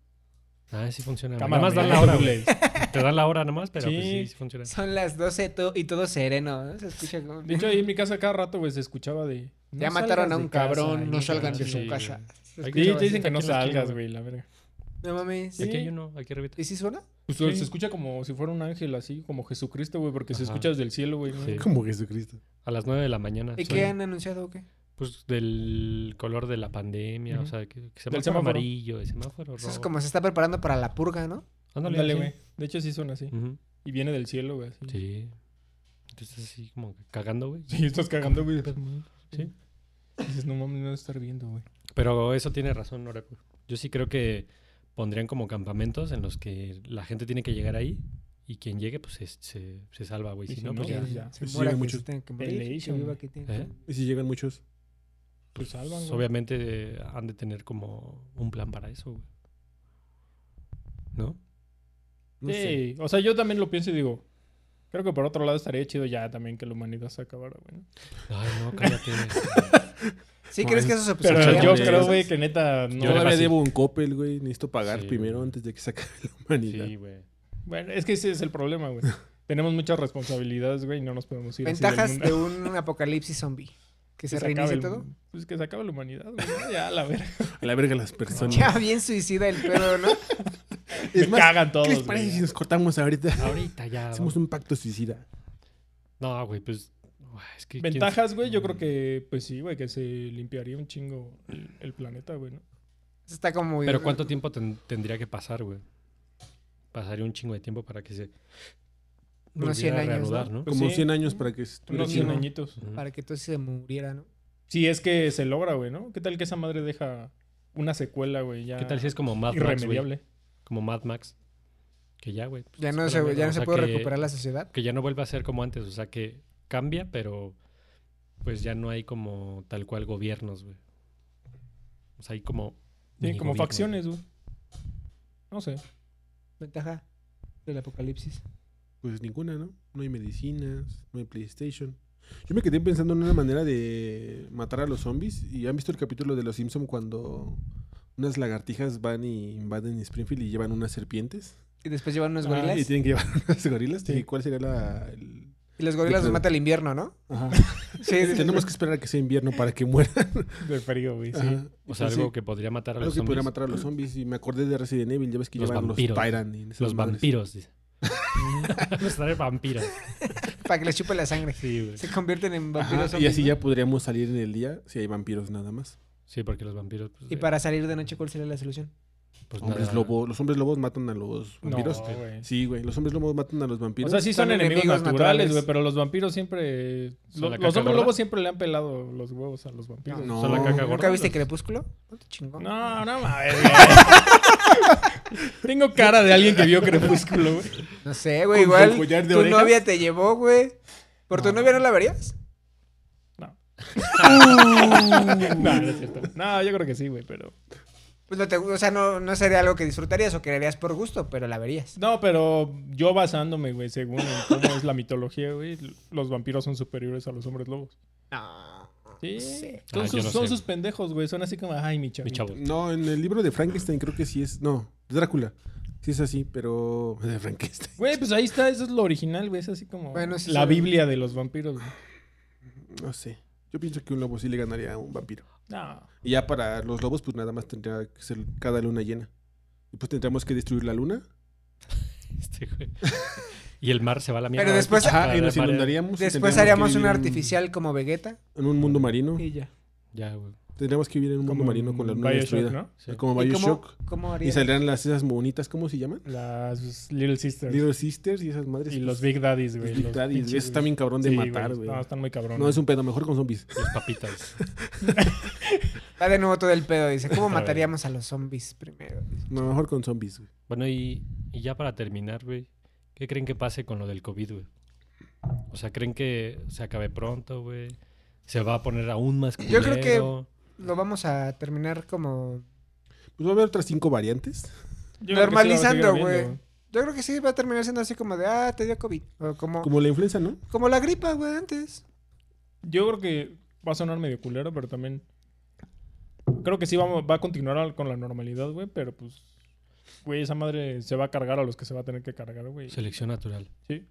Ah, sí funciona. güey.
Cámara,
Nada más dan
mira,
la hora, güey.
doble.
Te dan la hora nomás, pero pues, sí,
Sí.
sí, funciona.
Son las 12 to- y todo sereno. ¿no? Se escucha como...
De hecho, ahí en mi casa cada rato, güey, se escuchaba de...
ya
"No
mataron a
salgas de
un
casa,
cabrón.
ahí,
No salgan de
sí,
su
güey.
casa. Se
Hay
Sí,
escucha
te dicen
así.
que no
Aquí en la esquina,
salgas,
güey.
güey, la verga.
No mames.
Y Aquí hay
Sí.
uno, aquí arribita.
¿Y si suena?
Pues,
Sí.
Se escucha como si fuera un ángel así, como Jesucristo, güey, porque se
Ajá.
escucha desde el cielo, güey. ¿no?
Sí.
Como Jesucristo.
A las 9 de la mañana.
¿Y
suena.
qué han anunciado o qué?
Pues del color de la pandemia, o
Ujú.
sea, que, que
Del
semáforo,
semáforo.
amarillo, el semáforo rojo.
Eso es como se está preparando para la purga, ¿no?
Ándale,
Ándale,
sí.
güey. De hecho, sí suena así.
Mm.
Ujú,
Y viene del cielo, güey. así.
Sí. Entonces así como que cagando, güey.
Sí, estás cagando, güey.
Sí.
Dices, no mames, me voy a estar viendo, güey. Pues
Pero eso tiene razón, Norepo. Yo sí creo que pondrían como campamentos en los que la gente tiene que llegar ahí y quien llegue pues se, se, se salva, güey.
Y
Si
si
no,
no,
pues ya.
pues,
Que Se
Sí,
muera,
hay
que
muchos.
se tenga que morir, que
Elation.
viva, que tenga que-
¿Eh?
Y si llegan muchos.
Pues salvan,
Pues,
güey.
obviamente eh, han de tener como un plan para eso, güey. ¿No?
No sé.
Sí, o sea, yo también lo pienso y digo, creo que por otro lado estaría chido ya también que la humanidad se acabara, güey. ¿no?
Ay, no, cállate.
¿Sí crees que eso se
Pero
Pues,
yo
sí,
creo,
sí.
güey, que neta, no.
Yo le
Todavía
pasé.
debo un copel, güey. Necesito pagar
Sí,
primero
güey.
antes de que se acabe la humanidad.
sí, güey.
Bueno, es que ese es el problema, güey. Tenemos muchas responsabilidades, güey, y no nos podemos ir. así del
Ventajas
mundo.
de un apocalipsis zombie. Que se,
acabe
reinicie
el-
todo.
Pues que se acabe la humanidad, güey. ¿no? Ya, la verga.
A la verga las personas.
Ya bien suicida el pedo, ¿no?
Es
Me
más,
cagan todos,
¿qué les
güey.
parece si nos cortamos ahorita?
Ahorita ya.
Hacemos
vamos.
un pacto suicida.
No, güey, pues. uah, Es que, ¿quién-
Mm.
Ventajas, güey, yo creo que, pues sí, güey, que se limpiaría un chingo el, el planeta, güey, ¿no?
Eso Está como...
Pero ¿cuánto tiempo ten- tendría que pasar, güey? Pasaría un chingo de tiempo para que se.
Unos 100
volviera a
años, ¿no?
reanudar, ¿no?
Pues
Como
sí.
100 años para que estuviera
Unos
chido.
100 añitos.
Ujú.
Para que todo se muriera, ¿no?
Pues
Si es que se logra, güey, ¿no? ¿Qué tal que esa madre deja una secuela, güey? Ya
¿Qué tal si es como Mad Max? güey?
irremediable?
Como Mad Max. Que ya, güey. pues,
Ya no se,
espérame,
ya
¿no?
no
O
se
sea,
puede
que-
recuperar la sociedad.
Que ya no vuelva a ser como antes. O sea, que cambia, pero pues ya no hay como tal cual gobiernos, güey. O sea, hay como.
Sí, como
minigobiernos.
facciones, güey. No sé.
Ventaja del apocalipsis.
Pues ninguna, ¿no? No hay medicinas, no hay PlayStation. Yo me quedé pensando en una manera de matar a los zombies. ¿Y han visto el capítulo de Los Simpson cuando unas lagartijas van y invaden Springfield y llevan unas serpientes?
Y después llevan unos
Ah,
gorilas.
Y
y,
tienen que llevar unas gorilas.
Sí.
¿Y cuál sería la...? el-
los gorilas los
Sí, claro.
mata el invierno, ¿no?
Ajá.
Sí, sí, sí.
Tenemos que esperar a que sea invierno para que mueran.
De frío, güey, sí.
Ajá.
O sea,
Entonces,
algo que podría matar a
algo
los
que pudiera
zombies.
matar a los zombies. Y me acordé de Resident Evil. Ya ves que
Los
llevan
vampiros.
los Tyrant. y esas
Los
madres.
vampiros, dice. Los trae vampiros.
Para que les chupe la sangre.
Sí, güey.
Se convierten en
Ajá,
vampiros
y
zombies,
así
¿no?
ya podríamos salir en el día si hay vampiros nada más.
Sí, porque los vampiros. Pues,
Y
eh,
para salir de noche, ¿cuál sería la solución?
pues,
hombres
nada.
lobo, los hombres lobos matan a los
No,
vampiros.
güey.
Sí, güey, los hombres lobos matan a los
O
vampiros.
sea, sí son,
son
enemigos,
enemigos
naturales,
naturales.
güey, pero los vampiros siempre...
Son
lo-
la
los
caca
hombres
gorda.
lobos siempre le han pelado los huevos a los vampiros.
No.
Son la caca gorda.
¿Nunca viste Crepúsculo? No te chingón.
No, no mames. güey. Tengo cara de alguien que vio Crepúsculo, güey.
No sé, güey.
Con
Igual
su
tu
collar de orejas.
novia te llevó, güey. ¿Por tu novia no la verías?
No, no es cierto. No, yo creo que sí, güey, pero...
Pues no te, o sea, no, no sería algo que disfrutarías o quererías por gusto, pero la verías.
No, pero yo basándome, güey, según en cómo es la mitología, güey, los vampiros son superiores a los hombres lobos.
Ah, No.
Sí.
sé.
Son,
Ah, yo
sus,
no
son
sé.
sus pendejos, güey. Son así como, ay, mi chavo.
Mi chavo.
No, en el libro de Frankenstein creo que sí es. No, de Drácula. Sí es así, pero. De Frankenstein.
Güey, pues ahí está, eso es lo original, güey. Es así como
Bueno, sí
la
sabe.
Biblia de los vampiros, güey.
No sé. Yo pienso que un lobo sí le ganaría a un vampiro.
No.
Y ya para los lobos, pues nada más tendría que ser cada luna llena. Y pues tendríamos que destruir la luna.
Este, güey. Y el mar se va a la mierda.
Pero después-
Ah,
Para
Ajá, Ah, y nos
la marea.
inundaríamos. y pues tendríamos
Después
que
haríamos
vivir
una
en-
artificial como Vegeta
En un mundo marino.
y ya.
Ya, güey.
Tendríamos que vivir en un mundo marino con la luna
Bioshock,
destruida.
¿no?
Sí.
Como
¿Y cómo,
Bioshock.
cómo
Y
harías?
saldrían las esas bonitas, ¿cómo se llaman?
Las Little Sisters.
Little Sisters y esas madres.
y
pues,
los Big Daddies,
los
güey.
Big Daddies.
pinches-
Eso está bien cabrón de
Sí,
matar, güey.
No, están muy cabrones.
No, es un pedo, mejor con zombies.
Los papitas.
Va de nuevo todo el pedo, dice. ¿Cómo
Otra vez.
mataríamos a los zombies primero? Dice.
No, mejor con zombies, güey.
Bueno, y, y ya para terminar, güey. ¿Qué creen que pase con lo del COVID, güey? O sea, ¿creen que se acabe pronto, güey? ¿Se va a poner aún más culero?
Yo creo que- Lo vamos a terminar como...
Pues va a haber otras cinco variantes.
Yo creo que sí la va a seguir
normalizando,
habiendo,
güey. Yo creo que sí va a terminar siendo así como de, ah, te dio COVID. O como,
Como la influenza, ¿no?
como la gripa, güey, antes.
Yo creo que va a sonar medio culero, pero también. Creo que sí vamos, va a continuar al- con la normalidad, güey, pero pues. Güey, esa madre se va a cargar a los que se va a tener que cargar, güey.
Selección natural.
Sí.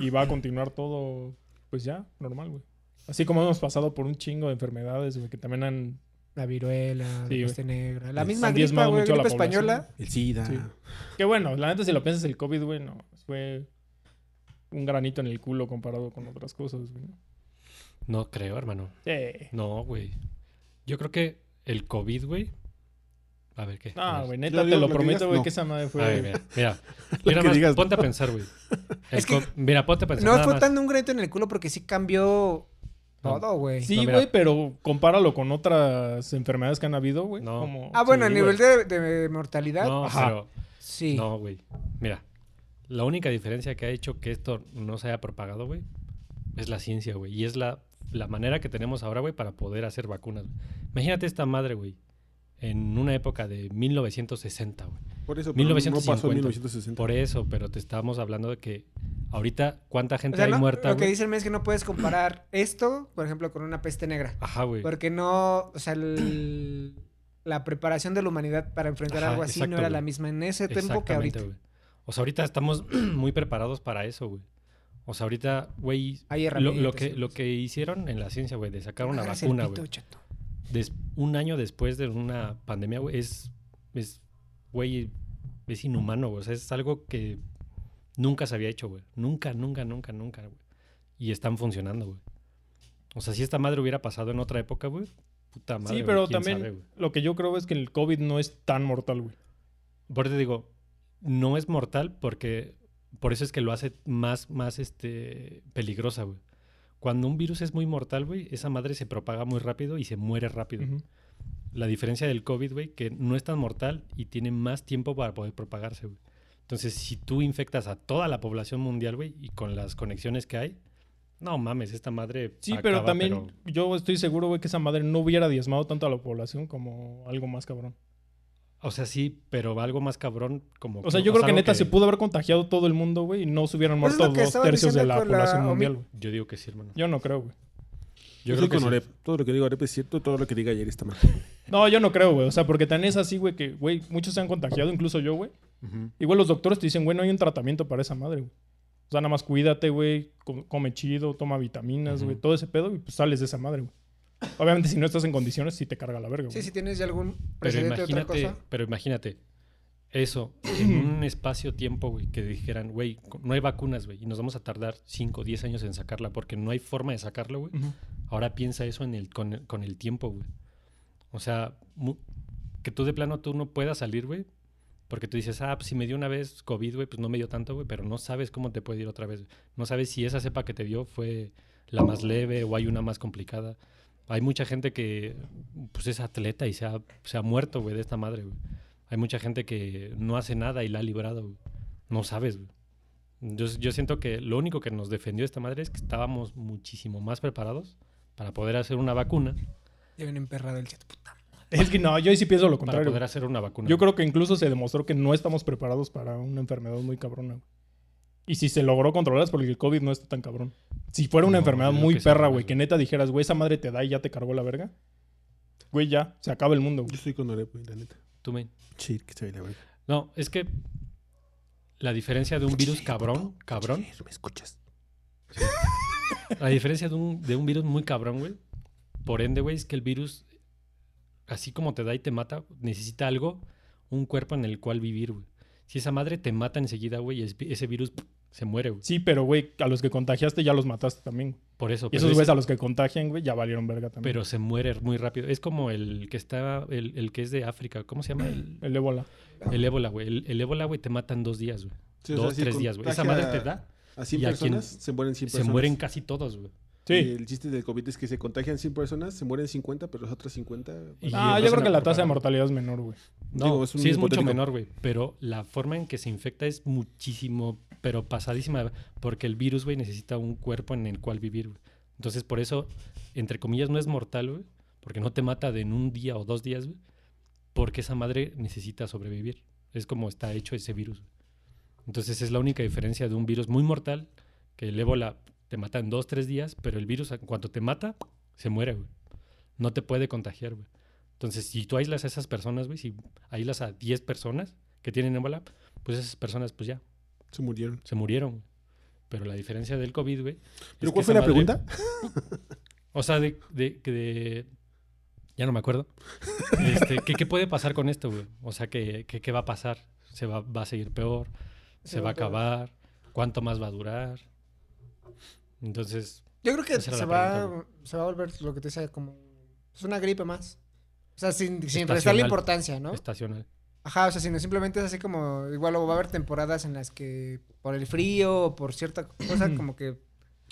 Y va a continuar todo, pues ya, normal, güey. Así como hemos pasado por un chingo de enfermedades, güey, que también han.
La viruela,
Sí,
la peste negra. La
Han
misma gripa,
diezmado
güey,
mucho a la
gripa española.
El SIDA.
Sí. Que bueno, la neta, si lo piensas, el COVID, güey, no. Fue un granito en el culo comparado con otras cosas, güey. ¿no?
No creo, hermano.
Sí.
No, güey. Yo creo que el COVID, güey. A ver qué. A ver.
No,
Pues,
güey,
Yo
neta, te
digo
lo
lo que
prometo,
digas,
güey,
no.
que esa madre
A ver,
fue.
mira. Mira,
Lo
Mira
que
nada más,
digas,
ponte a pensar, güey. El
Es que-
co- Mira, ponte a pensar.
No
nada
fue
más.
tan un grito en el culo porque sí cambió
No.
todo, güey.
Sí,
No, mira.
güey, pero compáralo con otras enfermedades que han habido, güey.
No.
Como-
Ah, bueno,
Sí,
a
güey.
nivel de, de mortalidad,
No,
Ajá.
pero-
sí.
No, güey. Mira, la única diferencia que ha hecho que esto no se haya propagado, güey, es la ciencia, güey. Y es la, la manera que tenemos ahora, güey, para poder hacer vacunas. güey. Imagínate esta madre, güey, en una época de 1960, güey.
Por eso, pero
1950.
no pasó en 1960.
Por eso, pero te estamos hablando de que ahorita, ¿cuánta
O
gente
sea,
hay
no-
muerta,
lo que
güey?
dice el mes es que no puedes comparar esto, por ejemplo, con una peste negra.
Ajá, güey.
Porque no, o sea, el- la preparación de la humanidad para enfrentar
Ajá,
algo así
exacto,
no era
güey.
la misma en ese tiempo que ahorita.
güey. O sea, ahorita estamos muy preparados para eso, güey. O sea, ahorita, güey,
Hay
lo,
herramientas.
lo que, lo que hicieron en la ciencia, güey, de sacar una
Agarras el
vacuna,
pito,
güey.
chato.
des- un año después de una pandemia, güey, es, es, güey, es inhumano, güey. O sea, es algo que nunca se había hecho, güey. Nunca, nunca, nunca, nunca, güey. Y están funcionando, güey. O sea, si esta madre hubiera pasado en otra época, güey, Puta madre.
Sí,
güey,
pero
quién
también
sabe, güey.
lo que yo creo es que el COVID no es tan mortal, güey.
Por eso te digo, no es mortal porque por eso es que lo hace más, más este, peligrosa, güey. Cuando un virus es muy mortal, güey, esa madre se propaga muy rápido y se muere rápido.
Ujú.
La diferencia del COVID, güey, que no es tan mortal y tiene más tiempo para poder propagarse, güey. Entonces, si tú infectas a toda la población mundial, güey, y con las conexiones que hay, no mames, esta madre.
Sí, pero
acaba,
también
pero-
yo estoy seguro, güey, que esa madre no hubiera diezmado tanto a la población como algo más cabrón.
o sea, sí, pero algo más cabrón como.
O sea, yo creo que
algo
neta se pudo haber contagiado todo el mundo, güey, y no se hubieran
Pues es
muerto
lo que
dos
estaban
tercios de
diciendo
la
con la
población
Omi-
mundial, güey.
Yo digo que sí, hermano.
Yo no creo, güey.
estoy
Yo creo que
con
sí.
Oreb. Todo lo que digo Oreb es cierto, todo lo que diga ayer está mal.
No, yo no creo, güey. O sea, porque tan es así, güey, que, güey, muchos se han contagiado, incluso yo, güey.
Ujú.
Igual los doctores te dicen, güey, no hay un tratamiento para esa madre, güey. O sea, nada más cuídate, güey, co- come chido, toma vitaminas,
Ujú.
güey, todo ese pedo, y pues sales de esa madre, güey. Obviamente, si no estás en condiciones, sí te carga la verga, güey.
Sí, si tienes ya algún
Pero
precedente de otra
imagínate,
cosa.
pero imagínate, eso, en un espacio-tiempo, güey, que dijeran, güey, co- no hay vacunas, güey, y nos vamos a tardar 5 o 10 años en sacarla porque no hay forma de sacarla, güey.
Ujú.
Ahora piensa eso en el, con, el, con el tiempo, güey. O sea, mu- que tú de plano tú no puedas salir, güey, porque tú dices, ah, pues si me dio una vez COVID, güey, pues no me dio tanto, güey, pero no sabes cómo te puede ir otra vez. No sabes si esa cepa que te dio fue la más leve o hay una más complicada. Hay mucha gente que pues es atleta y se ha, se ha muerto, güey, de esta madre, güey. Hay mucha gente que no hace nada y la ha librado, güey. No sabes, güey. Yo, yo siento que lo único que nos defendió esta madre es que estábamos muchísimo más preparados para poder hacer una vacuna.
Ya viene emperrado el chat. puta.
Es que no, yo ahí sí pienso lo
Para
contrario.
poder
güey.
hacer una vacuna.
Yo creo que incluso se demostró que no estamos preparados para una enfermedad muy cabrona, güey. Y si se logró controlar es porque el COVID no está tan cabrón. Si fuera una
No,
enfermedad
yo creo
muy
que sí,
perra,
güey.
güey, que neta dijeras, güey, esa madre te da y ya te cargó la verga. Güey, ya, se acaba el mundo,
Yo
güey.
estoy con Oreb, güey, la neta.
Tú, men.
Sí, que se ve la verga.
No, es que la diferencia de un virus cabrón, cabrón,
Ayer, ¿Me escuchas?
la diferencia de un, de un virus muy cabrón, güey, por ende, güey, es que el virus, así como te da y te mata, necesita algo, un cuerpo en el cual vivir, güey. Si esa madre te mata enseguida, güey, es- ese virus pff, se muere, güey.
Sí, pero, güey, a los que contagiaste ya los mataste también. güey.
Por eso.
Y
pero
esos
es-
güeyes a los que contagian, güey, ya valieron verga también.
pero se muere muy rápido. Es como el que está, el, el que es de África, ¿cómo se llama? El,
El ébola.
el ébola, güey. El, el ébola, güey, te mata en dos días, güey.
Sí, o sea,
dos,
sí
tres días, güey. Esa
contagia
madre te da,
A 100
y a
personas
quien-
se mueren 100
se
personas.
mueren casi todos, güey.
Sí.
Y el chiste del COVID es que se contagian 100 personas, se mueren 50, pero las otras 50.
Y-
Ah,
empiezan
yo creo
a
que la tasa de
propagar.
mortalidad es menor, güey.
No,
Digo, es un
sí es mucho
hipotético.
menor, güey. Pero la forma en que se infecta es muchísimo, pero pasadísima. Porque el virus, güey, necesita un cuerpo en el cual vivir, güey. Entonces, por eso, entre comillas, no es mortal, güey. Porque no te mata de en un día o dos días, güey. Porque esa madre necesita sobrevivir. Es como está hecho ese virus. güey. Entonces, es la única diferencia de un virus muy mortal, que el ébola te mata en dos, tres días, pero el virus, en cuanto te mata, se muere, güey. No te puede contagiar, güey. Entonces, si tú aíslas a esas personas, güey, si aíslas a 10 personas que tienen ébola, pues esas personas, pues ya,
Se murieron.
se murieron. güey. Pero la diferencia del COVID, güey. es
¿Pero
que
cuál fue
esa
la
madre-
pregunta?
O sea, de. de- que de- ya no me acuerdo. Este, que- ¿qué, puede pasar con esto, güey? O sea, ¿qué, qué, qué va a pasar? ¿Se va, va a seguir peor? ¿Se, va a acabar? ¿Cuánto más va a durar? Entonces,
Yo creo que
Esa era
se
la
va,
pregunta,
se va a volver lo que te dice como... Es una gripe más. O sea, sin, sin restarle
Estacional.
importancia, ¿no?
estacional.
Ajá, o sea, sino simplemente es así como... Igual luego va a haber temporadas en las que por el frío o por cierta cosa como que...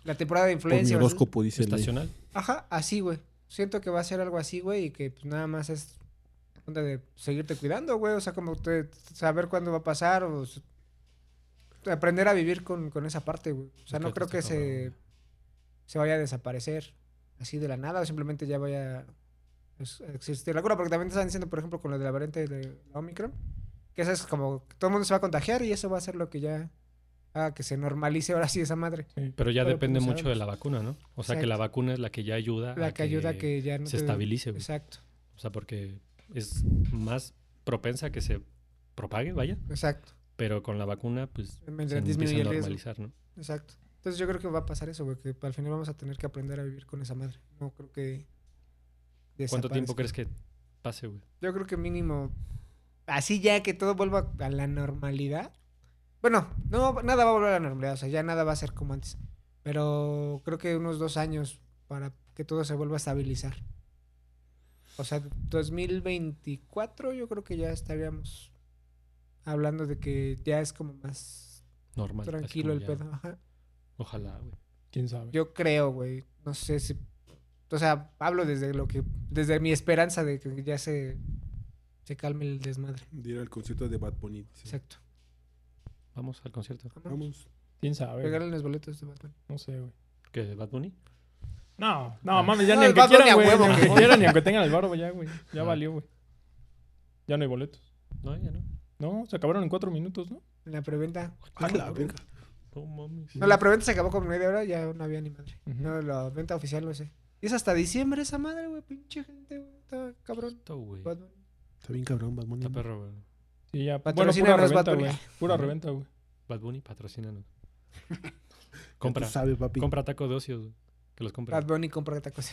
La temporada de
Por mi
influencia... o así.
horóscopo, dice el-
Estacional.
Ajá, así, güey. Siento que va a ser algo así, güey, y que pues, nada más es onda de seguirte cuidando, güey. O sea, como te- saber cuándo va a pasar o s- aprender a vivir con, con esa parte, güey. O sea,
Es
no
que
creo
está
que se,
cabrón.
se vaya a desaparecer así de la nada o simplemente ya vaya pues, a existir la cura. Porque también te están diciendo, por ejemplo, con lo de la variante de la Omicron, que eso es como que todo el mundo se va a contagiar y eso va a ser lo que ya haga que se normalice ahora sí esa madre.
Sí.
Pero ya
Pero,
depende
pues, no
mucho de la vacuna, ¿no? O sea, que la
Exacto.
vacuna es la que ya ayuda.
La que ayuda a que ya no
Ah, se
te-
estabilice, güey.
Exacto,
O sea, porque es más propensa a que se propague, vaya.
exacto.
Pero con la vacuna, pues se
Mientras
empieza
disminuye
a
el riesgo.
normalizar, ¿no?
Exacto. Entonces yo creo que va a pasar eso, güey, que al final vamos a tener que aprender a vivir con esa madre. No creo que...
¿Cuánto tiempo
desaparezca.
crees que pase, güey?
Yo creo que mínimo... Así ya que todo vuelva a la normalidad. Bueno, no, nada va a volver a la normalidad, o sea, ya nada va a ser como antes. Pero creo que unos dos años para que todo se vuelva a estabilizar. O sea, 2024 yo creo que ya estaríamos hablando de que ya es como más
Normal. así
tranquilo
como
el
ya.
pedo. Ajá.
Ojalá, güey.
¿Quién sabe?
Yo creo, güey. No sé si... O sea, hablo desde lo que... Desde mi esperanza de que ya se... Se calme el desmadre.
De ir al concierto de Bad Bunny. dice.
Exacto.
Vamos al concierto.
Vamos.
Vamos.
¿Quién sabe? güey?
Regalen los boletos de Batman.
No sé, güey.
¿Qué? ¿De Bad Bunny?
No,
Ah.
no, mames, ya
No,
ni
el
aunque
Bad Bunny
quieran,
a
güey.
huevo,
Ni aunque
güey.
quieran, ni aunque tengan el barro, ya, güey. Ya
Ah.
valió, güey. Ya no hay boletos.
No, ya no.
No, se acabaron en cuatro minutos, ¿no?
En la preventa.
A la verga.
No mames.
No, la preventa se acabó con media hora, ya no había ni madre.
Ujú.
No, la venta oficial no sé. Y es hasta diciembre esa madre, güey. Pinche gente, güey. Está cabrón.
Esto, güey.
Bad Bunny.
Está bien cabrón, Bad Bunny.
Está perro, güey.
Sí, ya. Bueno, pura
Patrocínanos, Bad
reventa,
Bunny.
güey. Pura reventa, güey.
Bad Bunny, patrocínanos.
Ya tú
Compra.
sabes, papi.
Compra tacos de ocio, güey. Que los compre.
Bad Bunny compra esta cosa.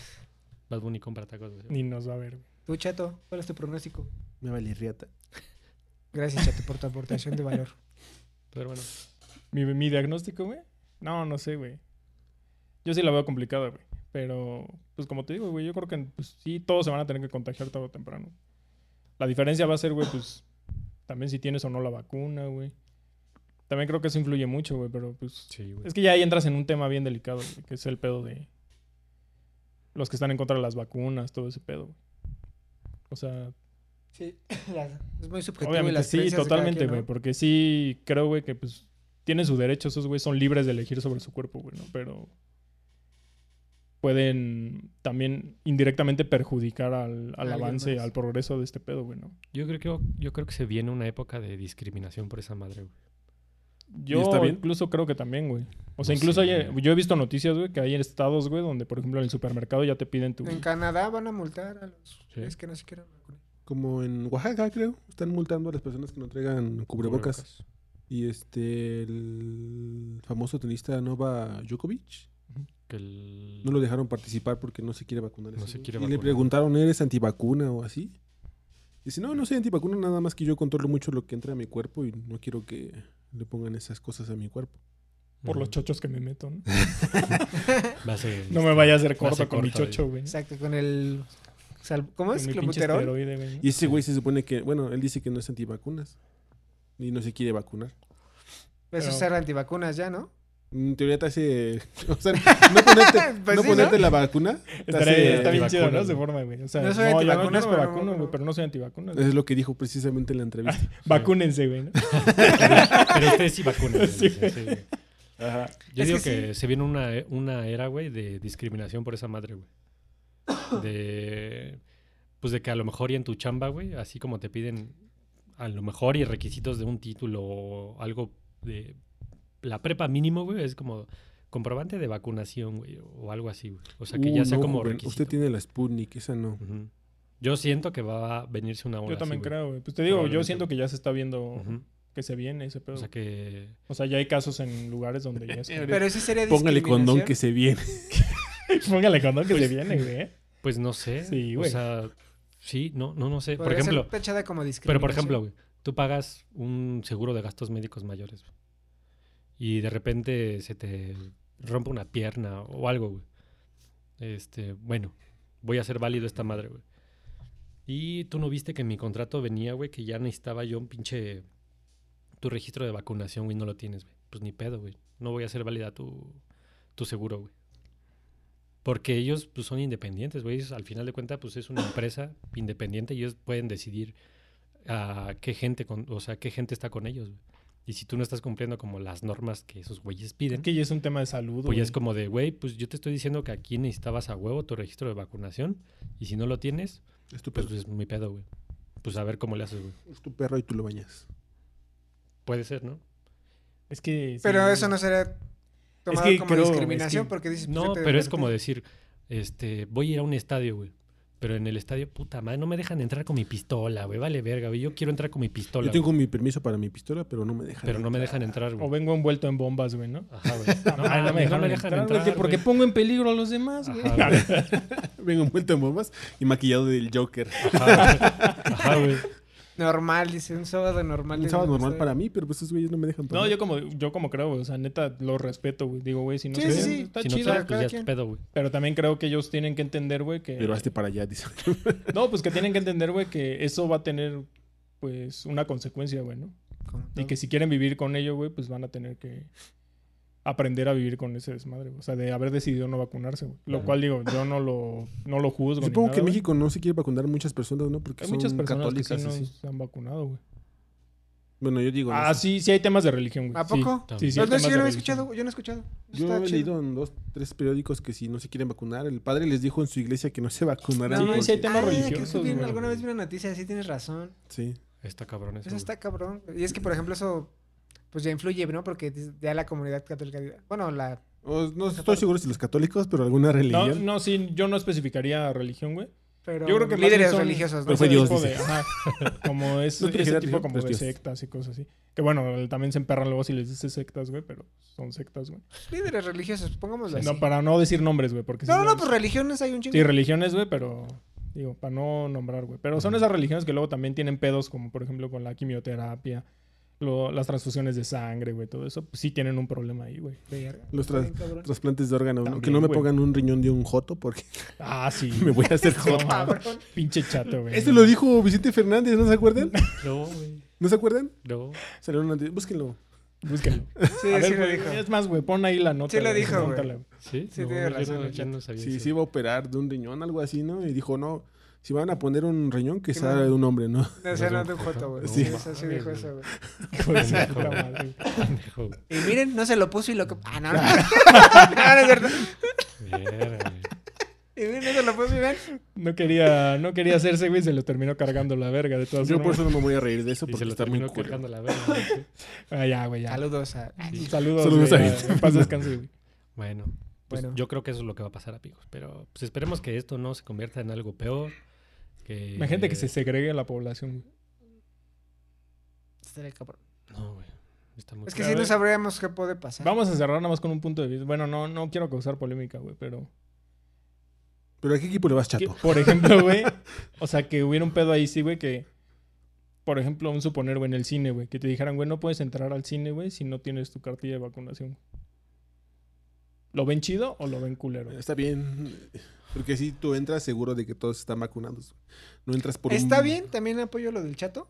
Bad Bunny compra tacos de ocio.
Ni nos va a ver, güey.
Tú, Chato, ¿cuál es tu pronóstico?
Me vale riata.
Gracias, Chato, por tu aportación de valor.
Pero bueno,
¿Mi, mi diagnóstico, güey? No, no sé, güey. Yo sí la veo complicada, güey. Pero, pues como te digo, güey, yo creo que pues, sí, todos se van a tener que contagiar tarde o temprano. La diferencia va a ser, güey, pues también si tienes o no la vacuna, güey. También creo que eso influye mucho, güey, pero pues...
sí, güey.
Es que ya ahí entras en un tema bien delicado, güey, que es el pedo de los que están en contra de las vacunas, todo ese pedo, güey. O sea,
Sí, la- es muy subjetivo. y
Obviamente
las
sí,
creencias de cada
totalmente,
quien,
güey.
¿no?
Porque sí creo, güey, que pues tienen su derecho. Esos güey son libres de elegir sobre su cuerpo, güey, ¿no? Pero pueden también indirectamente perjudicar al, al
Alguien
avance,
más.
al progreso de este pedo, güey, ¿no?
Yo creo que yo creo que se viene una época de discriminación por esa madre, güey.
Yo
está bien?
incluso creo que también, güey. O sea,
No
incluso
sé,
hay-
güey.
yo he visto noticias, güey, que hay en estados, güey, donde, por ejemplo, en el supermercado ya te piden tu...
En Canadá van a multar a los
Sí.
es que no se quieran vacunar.
Como en Oaxaca, creo. Están multando a las personas que no traigan cubrebocas. Y este, el famoso tenista Nova Djokovic,
Que el-
no lo dejaron participar porque no se quiere vacunar.
No
ese
se
güey.
quiere
y le
vacunar.
preguntaron, ¿eres antivacuna o así? Dice, no, no soy antivacuna, nada más que yo controlo mucho lo que entra a mi cuerpo y no quiero que le pongan esas cosas a mi cuerpo.
Por
Ujú.
los chochos que me meto, ¿no?
Va a ser-
No me vaya a hacer
Va a
corto
ser
con mi
corto,
chocho, güey.
Exacto, con el sal- ¿Cómo
Con
es?
mi pinche
¿Clobuterol?
esteroide, güey. ¿no?
Y ese güey se supone que, bueno, él dice que no es antivacunas y no se quiere vacunar.
Eso es
Pero-
ser antivacunas ya, ¿no?
En Mm, teoría te hace... O sea, no ponerte,
Pues
no
sí,
ponerte
¿no?
la vacuna te
Estaría-
hace-
está bien
antivacunas,
chido, ¿no?
güey.
Se forma, güey. O sea,
No
no,
soy
yo no- yo
antivacunas,
no me
pero no,
vacuno,
no.
güey, pero no soy antivacunas.
Es lo que dijo precisamente en la entrevista.
Vacúnense, güey. ¿no?
Pero ustedes sí vacunan. güey.
Sí, güey.
Sí, güey.
Ajá.
Yo
Es
digo
que
que, se viene una, e- una era, güey, de discriminación por esa madre, güey. De. Pues de que a lo mejor y en tu chamba, güey, así como te piden a lo mejor y requisitos de un título o algo de la prepa mínimo, güey, es como comprobante de vacunación, güey, o algo así, güey. O sea, que
Uh,
ya sea
no,
como
joven,
requisito.
Usted tiene la Sputnik, esa no.
Ujú. Yo siento que va a venirse una ola
Yo también
así, güey.
creo, güey. Pues te digo, yo
Probablemente.
siento que ya se está viendo
Ujú.
que se viene ese pedo.
O sea que
ya hay casos en lugares donde ya es como-
Pero sí sería
Póngale condón que
discriminación.
se viene.
Póngale condón que se viene, güey. ¿eh?
Pues no sé.
Sí,
O
güey.
sea, sí, no, no, no sé. Por
Podría ser
ejemplo,
tachada como
pero por
discriminación.
ejemplo, güey, tú pagas un seguro de gastos médicos mayores güey, y de repente se te rompe una pierna o algo, güey. Este, bueno, voy a hacer válido esta madre, güey. Y tú no viste que en mi contrato venía, güey, que ya necesitaba yo un pinche tu registro de vacunación, güey, no lo tienes, güey. Pues ni pedo, güey. No voy a hacer válida tu, tu seguro, güey. Porque ellos pues, son independientes, güey. Ellos, Al final de cuentas, pues es una empresa independiente y ellos pueden decidir a qué gente, con, o sea, qué gente está con ellos, güey. Y si tú no estás cumpliendo como las normas que esos güeyes
Es
piden,
que ¿eh? ya es un tema de salud,
pues
güey.
ya es como de, güey, pues yo te estoy diciendo que aquí necesitabas a huevo tu registro de vacunación y si no lo tienes,
Es tu
pues,
perro.
pues, es muy pedo, güey. Pues a ver cómo le haces, güey.
Es tu perro y tú lo bañas.
Puede ser, ¿no?
Es que...
Pero
sí.
eso no sería tomado
que
como
creo, es
discriminación
que-
porque dices... pues,
No,
yo te
pero es
advertí.
como decir, este, voy a ir a un estadio, güey. Pero en el estadio, puta madre, no me dejan entrar con mi pistola, güey. Vale verga, güey. Yo quiero entrar con mi pistola,
Yo tengo mi permiso para mi pistola, pero no me dejan.
güey, pero no me dejan entrar,
O
güey.
vengo envuelto en bombas, güey, ¿no?
Ajá, güey. No,
Ah,
mames, no me dejan
entrar,
entrar,
güey, que porque
güey.
pongo en peligro a los demás, güey.
Ajá, güey.
Vengo envuelto en bombas y maquillado del Joker.
Ajá, güey. Ajá, güey.
Normal, dice, un sábado normal.
Un
de-
sábado normal
de-
para mí, pero pues esos güeyes no me dejan
Ah. No,
tomar.
yo como, yo como creo, güey, o sea, neta, lo respeto, güey. Digo, güey, si no
Sí,
se
sí,
ve,
sí.
está
si no
chido.
sabes,
cada
pues ya es
quien.
pedo, güey.
Pero también creo que ellos tienen que entender, güey, que...
Pero hazte para allá, dice.
No, pues que tienen que entender, güey, que eso va a tener, pues, una consecuencia, güey, ¿no?
Como
Y
todo.
que si quieren vivir con ello, güey, pues van a tener que aprender a vivir con ese desmadre, güey. O sea, de haber decidido no vacunarse, güey. Lo cual, digo, yo no lo, no lo juzgo. ni
Supongo
nada,
que en
güey.
México no se quiere vacunar muchas personas, ¿no? Porque
Hay
son
muchas personas que
católicas.
sí no
así.
se han vacunado, güey.
Bueno, yo digo. no
Ah,
sé.
sí, sí hay temas de religión, güey.
¿A
Sí.
poco?
Sí,
Pues
sí,
No,
hay
no, es que yo no
temas de
he
religión.
escuchado, yo no he escuchado.
Yo
Está
he
chido.
leído en dos, tres periódicos que si no se quieren vacunar, el padre les dijo en su iglesia que no se vacunaran.
Sí,
porque-
sí hay temas
Ah, creo que
religiosos,
vi-
güey.
Alguna vez vi una noticia, sí tienes razón.
Sí.
Está cabrón
Eso
eso. güey.
está cabrón. Y es que, por ejemplo, eso pues ya influye, ¿no? Porque dis- ya la comunidad católica, bueno, la
O- no estoy seguro si los católicos, pero alguna
No,
religión.
no, sí, yo no especificaría religión, güey.
pero
Yo creo que más
líderes
bien son
religiosos,
Pero
¿no?
fue
ese
Dios,
tipo de-
dices.
ajá, como es,
No te
ese
quería
tipo
decir,
como
pero es
de
Dios.
sectas y cosas así. Que bueno, también se emperran luego si les dices sectas, güey, pero son sectas, güey.
Líderes religiosos,
Pues
pongámoslo así.
No, para no decir nombres, güey, porque... si
No, no,
es-
pues religiones hay un chingo.
Sí, religiones, güey, pero... Digo, para no nombrar, güey. Pero son esas religiones que luego también tienen pedos, como por ejemplo con la quimioterapia, lo- las transfusiones de sangre, güey, todo eso. Pues sí tienen un problema ahí, güey.
Verga,
Los
está
tra-
bien cabrón.
trasplantes de órganos. ¿no?
También,
Que no me
güey.
pongan un riñón de un joto porque
Ah, sí.
me voy a hacer
No,
joto.
mames,
Cabrón.
pinche chato, güey.
Esto lo dijo Vicente Fernández, ¿no se acuerdan?
No, güey.
¿No se acuerdan?
No.
Salió una noticia. Búsquenlo.
Búsquenlo.
Sí,
A ver,
sí lo
güey,
dijo.
Es más, güey, pon ahí la nota.
Sí lo
güey,
dijo, güey.
pregúntale.
Sí,
Sí,
no,
tiene
yo
razón,
no-
el
yo
chato.
no sabía
Sí,
eso.
sí iba a operar de un riñón, algo así, ¿no? Y dijo, no, si van a poner un riñón, que
Que
sea
no-
de un hombre, ¿no?
No sé, no de un joto, güey. Sí,
Sí.
eso sí dijo eso, güey.
Hijo de su puta madre.
Pendejo, güey.
Y miren, no se lo puso y lo... Ah, no, no. no, no es verdad.
Verga, güey.
Y miren, no se lo puso y ven.
No quería, no quería hacerse, güey, se lo terminó cargando la verga de todas
Yo por
formas.
eso no me voy a reír de eso
Y se
porque
lo
está muy
terminó
cool.
cargando la verga. güey.
Ah, ya, güey, ya.
Saludos a...
Sí. Saludos.
Saludos
güey,
a
ya. En paz descanse, güey.
Bueno, pues
Bueno.
yo creo que eso es lo que va a pasar, amigos. Pero pues esperemos que esto no se convierta en algo peor. Que...
Imagínate
Eh.
que se segregue la población. güey.
Estaría cabrón.
No, güey. Está muy
Es que
A
si no
ver.
sabríamos qué puede pasar.
Vamos a cerrar nada más con un punto de vista. Bueno, no, no quiero causar polémica, güey, pero.
Pero ¿a qué equipo le vas,
que,
chato?
por ejemplo, güey. O sea, que hubiera un pedo ahí, sí, güey, que. Por ejemplo, un suponer, güey, en el cine, güey. Que te dijeran, güey, no puedes entrar al cine, güey, si no tienes tu cartilla de vacunación. ¿Lo ven chido o lo ven culero?
Está bien. Porque si tú entras seguro de que todos están vacunados. No entras por un-
Está bien, también apoyo lo del chato,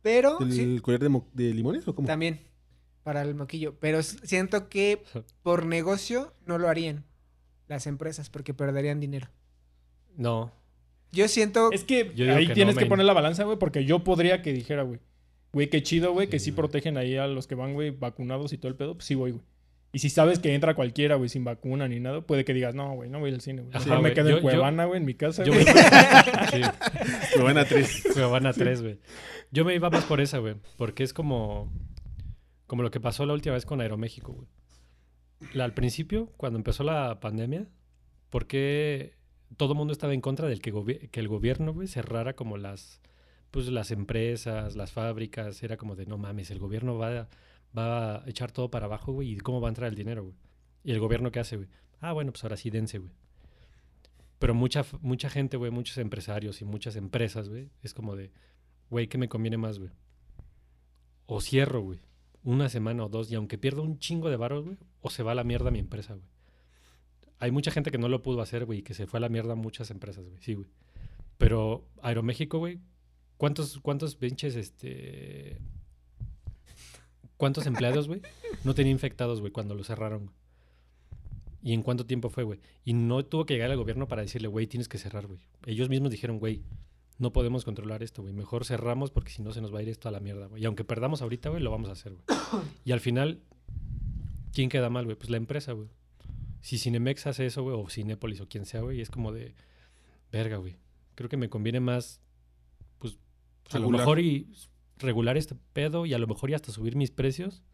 pero
¿El
sí,
collar de, mo- de limones o cómo?
también para el moquillo, pero s- siento que por negocio no lo harían las empresas porque perderían dinero.
No.
Yo siento
Es que
Yo digo
ahí
que
tienes
no,
que
men.
poner la balanza, güey, porque yo podría que dijera, güey, güey, qué chido, güey, que
Sí,
sí
güey.
protegen ahí a los que van, güey, vacunados y todo el pedo, pues sí voy, güey. Y si sabes que entra cualquiera, güey, sin vacuna ni nada, puede que digas, no, güey, no voy al cine, güey.
Ajá,
Mejor me
güey.
quedo
Yo-
en
yo-
Cuevana, güey, en mi casa,
Yo
güey.
me iba... Sí,
Lo van a tres.
me van a tres, güey. Yo me iba más por esa, güey. Porque es como... Como lo que pasó la última vez con Aeroméxico, güey. La- al principio, cuando empezó la pandemia, ¿por qué todo el mundo estaba en contra del que, gobi- que el gobierno, güey, cerrara como las... Pues las empresas, las fábricas, era como de no mames, el gobierno va a, va a echar todo para abajo, güey, y cómo va a entrar el dinero, güey. Y el gobierno qué hace, güey. Ah, bueno, pues ahora sí dense, güey. Pero mucha, f- mucha gente, güey, muchos empresarios y muchas empresas, güey, es como de, güey, ¿qué me conviene más, güey? O cierro, güey, una semana o dos, y aunque pierda un chingo de baros, güey, o se va a la mierda mi empresa, güey. Hay mucha gente que no lo pudo hacer, güey, y que se fue a la mierda muchas empresas, güey, sí, güey. Pero Aeroméxico, güey, ¿cuántos, cuántos pinches, este... ¿Cuántos empleados, güey? No tenía infectados, güey, cuando lo cerraron, güey. ¿Y en cuánto tiempo fue, güey? Y no tuvo que llegar al gobierno para decirle, güey, tienes que cerrar, güey. Ellos mismos dijeron, güey, no podemos controlar esto, güey. Mejor cerramos porque si no se nos va a ir esto a la mierda, güey. Y aunque perdamos ahorita, güey, lo vamos a hacer, güey. Y al final, ¿quién queda mal, güey? Pues la empresa, güey. Si Cinemex hace eso, güey, o Cinépolis o quien sea, güey, es como de, verga, güey. Creo que me conviene más, pues, a lo
Regular.
mejor y regular este pedo y a lo mejor y hasta subir mis precios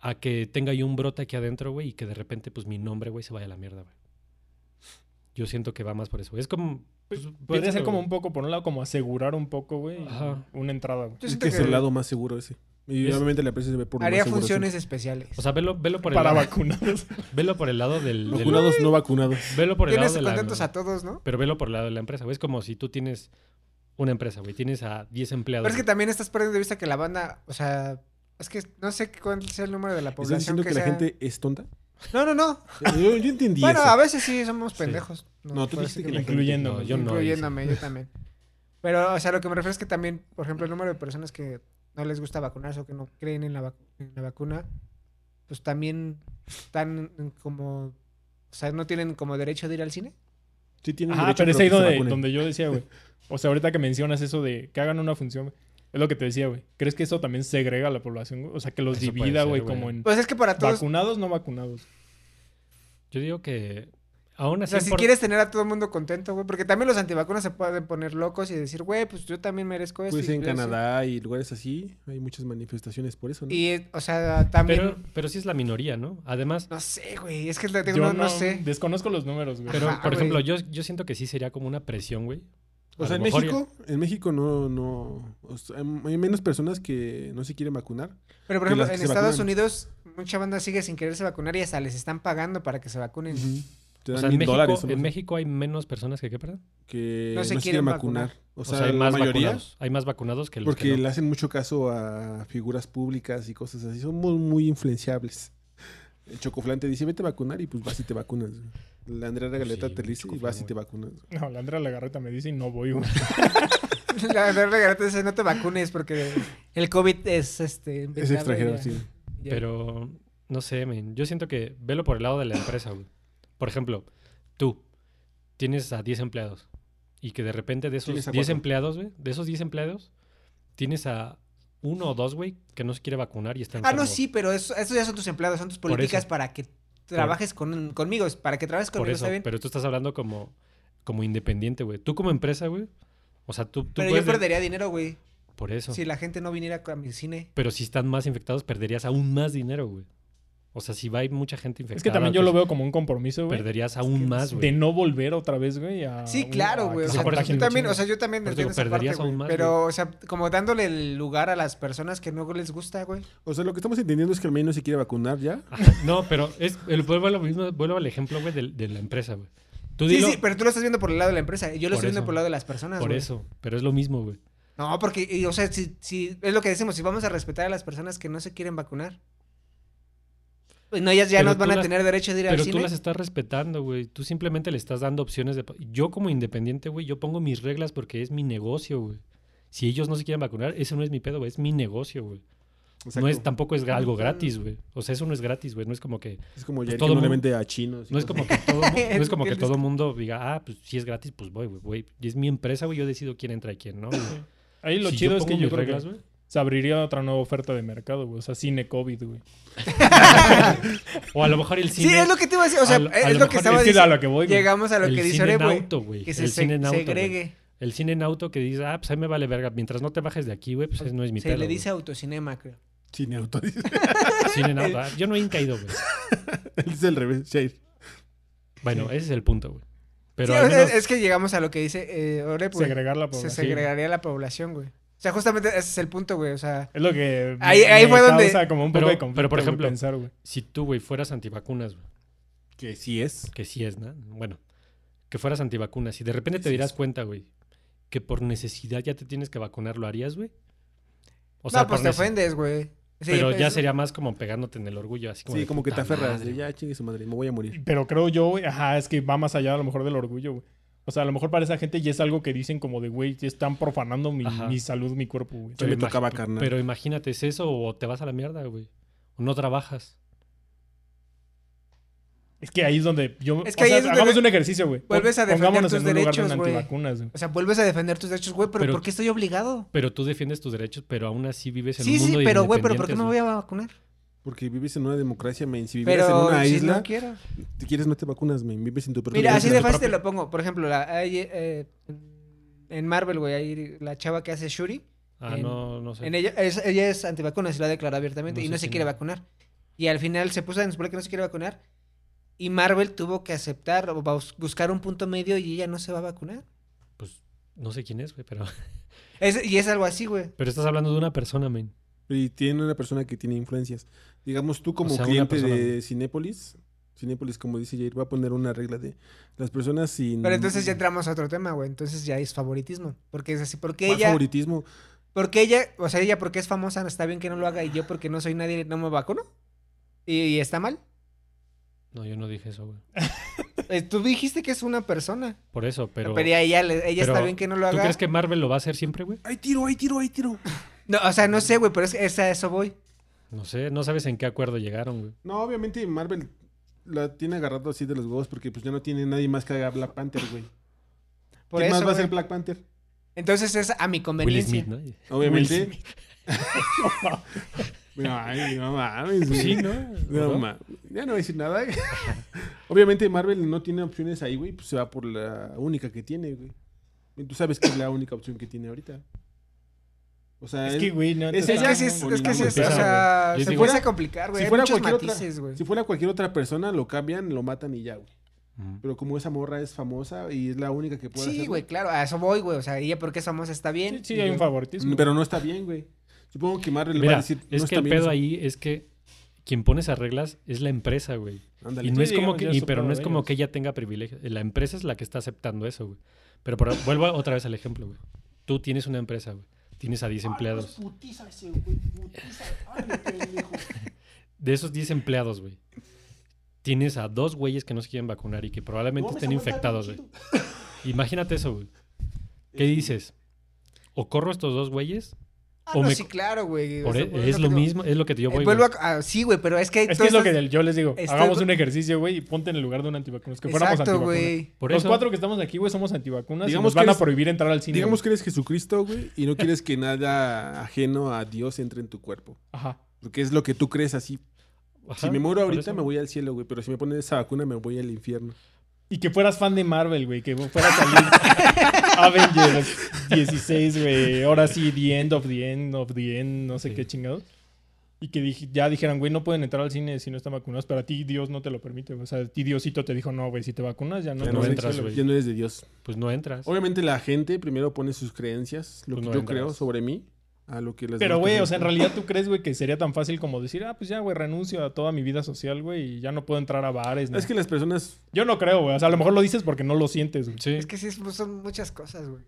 a que tenga yo un brote aquí adentro, güey, y que de repente, pues, mi nombre, güey, se vaya a la mierda, güey. Yo siento que va más por eso. Es como... pues,
Podría ser
piénsalo,
como
güey.
un poco, por un lado, como asegurar un poco, güey,
Ajá.
una entrada, güey.
yo
Es
siento
que es
que
el lado más seguro ese. Y
Es-
obviamente la empresa se ve por lo
haría
más seguro,
funciones especiales.
O sea, velo, velo, por, el
Para
lado,
vacunados.
velo por el lado del...
sí.
del-
Vacunados, no vacunados.
velo por el lado
Tienes
de la...
contentos a todos, ¿no?
Pero velo por el lado de la empresa, güey. Es como si tú tienes una empresa, güey. Tienes a 10 empleados.
Pero es que
güey.
también estás perdiendo de vista que la banda, o sea, es que no sé cuál sea el número de la
¿Estás
población
diciendo que, la
sea-
gente es tonta?
No, no, no.
Yo, yo entendí
Bueno,
eso.
a veces sí somos pendejos.
No, tú
por
dijiste
así
que la
me-
gente-
Incluyendo.
No, yo no.
incluyéndome, yo también. Pero, o sea, lo que me refiero es que también, por ejemplo, el número de personas que no les gusta vacunarse o que no creen en la, vac- en la vacuna, pues también están en como... O sea, no tienen como derecho de ir al cine.
Sí tienen
Ajá,
derecho,
pero es ahí
que se
donde,
vacunen.
donde yo decía, güey. O sea, ahorita que mencionas eso de que hagan una función, güey, es lo que te decía, güey. ¿Crees que eso también segrega a la población? güey? O sea, que los
Eso puede
divida,
ser,
güey,
güey.
como en
Pues es que para todos...
vacunados, no vacunados.
Yo digo que aún
O
así...
sea, si
por-
quieres tener a todo el mundo contento, güey, porque también los antivacunas se pueden poner locos y decir, güey, pues yo también merezco esto.
Pues
y
en
yo sí".
Canadá y lugares así, hay muchas manifestaciones por eso, ¿no?
Y, eh, o sea, también...
Pero, pero sí es la minoría, ¿no? Además,
No sé, güey, es que la tengo- no,
Yo
no sé.
Desconozco los números, güey.
pero,
Ajá,
por
güey.
ejemplo, yo, yo siento que sí sería como una presión, güey.
o
A
sea, en
lo mejor
México, en México no, no, o sea, hay menos personas que no se quieren vacunar.
Pero, por
que
ejemplo,
las que
en
se
Estados
vacunan.
Unidos, mucha banda sigue sin quererse vacunar y hasta les están pagando para que se vacunen.
Te
O
dan
sea, en
mil
México,
dólares o
en
no sé,
México hay menos personas que qué, perdón.
que no se, quieren vacunar. O sea,
hay
la
más
mayoría,
vacunados. Hay más vacunados que los
porque
que no.
le hacen mucho caso a figuras públicas y cosas así, son muy, muy influenciables. El Chocoflan te dice, vete a vacunar y pues vas y te vacunas. La Andrea Regaleta
Pues Sí,
te dice y
Chocoflan,
vas y
güey.
te vacunas.
No, la Andrea Lagarreta me dice y no voy, güey.
la verdad, regalate ese, no te vacunes porque el COVID es este.
Es
inventado
extranjero,
ya.
sí.
Ya.
Pero no sé, men. Yo siento que velo por el lado de la empresa, güey. Por ejemplo, tú tienes a 10 empleados y que de repente de
Tienes
esos
a
10
cuatro.
empleados, güey, de esos 10 empleados, tienes a uno o dos, güey, que no se quiere vacunar y está
Ah, no,
enfermo.
sí, pero eso, eso ya son tus empleados, son tus
Por
políticas
eso.
para que trabajes con, conmigo, es para que trabajes
Por
conmigo,
eso,
¿está bien? Pero,
pero tú estás hablando como, como independiente, güey. Tú como empresa, güey. O sea, tú, tú
yo
puedes de-
perdería dinero, güey,
Por eso.
si la gente no viniera a mi cine.
Pero si están más infectados, perderías aún más dinero, güey. O sea, si va a ir mucha gente infectada.
Es que también yo
pues,
lo veo como un compromiso, güey.
Perderías aún más, güey.
De no volver otra vez, güey.
Ah,
a
Sí,
uh,
un-
claro,
a
güey.
que
O
se
sea,
por eso
yo
contagien
también,
mucho,
o sea, yo también
Por eso
entiendo
digo,
esa parte,
perderías aún
güey,
más,
Pero, o sea, como dándole el lugar a las personas que no les gusta, güey.
O sea, lo que estamos entendiendo es que el maíz no se quiere vacunar ya.
Ajá, No, pero es, el, vuelvo, a lo mismo, vuelvo al ejemplo, güey, de, de la empresa, güey. Tú
Sí,
dilo
sí, pero tú lo estás viendo por el lado de la empresa. Yo lo
Por
estoy viendo
eso.
por el lado de las personas.
por
güey.
eso, pero es lo mismo, güey.
No, porque, y, o sea, si, si- es lo que decimos, si vamos a respetar a las personas que no se quieren vacunar, pues no, ellas ya no
Pero
van
tú
a
las-
tener derecho de ir al
Pero tú
cine.
las estás respetando, güey. Tú simplemente le estás dando opciones de... pa- Yo como independiente, güey, yo pongo mis reglas porque es mi negocio, güey. Si ellos no se quieren vacunar, ese no es mi pedo, güey. Es mi negocio, güey. No es,
Exacto.
tampoco es algo gratis, güey. O sea, eso no es gratis, güey. No es como que
Es como
Pues
ya
todo
que no le
mu-
vende a chinos. y
No es
cosas
como que todo, mu- no es
Es
como
que
que
el
todo mundo diga, ah, pues si es gratis, pues voy, güey, güey. Y es mi empresa, güey, yo decido quién entra y quién no. güey".
Ahí lo
Si
chido es que
pongo
yo
mis
creo
reglas,
que
güey.
se abriría otra nueva oferta de mercado, güey. O sea, cine COVID, güey.
O a lo mejor el
Sí,
cine.
es lo que te iba a decir. O sea,
a lo- a
es
lo
lo, que
mejor
estaba
es que a
diciendo.
lo que voy, güey.
Llegamos a lo
el
que dice
cine en
Oreb, güey.
auto, güey.
Que
El
se, se-
cine en auto, güey.
segregue.
El cine en auto que dice, ah, pues ahí me vale verga. Mientras no te bajes de aquí, güey, pues no es mi
Se
pedo,
le
güey.
dice autocinema, creo.
Sin auto. Dice
Cine en auto. Ah, Yo no he caído, güey.
dice al revés. Shair.
Bueno, ese es el punto, güey. Pero
Sí,
al
o sea,
menos-
es que llegamos a lo que dice eh, Oreb, güey.
Segregar la
Se
población.
segregaría la población, güey. O sea, justamente ese es el punto, güey. O sea,
Es lo que
Ahí- ahí fue donde-
causa como un poco
Pero-
de conflicto,
pero, por
güey,
ejemplo-
pensar, güey.
si tú, güey, fueras antivacunas, güey,
Que sí es.
que sí es, ¿no? Bueno, que fueras antivacunas y de repente te
Sí,
dirás
sí.
cuenta, güey, que por necesidad ya te tienes que vacunar, ¿lo harías, güey? O
no, pues
por
te
nece-
ofendes, güey. Sí, pues,
Pero ya
es-
sería más como pegándote en el orgullo, así como.
Sí,
de
como que te
puta
aferras.
madre,
de, ya chingue su madre, me voy a morir.
Pero creo yo, güey, ajá, es que va más allá a lo mejor del orgullo, güey. O sea, a lo mejor para esa gente ya es algo que dicen como de, güey, ya están profanando mi,
Ajá.
mi salud, mi cuerpo, güey.
Yo me
imagi-
tocaba carnal.
Pero imagínate, ¿es eso o te vas a la mierda, güey? O no trabajas.
Es que ahí es donde yo...
Es que
o
ahí
sea,
es donde
hagamos
ve-
un ejercicio, güey.
vuelves a defender
Pongámonos
tus
en un lugar de
derechos,
un
güey.
antivacunas, güey.
O sea, vuelves a defender tus derechos, güey, pero,
Pero-
¿por qué estoy obligado?
Pero tú defiendes tus derechos, pero aún así vives en
Sí,
un mundo
sí,
de
pero güey, pero ¿por qué me voy
independientes,
a vacunar?
Porque vives en una democracia, men. Si vives en
Pero
una
si
isla,
no quiero.
si quieres no te vacunas, men. Vives en tu propia
Mira, así
isla.
de fácil te lo pongo. Por ejemplo, la- hay, eh, en Marvel, güey, hay la chava que hace Shuri.
güey. Ah,
en-
no, no sé.
En ella, es, ella es antivacuna, se lo ha declarado abiertamente
No
y
sé
no
si
se quiere
no.
vacunar. Y al final se puso a demostrar que no se quiere vacunar. Y Marvel tuvo que aceptar o bus- buscar un punto medio y ella no se va a vacunar.
Pues no sé quién es, güey, pero,
Es- y es algo así, güey.
pero estás hablando de una persona, men.
Y tiene una persona que tiene influencias. Digamos, tú como
sea, una
cliente
persona,
de
güey.
Cinépolis, Cinépolis, como dice Jair, va a poner una regla de las personas sin.
Pero entonces
Mm.
ya entramos a otro tema, güey. Entonces ya es favoritismo. Porque es así. Porque
¿Cuál
ella.
favoritismo.
Porque ella. O sea, ella porque es famosa, está bien que no lo haga. Y yo porque no soy nadie, no me vacuno. ¿Y, y está mal?
No, yo no dije eso, güey.
Eh, Tú dijiste que es una persona.
Por eso, pero.
Pero, ya ella, le- ella está
pero,
bien que no lo
¿Tú
haga.
crees que Marvel lo va a hacer siempre, güey?
¡Ay, tiro, ay, tiro, ay, tiro!
No, o sea, no sé, güey, pero es, es a eso voy.
No sé, no sabes en qué acuerdo llegaron, güey.
No, obviamente Marvel la tiene agarrado así de los huevos porque pues ya no tiene nadie más que haga Black Panther, güey.
Por
¿Quién
eso,
más va a
güey.
ser Black Panther?
Entonces es a mi
Will
conveniencia.
Smith, ¿no?
Obviamente. no, ay, no mames, güey.
Sí, ¿no?
No,
¿No?
ma- ya no voy a decir nada. güey. Obviamente Marvel no tiene opciones ahí, güey. Pues se va por la única que tiene, güey. Y Tú sabes que es la única opción que tiene ahorita. O sea,
Es
él-
que, güey, no.
Es-
te
Es
Ah,
que
estás
sí, es,
no,
es que sí,
no,
es-
no,
o sea,
no.
se
Si
fuese
fuera-
a complicar, güey.
si
Hay
fuera
muchos
cualquier otra-
matices, güey.
si fuera cualquier otra persona, lo cambian, lo matan y ya, güey.
Ujú.
Pero como esa morra es famosa y es la única que puede
Sí,
hacerlo,
güey, claro, a eso voy, güey. O sea, ella porque es famosa está bien.
Sí, sí, hay un favoritismo.
Pero no está bien, güey. Supongo que Marvel le va a
Mira,
decir.
es
no
que
está
el
bien
pedo
eso.
ahí es que quien pone esas reglas es la empresa, güey.
Ándale.
Y no
Sí,
es como
digamos,
que,
ya
y-
es un
pero no
pedo
es
de
como
ellos.
que ella tenga privilegio. La empresa es la que está aceptando eso, güey. Pero por- vuelvo otra vez al ejemplo, güey. Tú tienes una empresa, güey. Tienes a 10 empleados. De esos 10 empleados, güey. Tienes a dos güeyes que no se quieren vacunar y que probablemente estén infectados, güey. Imagínate eso, güey. ¿Qué dices? ¿O corro a estos dos güeyes?
Ah,
o
no,
me-
sí, claro, güey.
Por-
O sea,
e, es
por eso
lo
te digo.
mismo, es lo que yo
Eh,
voy,
vuelvo
güey.
a- ah, sí, güey, pero es que.
Es
tú
que es lo
estás-
que yo les digo.
estoy-
Hagamos un ejercicio, güey, y ponte en el lugar de un antivacunas. Que fuéramos
Exacto,
antivacunas.
güey.
Por
Los
eso-
cuatro que estamos aquí, güey, somos antivacunas.
Digamos
y nos van
que
a
eres-
prohibir entrar al cine.
Digamos
güey.
que eres Jesucristo, güey, y no quieres que nada ajeno a Dios entre en tu cuerpo.
Ajá.
Porque es lo que tú crees así.
Ajá,
si me muero
por
ahorita
eso,
me voy al cielo, güey. Pero si me ponen esa vacuna me voy al infierno.
Y que fueras fan de Marvel, güey. Que fueras a salir Avengers 16, güey. Ahora sí, The End of the End of the End, no sé
Sí.
qué chingados. Y que dij- ya dijeran, güey, no pueden entrar al cine si no están vacunados. Pero a ti Dios no te lo permite. güey. O sea, a ti Diosito te dijo, no, güey, si te vacunas ya no,
ya, no
te
no
vas al
entras,
cielo,
güey.
ya no eres de Dios.
Pues no entras.
Obviamente la gente primero pone sus creencias, lo
Pues
que
no
yo
entras.
creo sobre mí, a lo que las
Pero,
demás
güey, o sea,
personas
en realidad tú crees, güey, que sería tan fácil como decir, ah, pues ya, güey, renuncio a toda mi vida social, güey, y ya no puedo entrar a bares.
creen.
ni-
Es que las personas...
Yo no creo, güey. O sea, a lo mejor lo dices porque no lo sientes, güey.
Sí.
Es que sí, es- pues, son muchas cosas, güey.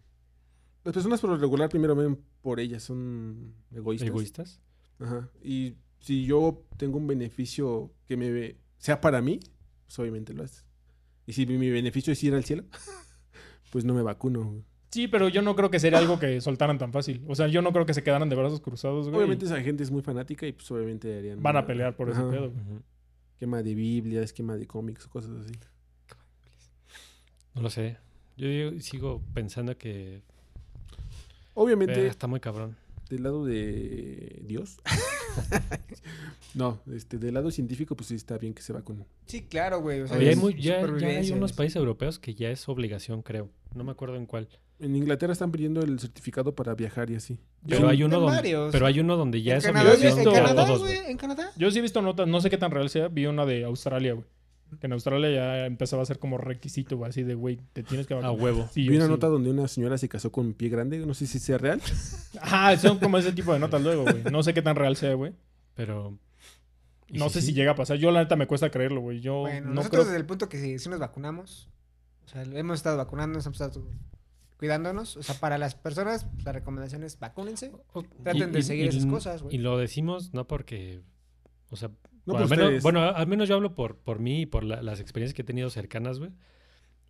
Las personas por lo regular primero ven por ellas, son egoístas.
egoístas.
Ajá. Y si yo tengo un beneficio que me ve- sea para mí, pues obviamente lo haces. Y si mi beneficio es ir al cielo, pues no me vacuno. güey.
Sí, pero yo no creo que sería algo que soltaran tan fácil. O sea, yo no creo que se quedaran de brazos cruzados, güey.
Obviamente esa gente es muy fanática y pues obviamente harían...
Van a
una-
pelear por ese
Ajá.
pedo, güey.
Ujú.
Quema de Biblia, esquema de cómics, cosas así.
No lo sé. Yo, digo- sigo pensando que
Obviamente...
eh, está muy cabrón.
del lado de Dios. no, este, del lado científico, pues sí está bien que se vacunen.
Sí, claro, güey. O sea,
Oye, hay
es
muy- ya, ya hay
supervivencia,
unos
güey.
países europeos que ya es obligación, creo. No me acuerdo en cuál.
En Inglaterra están pidiendo el certificado para viajar y así.
Pero hay uno
en
donde,
varios.
pero hay uno donde ya
¿En
es
Canadá, güey?
obligación
¿En
visto
para
Canadá,
todos,
güey?
güey.
¿En Canadá?
Yo sí he visto notas, no sé qué tan real sea. Vi una de Australia, güey. Que en Australia ya empezaba a ser como requisito, güey, así de, güey, te tienes que
A
vacunar.
huevo.
Sí,
Vi
güey,
una
sí,
nota
güey.
donde una señora se casó con un pie grande, no sé si sea real.
Ajá, son como ese tipo de notas luego, güey. No sé qué tan real sea, güey.
Pero ¿Y
No
si
sé
sí?
si llega a pasar. Yo, la neta, me cuesta creerlo, güey. Yo
Bueno,
no
nosotros
creo.
desde el punto que sí, sí nos vacunamos, o sea, hemos estado vacunándonos, hemos estado cuidándonos, o sea, para las personas, la recomendación es vacúnense. Traten
y-
de
y-
seguir
y-
esas cosas,
Y
güey.
lo decimos no porque, o sea,
No,
bueno,
pues
al menos-
ustedes.
bueno, al menos yo hablo por, por mí y por la- las experiencias que he tenido cercanas, güey.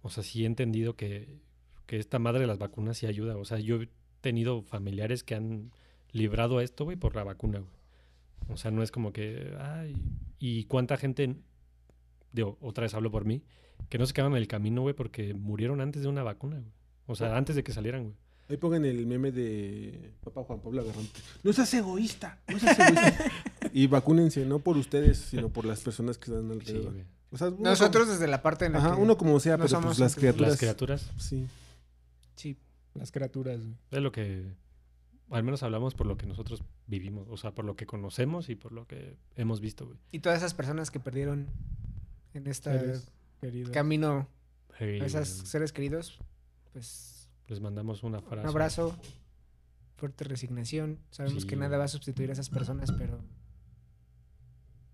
O sea, sí he entendido que, que esta madre de las vacunas sí ayuda. O sea, yo he tenido familiares que han librado esto, güey, por la vacuna, güey. O sea, no es como que, ay, y cuánta gente, digo, otra vez hablo por mí, que no se quedaban en el camino, güey, porque murieron antes de una vacuna, güey. O sea, antes de que salieran, güey.
Ahí pongan el meme de Papá Juan Pablo Agarrante. No seas egoísta, no seas egoísta. y vacúnense, no por ustedes, sino por las personas que están
Sí,
alrededor.
güey.
O sea, uno
Nosotros desde la parte en
como-
la
ajá,
que-
uno como sea,
no
pero
somos
pues las
anti-
criaturas.
Las criaturas.
Sí.
Sí.
Las criaturas, güey.
Es lo que al menos hablamos por lo que nosotros vivimos, o sea, por lo que conocemos y por lo que hemos visto, güey.
Y todas esas personas que perdieron en este
Seres queridos.
camino
Y,
a esos
mm,
seres queridos, pues
les mandamos una frase.
un abrazo, fuerte resignación. Sabemos
Sí,
que nada
güey.
va a sustituir a esas personas, pero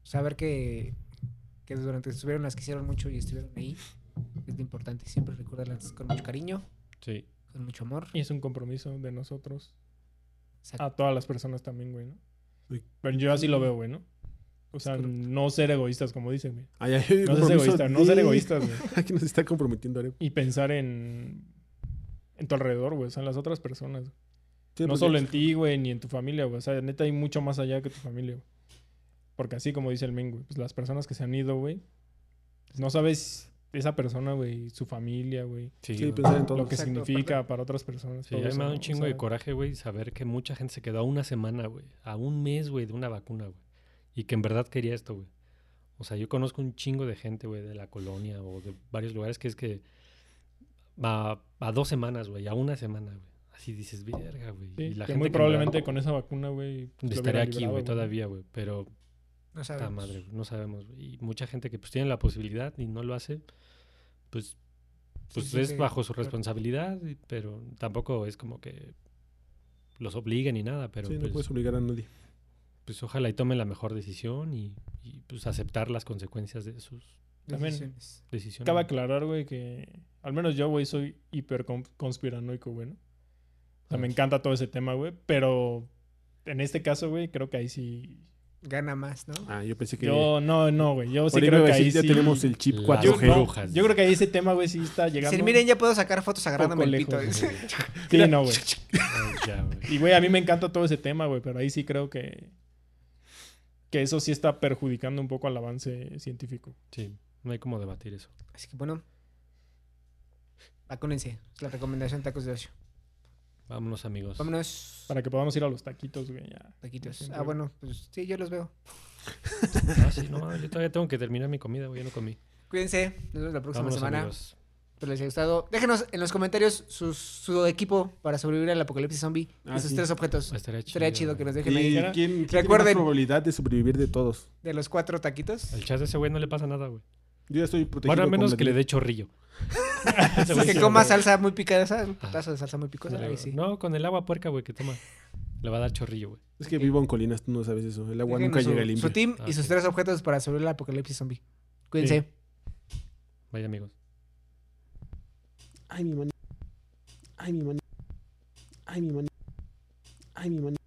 saber que que durante estuvieron las que hicieron mucho y estuvieron ahí. Es lo importante, siempre recuérdalas con mucho cariño,
Sí. Ah,
con mucho amor.
Y es un compromiso de nosotros
Exacto.
a todas las personas también, güey, ¿no? Pero yo así lo veo, güey, ¿no? O sea, no ser egoístas, como dicen, güey.
Ay, ay, ay,
No ser
compromiso
egoísta, no ser
de-
egoístas, güey.
Aquí nos está comprometiendo, Arep.
Y pensar en, en tu alrededor, güey, o sea, en las otras personas. güey.
Sí,
no
pues,
solo
ya-
en ti, güey, ni en tu familia, güey. O sea, neta hay mucho más allá que tu familia, güey. Porque así como dice el Ming, güey, pues las personas que se han ido, güey, pues no sabes esa persona, güey, su familia, güey,
Sí,
Sí,
güey.
pensar en
lo
todo.
que
Exacto,
significa para otras personas.
Sí, a
todo
mí
eso,
me da
¿no?
un
O
chingo de
sea,
coraje, güey, saber que mucha gente se quedó a una semana, güey, a un mes, güey, de una vacuna, güey, y que en verdad quería esto, güey. O sea, yo conozco un chingo de gente, güey, de la colonia o de varios lugares que es que a, a dos semanas, güey, a una semana, güey. Así dices, verga, güey.
sí,
y la
que
gente
muy
que
probablemente con esa vacuna, güey. pues, lo
estaría
hubiera
aquí,
librado,
güey, todavía, güey, pero
No
puta
sabemos.
madre, güey, no sabemos. güey. Y mucha gente que pues tiene la posibilidad y no lo hace, pues, pues
sí,
es
que-
bajo su
claro.
responsabilidad, y- pero tampoco es como que los obliguen ni nada, pero
Sí, no
pues,
puedes obligar a nadie.
pues, ojalá y tomen la mejor decisión y, y, pues aceptar las consecuencias de sus
También.
Decisiones.
decisiones.
Cabe
güey.
aclarar, güey, que al menos yo, güey, soy hiper con- conspiranoico, güey, ¿no? O sea, me encanta todo ese tema, güey, pero en este caso, güey, creo que ahí sí...
Gana más, ¿no?
Ah, yo pensé que.
Yo, no, no, güey, yo sí
Ahorita
creo
iba
que
a decir,
ahí
ya
sí...
tenemos el chip
Las
4G.
Yo, no,
brujas.
yo creo que ahí ese tema, güey, sí está llegando...
Decir, miren, ya puedo sacar fotos agarrándome el
lejos,
pito.
güey.
Dice,
Sí, no, güey.
Ay, ya, güey.
Y, güey, a mí me encanta todo ese tema, güey, pero ahí sí creo que... Que eso sí está perjudicando un poco al avance científico.
Sí, no hay como debatir eso.
Así que bueno. Vacúnense. Es la recomendación de tacos de ocio.
Vámonos, amigos.
Vámonos.
Para que podamos ir a los taquitos, güey, ya.
Taquitos. Ah, bueno, pues sí, yo los veo.
Ah, sí, no, yo todavía tengo que terminar mi comida, güey, ya no comí.
Cuídense. Nos vemos la próxima
Vámonos,
semana.
amigos.
Espero les haya gustado. Déjenos en los comentarios sus- su equipo para sobrevivir al apocalipsis zombie
Ah,
y sus
sí.
tres objetos.
Estaría Pues, chido.
Estaría chido que
güey.
nos dejen
¿Y
ahí
quién, quién tiene más
Recuerden.
probabilidad de sobrevivir de todos?
de los cuatro taquitos.
Al chat de ese güey no le pasa nada, güey.
Yo ya estoy protegido.
Bueno, a
con
menos
la
que le
ley.
dé chorrillo. Ese
Así
güey
que
sí,
coma
güey.
salsa muy picada, ¿sabes? Un
Ajá.
putazo de salsa muy picosa.
Dale,
Ahí
güey.
sí.
No, con el agua puerca, güey, que toma. Le va a dar chorrillo, güey.
Es que vivo en colinas, tú no sabes eso. El agua
Dejen
nunca
su,
llega
Su
limpia.
team
Ah,
y sus
sí.
tres objetos para sobrevivir al apocalipsis zombie. Cuídense.
Vaya, amigos.
Ay, mi mano. Ay, mi mano. Ay, mi mano. Ay, mi mano.